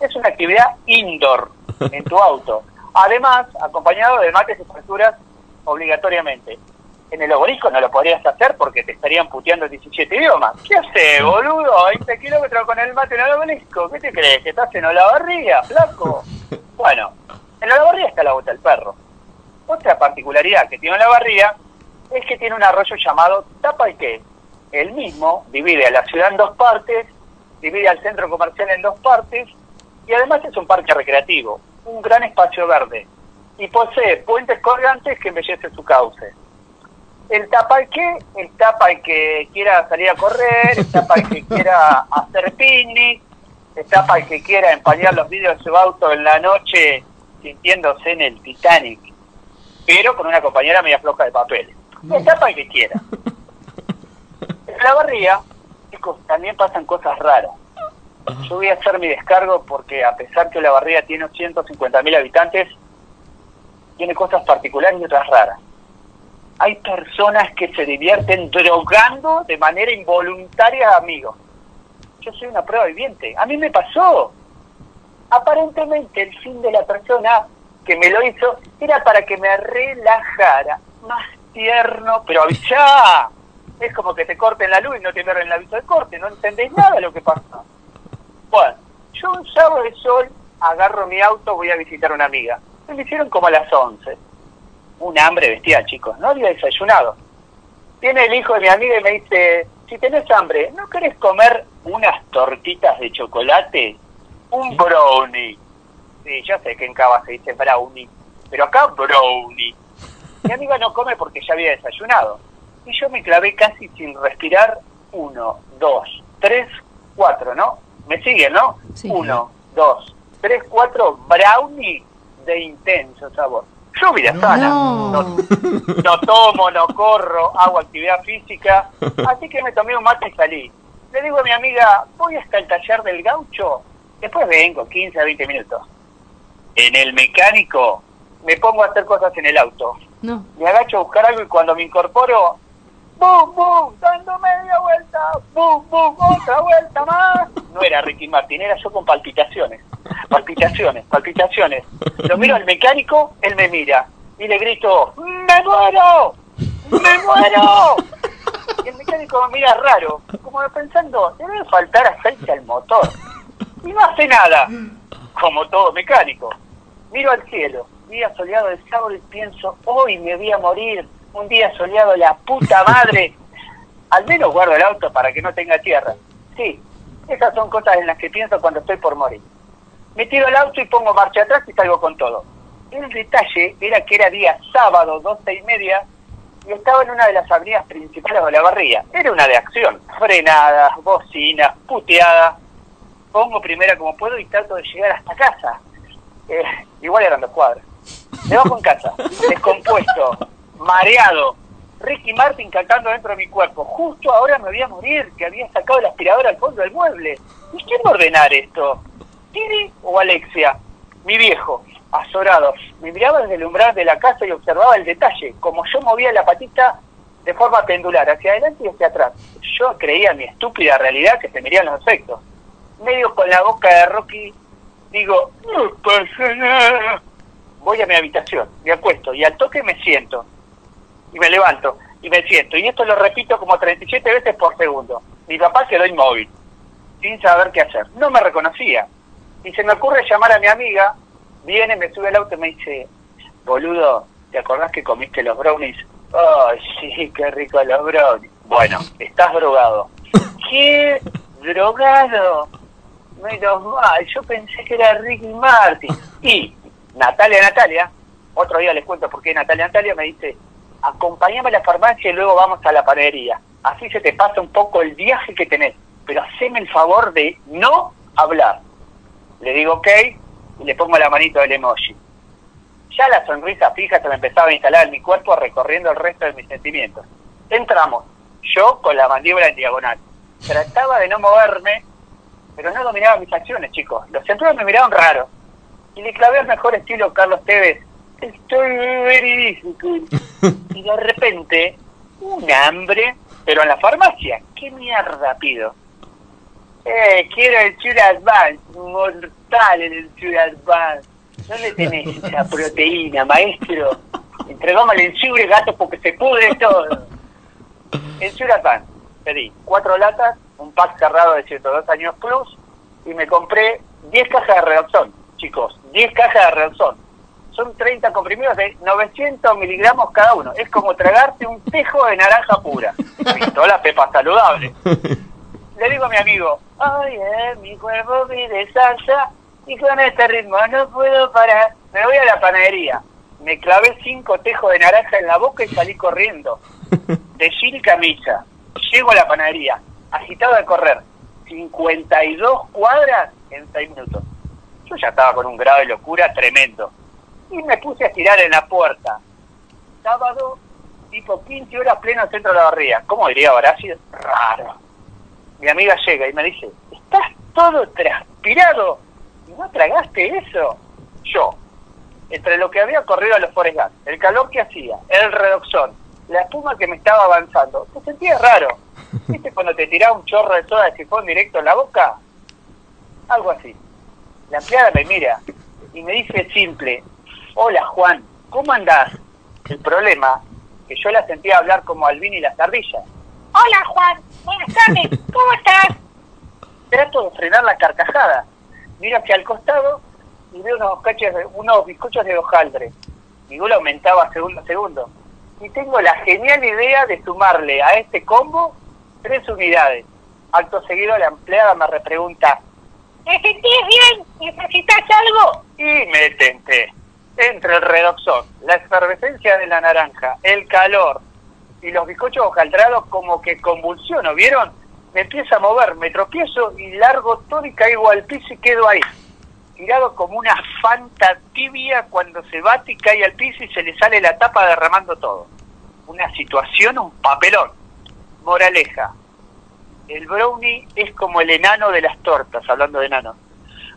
Es una actividad indoor en tu auto. Además, acompañado de mates y facturas obligatoriamente. En el obelisco no lo podrías hacer porque te estarían puteando 17 idiomas. ¿Qué hace, boludo? 20 kilómetros con el mate en el obelisco. ¿Qué te crees? ¿Que estás en Olavarría, flaco? Bueno, en Olavarría está la bota del perro. Otra particularidad que tiene Olavarría es que tiene un arroyo llamado Tapaiquén el mismo, divide a la ciudad en dos partes, divide al centro comercial en dos partes, y además es un parque recreativo, un gran espacio verde, y posee puentes colgantes que embellecen su cauce. El tapa el que, el tapa el que quiera salir a correr, el tapa el que quiera hacer picnic, el tapa el que quiera empañar los vidrios de su auto en la noche sintiéndose en el Titanic, pero con una compañera media floja de papel. El tapa el que quiera. En la barría, chicos, también pasan cosas raras. Yo voy a hacer mi descargo porque a pesar que la barría tiene 150.000 habitantes, tiene cosas particulares y otras raras. Hay personas que se divierten drogando de manera involuntaria a amigos. Yo soy una prueba viviente. A mí me pasó. Aparentemente el fin de la persona que me lo hizo era para que me relajara. Más tierno, pero avisá es como que te corten la luz y no te en el aviso de corte, no entendés nada de lo que pasa. Bueno, yo un sábado de sol agarro mi auto, voy a visitar a una amiga. Me lo hicieron como a las 11. Un hambre vestida, chicos, no había desayunado. Tiene el hijo de mi amiga y me dice, si tenés hambre, ¿no querés comer unas tortitas de chocolate? Un brownie. Sí, ya sé que en Cava se dice brownie, pero acá brownie. Mi amiga no come porque ya había desayunado y yo me clavé casi sin respirar uno, dos, tres, cuatro, ¿no? Me siguen, ¿no?
Sí.
Uno, dos, tres, cuatro brownie de intenso sabor. Yo vida sana, no. no tomo, no corro, hago actividad física, así que me tomé un mate y salí. Le digo a mi amiga, voy hasta el taller del gaucho, después vengo, 15 a 20 minutos. En el mecánico me pongo a hacer cosas en el auto.
No.
Me agacho a buscar algo y cuando me incorporo, ¡Bum, bum! Dando media vuelta, ¡bum, bum! Otra vuelta más. No era Ricky Martin, era yo con palpitaciones. Palpitaciones, palpitaciones. Lo miro al mecánico, él me mira. Y le grito, ¡me muero! ¡Me muero! Y el mecánico me mira raro, como pensando, le debe faltar aceite al motor. Y no hace nada, como todo mecánico. Miro al cielo, día soleado de sábado y pienso, hoy me voy a morir, un día soleado la puta madre. Al menos guardo el auto para que no tenga tierra. Sí, esas son cosas en las que pienso cuando estoy por morir. Me tiro el auto y pongo marcha atrás y salgo con todo. El detalle era que era día sábado, doce y media, y estaba en una de las avenidas principales de la barría. Era una de acción. Frenadas, bocinas, puteadas. Pongo primera como puedo y trato de llegar hasta casa. Eh, igual eran dos cuadras. Me bajo en casa, descompuesto, mareado. Ricky Martin cantando dentro de mi cuerpo. Justo ahora me voy a morir, que había sacado la aspiradora al fondo del mueble. ¿Y quién va a ordenar esto? ¿Tini o Alexia? Mi viejo, azorado. Me miraba desde el umbral de la casa y observaba el detalle, como yo movía la patita de forma pendular, hacia adelante y hacia atrás. Yo creía en mi estúpida realidad que se mirían los efectos. Medio con la boca de Rocky, digo, no pasa nada. Voy a mi habitación, me acuesto y al toque me siento y me levanto y me siento. Y esto lo repito como 37 veces por segundo. Mi papá quedó inmóvil, sin saber qué hacer. No me reconocía. Y se me ocurre llamar a mi amiga, viene, me sube al auto y me dice, boludo, ¿te acordás que comiste los brownies? Ay, sí, qué rico los brownies. Bueno, estás drogado. ¿Qué? ¿Drogado? Menos mal, yo pensé que era Ricky Martin. Y Natalia, Natalia, otro día les cuento por qué Natalia, Natalia me dice, acompañame a la farmacia y luego vamos a la panadería. Así se te pasa un poco el viaje que tenés. Pero haceme el favor de no hablar. le digo ok y le pongo la manito del emoji. Ya la sonrisa fija se me empezaba a instalar en mi cuerpo recorriendo el resto de mis sentimientos. Entramos, yo con la mandíbula en diagonal. Trataba de no moverme, pero no dominaba mis acciones, chicos. Los centros me miraron raro. Y le clavé al mejor estilo Carlos Tevez. Estoy verídico. Y de repente, un hambre, pero en la farmacia. ¿Qué mierda pido? Eh, quiero el Chura Advance, mortal en el Chura Advance. ¿Dónde tenés esa proteína, maestro? Entregómale el chibre, gato, porque se pudre todo. El Chura Advance, pedí cuatro latas, un pack cerrado de 102 años plus, y me compré 10 cajas de Redoxon, chicos, 10 cajas de Redoxon. Son 30 comprimidos de 900 miligramos cada uno. Es como tragarte un tejo de naranja pura. Pistola pepa saludable le digo a mi amigo, oye, eh, mi cuerpo pide salsa y con este ritmo no puedo parar. Me voy a la panadería. Me clavé cinco tejos de naranja en la boca y salí corriendo. De jean y camisa. Llego a la panadería, agitado de correr. 52 cuadras en 6 minutos. Yo ya estaba con un grado de locura tremendo. Y me puse a estirar en la puerta. Sábado, tipo 15 horas pleno centro de la barría. ¿Cómo diría Horacio? Raro mi amiga llega y me dice, ¿estás todo transpirado? ¿No tragaste eso? Yo, entre lo que había corrido a los Forest Gump, el calor que hacía, el redoxón, la espuma que me estaba avanzando, te sentías raro. ¿Viste cuando te tiraba un chorro de soda de sifón directo en la boca? Algo así. La empleada me mira y me dice simple, hola Juan, ¿cómo andás? El problema, que yo la sentía hablar como Albini y las ardillas. Hola Juan, buenas tardes, ¿cómo estás? Trato de frenar la carcajada. Miro hacia el costado y veo unos, caches, unos bizcochos de hojaldre. Mi gula aumentaba segundo a segundo. Y tengo la genial idea de sumarle a este combo tres unidades. Acto seguido la empleada me repregunta, ¿te sentís bien? ¿Necesitas algo? Y me tenté. Entre el redoxón, la efervescencia de la naranja, el calor, y los bizcochos hojaldrados como que convulsiono, ¿vieron? Me empieza a mover, me tropiezo y largo todo y caigo al piso y quedo ahí, tirado como una fanta tibia cuando se bate y cae al piso y se le sale la tapa derramando todo. Una situación, un papelón. Moraleja, el brownie es como el enano de las tortas, hablando de enano.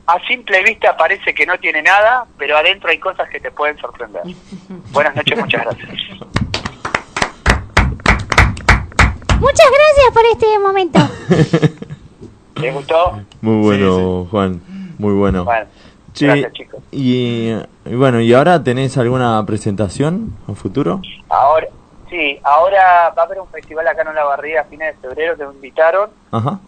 A simple vista parece que no tiene nada, pero adentro hay cosas que te pueden sorprender. Buenas noches, muchas gracias.
Muchas gracias por este momento.
¿Te gustó?
Muy bueno, Juan. Muy bueno.
Bueno,
Che,
gracias, chicos.
Y, y bueno, ¿y ahora tenés alguna presentación a futuro?
Ahora, sí, ahora va a haber un festival acá en La Barriga a fines de febrero que me invitaron
Ajá.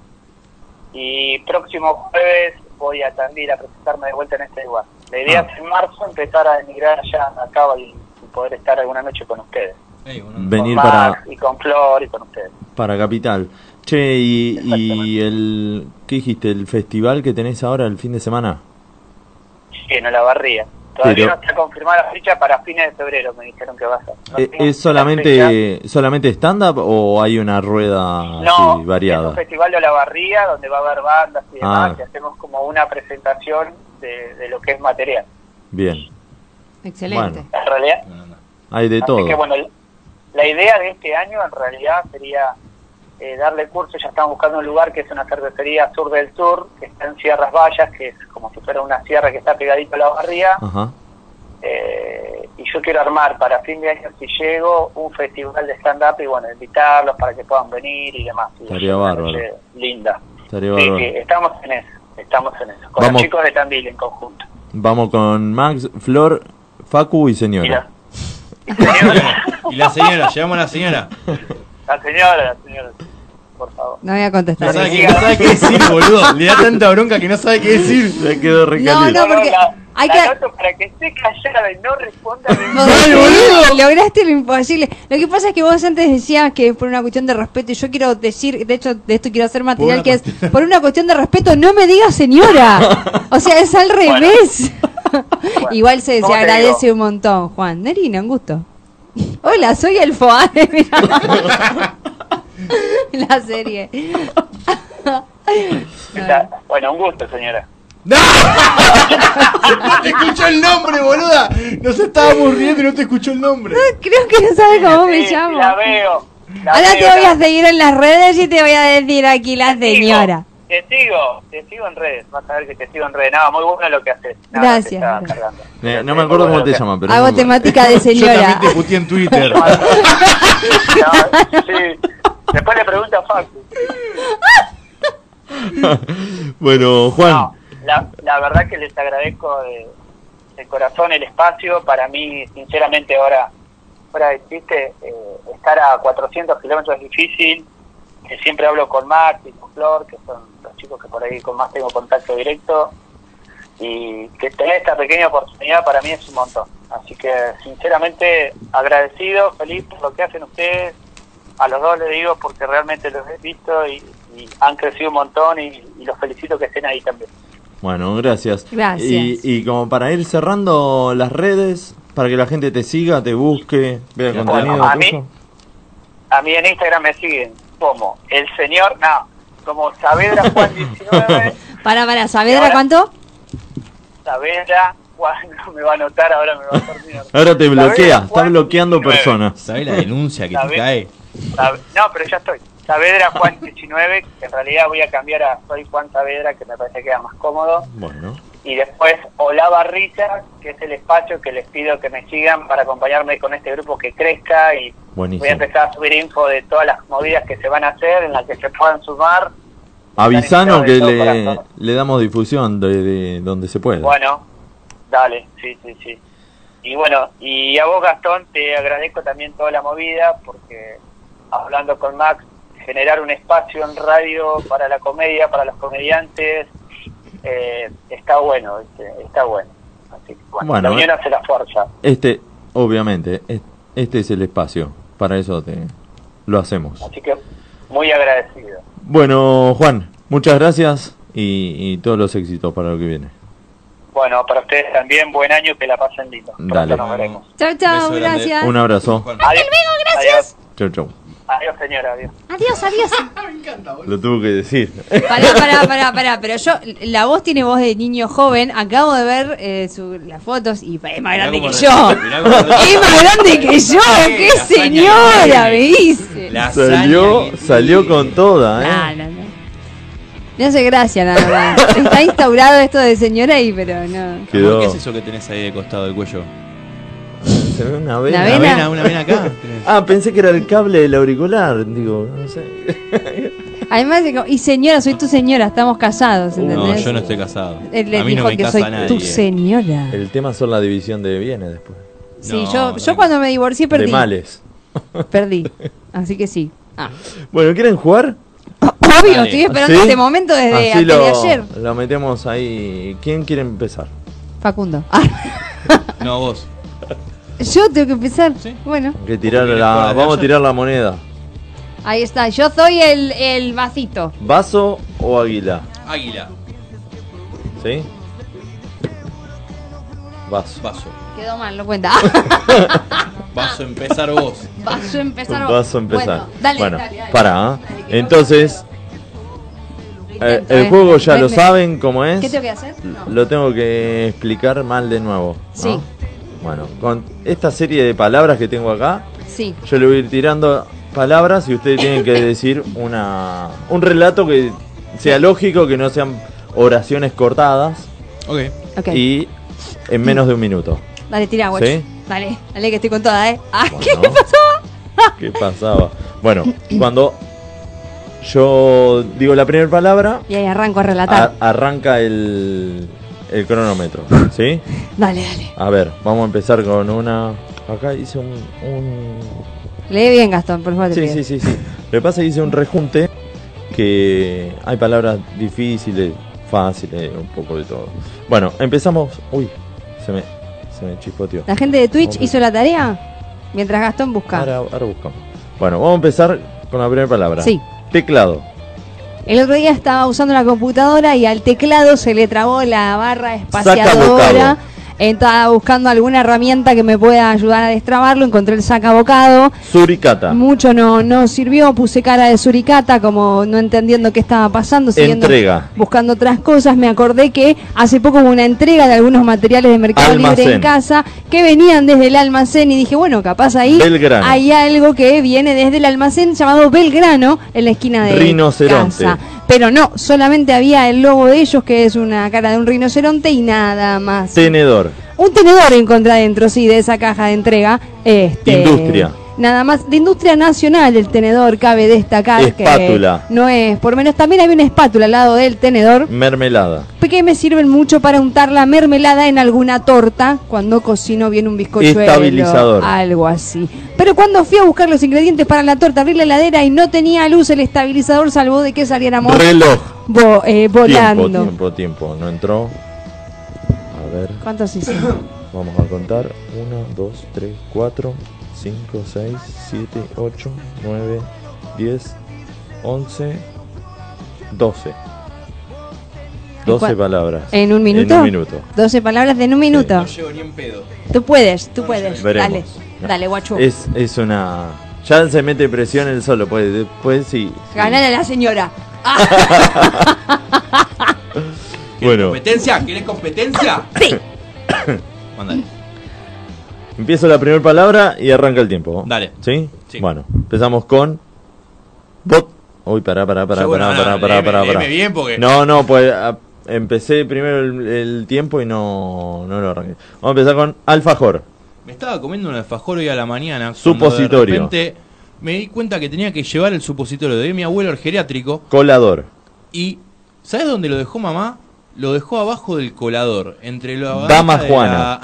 y próximo jueves voy a Tandil a presentarme de vuelta en este lugar. La idea
Ah.
es en marzo empezar a emigrar allá a Cava y poder estar alguna noche con ustedes.
Venir
con
para-
Max y con Flor y con ustedes.
Para Capital. Che, y, y el. ¿Qué dijiste? ¿El festival que tenés ahora el fin de semana?
Sí, en La Barriga. Todavía
Pero-
no está confirmada la fecha para fines de febrero, me dijeron que va a ser. No
¿E-
tengo
¿Es solamente solamente stand-up o hay una rueda
No,
así
es un
variada?
festival de la barría donde va a haber bandas y demás,
Ah.
y hacemos como una presentación de, de lo que es material.
Bien,
Excelente.
En realidad,
hay de
así
todo.
que bueno, el- la idea de este año en realidad sería eh, darle curso, ya estamos buscando un lugar que es una cervecería sur del sur, que está en Sierras Vallas, que es como si fuera una sierra que está pegadito a la barría,
Ajá.
eh, y yo quiero armar para fin de año, si llego, un festival de stand-up y bueno, invitarlos para que puedan venir y demás. Y
Estaría bárbaro.
noche linda.
Estaría
Sí,
bárbaro.
sí, estamos en eso, estamos en eso. Con
Vamos.
los chicos de Tandil en conjunto.
Vamos con Max, Flor, Facu y señora.
Y la señora, llevamos a la señora.
La señora, la señora, por favor.
No voy a contestar.
No sabe qué, no sabe qué decir, boludo. Le da tanta bronca que no sabe qué decir. Se
quedó
No, no, porque hay que...
para que esté callada y no responda.
Lograste lo imposible. Lo que pasa es que vos antes decías que es por una cuestión de respeto y yo quiero decir, de hecho, de esto quiero hacer material
una
que es por una cuestión de respeto, no me digas señora. O sea, es al revés. Igual se, se
¿Cómo te
agradece un montón, Juan. Nerina, un gusto. Hola, soy el Foade. mirá. La serie.
Está- Bueno, un gusto, señora.
¡No te escuchó el nombre, boluda! Nos estábamos riendo y no te escuchó el nombre.
Creo que no sabes cómo me
Sí,
llamo.
La veo. la
Ahora te
veo,
voy
la-
a seguir en las redes y te voy a decir aquí la señora.
Te sigo, te sigo en redes. Vas a ver que te sigo en redes. Nada, muy bueno lo que haces. Nada,
Gracias.
te estaba cargando.
Eh, no me acuerdo cómo te llaman, pero.
Hago temática de señora.
te puteé en Twitter.
Después le pregunta a Facu.
bueno, Juan.
La, la verdad que les agradezco de, de corazón el espacio. Para mí, sinceramente, ahora, ahora existe estar a 400 kilómetros es difícil. Que siempre hablo con Maxi, con Flor, que son los chicos que por ahí con más tengo contacto directo. Y que tener esta pequeña oportunidad para mí es un montón. Así que, sinceramente, agradecido, feliz por lo que hacen ustedes. A los dos les digo porque realmente los he visto y, y han crecido un montón y- y los felicito que estén ahí también.
Bueno, gracias.
Gracias.
Y, y como para ir cerrando las redes, para que la gente te siga, te busque, vea
Bueno,
contenido.
a mí-
tuyo.
A mí en Instagram me siguen como el señor, no, como Saavedra Juan 19,
Para, para, ¿Saavedra cuánto?
Saavedra Juan, no me va a anotar, ahora me va a dormir.
Ahora te bloquea,
Saavedra
está bloqueando personas.
¿Sabes la denuncia
que te Sabe- cae? Saave- no, pero ya estoy. Saavedra Juan 19, que en realidad voy a cambiar a Soy Juan Saavedra, que me parece que queda más cómodo.
Bueno.
Y después Olá Barrita, que es el espacio que les pido que me sigan para acompañarme con este grupo que crezca y voy a
Buenísimo.
empezar a subir info de todas las movidas que se van a hacer, en las que se puedan sumar.
Avisanos que
Todo
le,
corazón.
le damos difusión de, de donde se pueda.
Bueno, dale, sí, sí, sí. Y bueno, y a vos Gastón te agradezco también toda la movida porque hablando con Max, generar un espacio en radio para la comedia, para los comediantes, eh, está bueno, ¿viste? está bueno. Así que, bueno,
Bueno,
la unión
eh.
hace la fuerza.
Este, obviamente, es- este es el espacio. Para eso te, lo hacemos.
Así que muy agradecido.
Bueno, Juan, muchas gracias y, y todos los éxitos para lo que viene.
Bueno, para ustedes también, buen año y que la pasen lindo. Pronto
Dale.
nos veremos.
Chao, chao, gracias.
Un abrazo.
Hasta luego, gracias.
Chau, chau.
Adiós, adiós señora, adiós.
Adiós, adiós.
Lo tuvo que decir.
Pará, pará, pará, pará, pero yo, la voz tiene voz de niño joven, acabo de ver eh, su- las fotos y es más grande que yo. Es más grande que yo, qué señora, me dice.
Salió, salió con toda,
Nah,
¿eh?
no, no. No hace gracia nada más. Está instaurado esto de señor ahí, pero no.
Quedó.
¿Qué es eso que tenés ahí de costado del cuello?
Se ve una vena.
¿Una vena?
Una vena acá.
Ah, pensé que era el cable del auricular. Digo, no sé.
Además, de como, y señora, soy tu señora, estamos casados,
No,
¿entendés?
yo no estoy casado.
Él le
a mí
dijo
no me
que
casa
soy
nadie.
tu señora.
El tema son la división de bienes después.
Sí, yo, yo cuando me divorcié
De
perdí.
males.
Perdí. Así que sí. Ah.
Bueno, ¿quieren jugar?
Obvio, estoy esperando
¿Sí?
este momento desde
Así
antes
lo,
de ayer.
Lo metemos ahí. ¿Quién quiere empezar?
Facundo. Ah,
No, vos.
yo tengo que empezar. Bueno,
Que tirar la, vamos a tirar la moneda.
ahí está. Yo soy el, el vasito.
¿Vaso o águila?
Águila.
¿Sí? Vaso.
Vaso.
Quedó mal, no cuenta.
Vas a empezar vos.
Vaso empezar.
Vaso empezar.
Bueno, dale,
Bueno,
dale, dale.
para. ¿ah? Entonces, eh, el
eh.
juego ya lo
Ven, ven.
saben cómo es.
¿Qué tengo que hacer? No.
Lo tengo que explicar mal de nuevo. ¿no?
Sí,
Bueno, con esta serie de palabras que tengo acá,
sí.
Yo le voy a ir tirando palabras y ustedes tienen que decir una un relato que sea lógico, que no sean oraciones cortadas
Ok.
Ok.
y en menos de un minuto.
Dale, tira, guacho.
¿Sí?
Dale, dale que estoy con toda, ¿eh? Ah, ¿qué
Bueno.
pasó?
¿Qué pasaba? Bueno, cuando yo digo la primera palabra,
Y ahí arranco a relatar.
a- arranca el, el cronómetro, ¿sí?
Dale, dale.
A ver, vamos a empezar con una... Acá hice un... un...
Lee bien, Gastón, por favor. te
Sí,
pido.
sí, sí, sí. Lo que pasa es que hice un rejunte que hay palabras difíciles, fáciles, un poco de todo. Bueno, empezamos. Uy, se me, se me chispoteó.
La gente de Twitch
Vamos.
hizo la tarea mientras Gastón buscaba.
Ahora, ahora buscamos. Bueno, vamos a empezar con la primera palabra.
Sí.
Teclado.
El otro día estaba usando la computadora y al teclado se le trabó la barra
Saca
espaciadora. Estaba buscando alguna herramienta que me pueda ayudar a destrabarlo. Encontré el sacabocado.
Suricata.
Mucho no, no sirvió. Puse cara de suricata, como no entendiendo qué estaba pasando. Siguiendo
Entrega.
Buscando otras cosas. Me acordé que hace poco hubo una entrega de algunos materiales de Mercado Libre en
Almacén.
casa que venían desde el almacén. Y dije, bueno, capaz ahí
Belgrano.
hay algo que viene desde el almacén llamado Belgrano en la esquina de
Rinoceronte.
casa. Pero no, solamente había el logo de ellos, que es una cara de un rinoceronte y nada más.
Tenedor.
Un tenedor encontré adentro, sí, de esa caja de entrega. Este,
Industria.
Nada más, de industria nacional el tenedor, cabe destacar
Espátula.
que no es, por menos también había una espátula al lado del tenedor,
Mermelada.
que me sirven mucho para untar la mermelada en alguna torta, cuando cocino bien un bizcochuelo,
Estabilizador.
algo así. Pero cuando fui a buscar los ingredientes para la torta, abrí la heladera y no tenía luz el estabilizador, salvo de que saliéramos
Reloj.
vo- eh, volando.
Tiempo, tiempo, tiempo. No entró. A ver.
¿Cuántos hice?
Vamos a contar. 1, 2, 3, 4, 5, 6, 7, 8, 9, 10, 11, 12. 12
cuán-
palabras.
¿En un minuto?
En un minuto.
12 palabras de en un minuto.
ni en pedo.
Tú puedes, tú puedes. Dale,
Veremos.
dale, guacho.
Es, es una. Ya se mete presión él solo. Pues después sí.
Ganale a la señora.
Bueno,
¿Competencia? ¿Quieres competencia?
Sí.
Mándale.
empiezo la primera palabra y arranca el tiempo.
Dale.
¿Sí? Bueno, empezamos con. Bot. Uy, pará, pará, pará,
Yo,
pará,
bueno,
pará,
nada,
pará,
léeme,
pará,
léeme
pará.
bien, porque-
No, no, pues ah, empecé primero el, el tiempo y no, no lo arranqué. Vamos a empezar con alfajor.
Me estaba comiendo un alfajor hoy a la mañana. cuando
Supositorio.
De repente me di cuenta que tenía que llevar el supositorio de mi abuelo al geriátrico.
Colador.
Y ¿sabes dónde lo dejó mamá? Lo dejó abajo del colador, entre la bandeja
Dama
de
Juana.
la-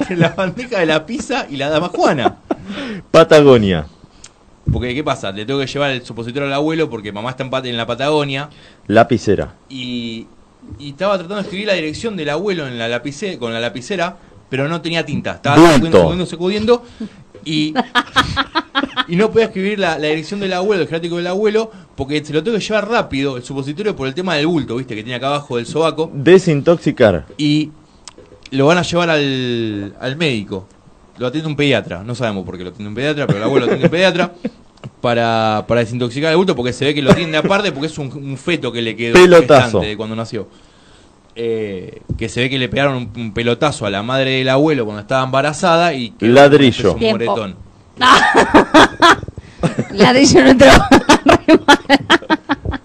entre la bandeja de la pizza y la dama Juana.
Patagonia.
Porque, ¿qué pasa? Le tengo que llevar el supositorio al abuelo porque mamá está en, Pat- en la Patagonia
Lapicera.
y, y estaba tratando de escribir la dirección del abuelo en la lapice- con la lapicera, pero no tenía tinta. Estaba
Bulto.
sacudiendo, sacudiendo, sacudiendo y, y no podía escribir la, la dirección del abuelo, el gráfico del abuelo, porque se lo tengo que llevar rápido, el supositorio, por el tema del bulto, ¿viste? Que tiene acá abajo del sobaco.
Desintoxicar.
Y lo van a llevar al, al médico. Lo atiende un pediatra. No sabemos por qué lo atiende un pediatra, pero el abuelo lo atiende un pediatra. Para, para desintoxicar el bulto, porque se ve que lo atiende aparte, porque es un, un feto que le quedó
Pelotazo.
gestante de cuando nació. Eh, que se ve que le pegaron un, un pelotazo a la madre del abuelo cuando estaba embarazada y que
Ladrillo.
un
Tiempo.
moretón.
Ladrillo no entró.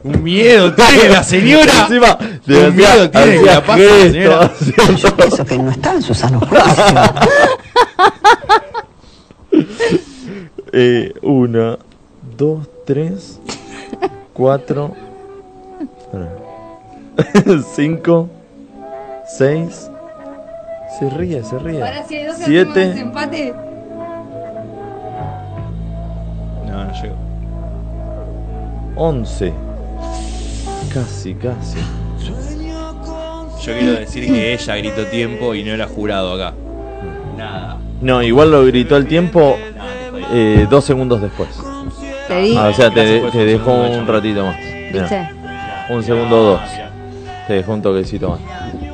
Un miedo tiene la señora.
Encima,
un miedo tiene que la pasa la señora.
Yo pienso que no está en sus sanos juicios.
Eh, una, dos, tres, cuatro, pará. cinco, seis. Se ríe, se ríe. Siete.
empate.
No, no llego.
11. Casi, casi.
Yo quiero decir que ella gritó tiempo y no era jurado acá. Nada.
No, igual lo gritó al tiempo eh, dos segundos después.
Te di.
Ah, o sea, te,
Gracias por
te
eso,
dejó
segundo de
un ratito más.
¿Viste?
Mirá, un segundo dos. Te dejó un toquecito más.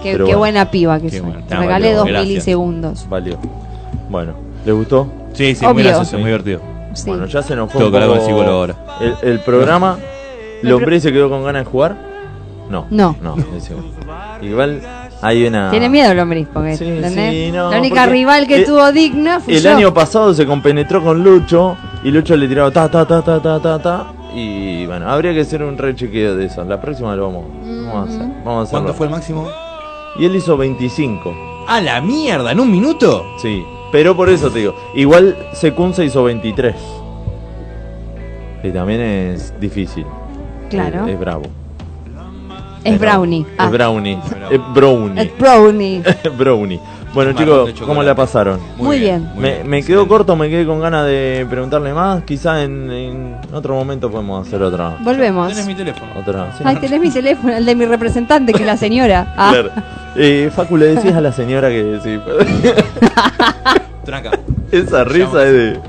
Qué,
Pero
qué
bueno.
buena piba que
Qué
soy.
bueno.
Te
Ah,
regalé
valió,
dos
gracias.
milisegundos.
Valió. Bueno, ¿le gustó?
Sí,
sí, muy Obvio. gracioso, muy
divertido.
Sí.
Bueno, ya se nos fue.
Tengo
un
que hablar con el
poco
psicólogo ahora.
El, el programa,
El
¿Lombré se quedó con ganas de jugar? No.
No.
No, dice. Igual hay una.
Tiene miedo el lombriz, porque
Sí,
¿entendés?
sí, no,
la única
porque eh,
rival que
el-
tuvo digna fue
El
yo.
año pasado se compenetró con Lucho y Lucho le tiraba ta ta ta ta ta ta ta. Y bueno, habría que hacer un rechequeo de eso. La próxima lo vamos, vamos a hacer. Vamos a
¿Cuánto
hacerlo.
fue el máximo?
Y él hizo 25.
¡A la mierda! ¿En un minuto?
Sí. Pero por eso te digo, igual Secunza hizo 23. Y también es difícil.
Claro.
Es, es bravo.
es Brownie. Ah,
Es brownie. Es brownie.
es Brownie.
brownie. Bueno,
Marrón de
chicos,
chocolate.
¿cómo la pasaron?
Muy Muy bien. bien,
Me, me quedo corto, me quedé con ganas de preguntarle más. Quizá en, en otro momento podemos hacer otra.
Volvemos.
mi teléfono.
Otra. sí.
Ay, tenés mi teléfono, el de mi representante, que es la señora. Ah,
Claro. Eh, Facu, le decías a la señora que sí.
Tranca.
Esa risa es de.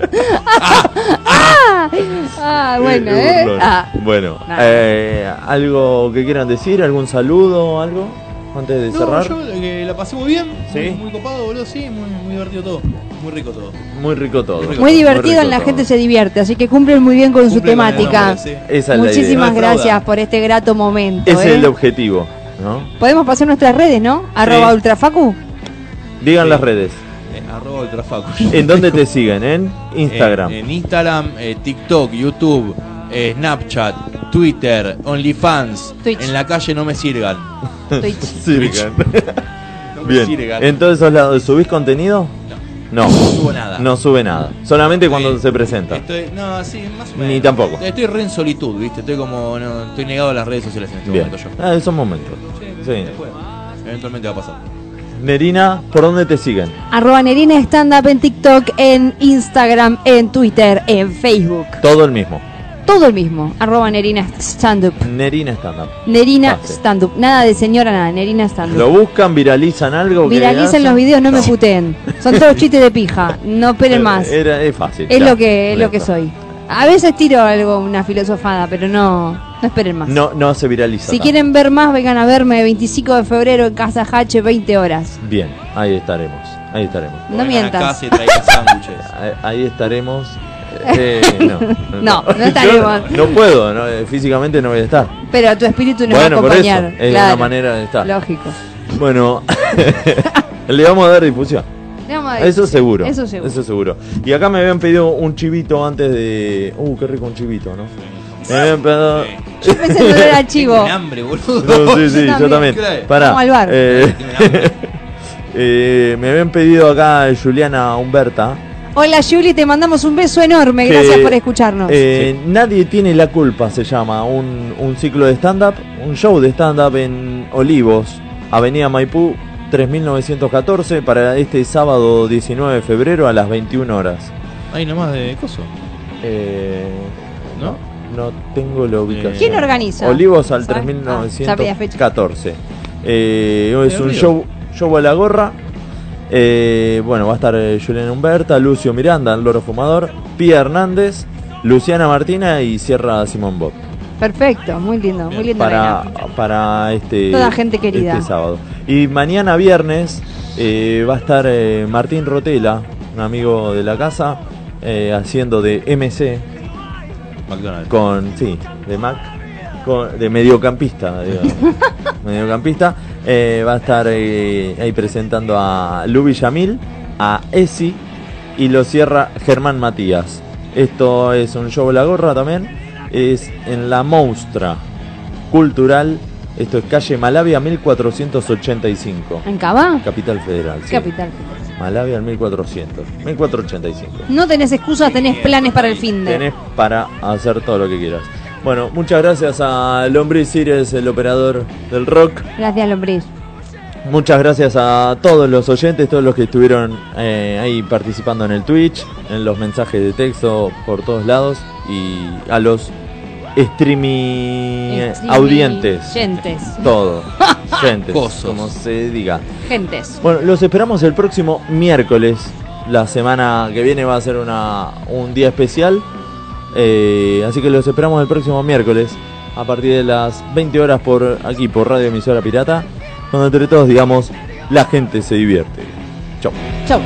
ah, ah, bueno,
de
¿eh?
burlón.
Ah.
Bueno,
Nada.
eh, ¿algo que quieran decir? ¿Algún saludo? ¿Algo? antes de
No,
cerrar?
yo eh, la pasé muy bien.
Sí.
Muy, muy copado, boludo, sí. Muy, muy divertido todo. Muy rico todo.
Muy rico todo.
Muy divertido,
rico
la
todo.
gente se divierte, así que cumplen muy bien con su
Cumplen con el
temática.
nombre, sí. Esa es la idea.
Muchísimas
No defraudan.
gracias por este grato momento.
Ese
¿eh?
es el objetivo, ¿no?
Podemos pasar nuestras redes, ¿no? Arroba
Sí.
ultrafacu.
Digan las redes.
Eh, Arroba ultrafacu.
¿En dónde te siguen? ¿En Instagram?
En, en Instagram, eh, TikTok, YouTube, eh, Snapchat, Twitter, OnlyFans.
Twitch.
En la calle no me sirgan.
Twitch.
Sirgan.
No me
Bien.
sirgan.
¿En todos esos lados subís contenido? No. No
subo nada.
No sube nada. Solamente cuando se presenta.
Estoy- no, sí, más o menos.
Ni tampoco.
Estoy re en solitud, ¿viste? Estoy como. no, estoy negado a las redes sociales en este
Bien.
momento yo.
Ah, esos momentos. Sí.
Eventualmente va a pasar.
Nerina, ¿por dónde te siguen?
Arroba Nerina Stand Up en TikTok, en Instagram, en Twitter, en Facebook.
Todo el mismo.
Todo el mismo. Arroba Nerina Stand Up.
Nerina Stand Up.
Nerina
Fácil.
Stand Up. Nada de señora, nada. Nerina Stand
Lo
Up.
buscan, viralizan algo. que
Viralicen
hacen?
los videos, no me puteen. Son todos chistes de pija. No
Eh,
esperen más.
Era, es fácil.
Es
ya.
lo que es lo
Ya
que
está.
soy. A veces tiro algo, una filosofada, pero no, no esperen más.
No, no se viraliza.
si
tanto.
quieren ver más, vengan a verme 25 de febrero en Casa H, 20 horas.
Bien, ahí estaremos. Ahí estaremos.
No Vengan a mientas. casa y
Ahí- Ahí estaremos. Eh, no,
No, no
Yo
estaremos.
No puedo, no, eh, físicamente no voy a estar.
Pero tu espíritu nos
bueno,
va a
por eso.
acompañar.
Es
claro.
una manera de estar.
Lógico.
Bueno, le vamos a dar difusión.
Le vamos a dar
Eso
difusión.
seguro.
Eso seguro.
seguro. Y acá me habían pedido un chivito antes de. Uh, qué rico un chivito, ¿no? Me habían pedido.
Yo pensé que no era chivo.
Tengo un hambre, boludo.
No, sí, sí, yo también. Pará.
Vamos al bar.
Eh, eh, me habían pedido acá Juliana Humberta.
Hola, Juli, te mandamos un beso enorme. Gracias
que,
por escucharnos.
eh, Nadie tiene la culpa, se llama. Un, un ciclo de stand-up, un show de stand-up en Olivos, Avenida Maipú, 3914, para este sábado 19 de febrero a las 21 horas.
Ahí nomás de coso.
Eh,
¿No?
No tengo la ubicación.
¿Quién organiza?
Olivos al
¿Sabe? Ah, ya pedía fecha.
3914. Eh, es
Pero
un
Río.
show, show a la gorra. Eh, bueno, va a estar eh, Julián Humberta, Lucio Miranda, el Loro Fumador, Pía Hernández, Luciana Martina y cierra Simón Bob.
Perfecto, muy lindo, muy lindo.
Para, para este,
Toda gente querida.
este sábado. Y mañana viernes eh, va a estar eh, Martín Rotela, un amigo de la casa, eh, haciendo de MC,
McDonald's.
con sí de Mac con- de mediocampista digamos. mediocampista Eh, va a estar eh, ahí presentando a Lubi Yamil a Esi y lo cierra Germán Matías esto es un show la gorra también es en la Mostra cultural esto es calle Malavia 1485
¿En Cabá?
capital federal sí.
Capital.
Malavia 1400 1485
No tenés excusas,
eh,
tenés planes para el fin de.
tenés para hacer todo lo que quieras. Bueno, muchas gracias a Lombriz Cires, el operador del rock.
Gracias, Lombriz.
Muchas gracias a todos los oyentes, todos los que estuvieron eh, ahí participando en el Twitch, en los mensajes de texto por todos lados y a los streaming audientes.
Gentes.
Todo. Gentes,
Cosos.
como se diga.
Gentes.
Bueno, los esperamos el próximo miércoles. La semana que viene va a ser una, un día especial. Eh, así que los esperamos el próximo miércoles a partir de las 20 horas por aquí, por Radio Emisora Pirata, donde entre todos digamos, la gente se divierte. Chau.
Chau.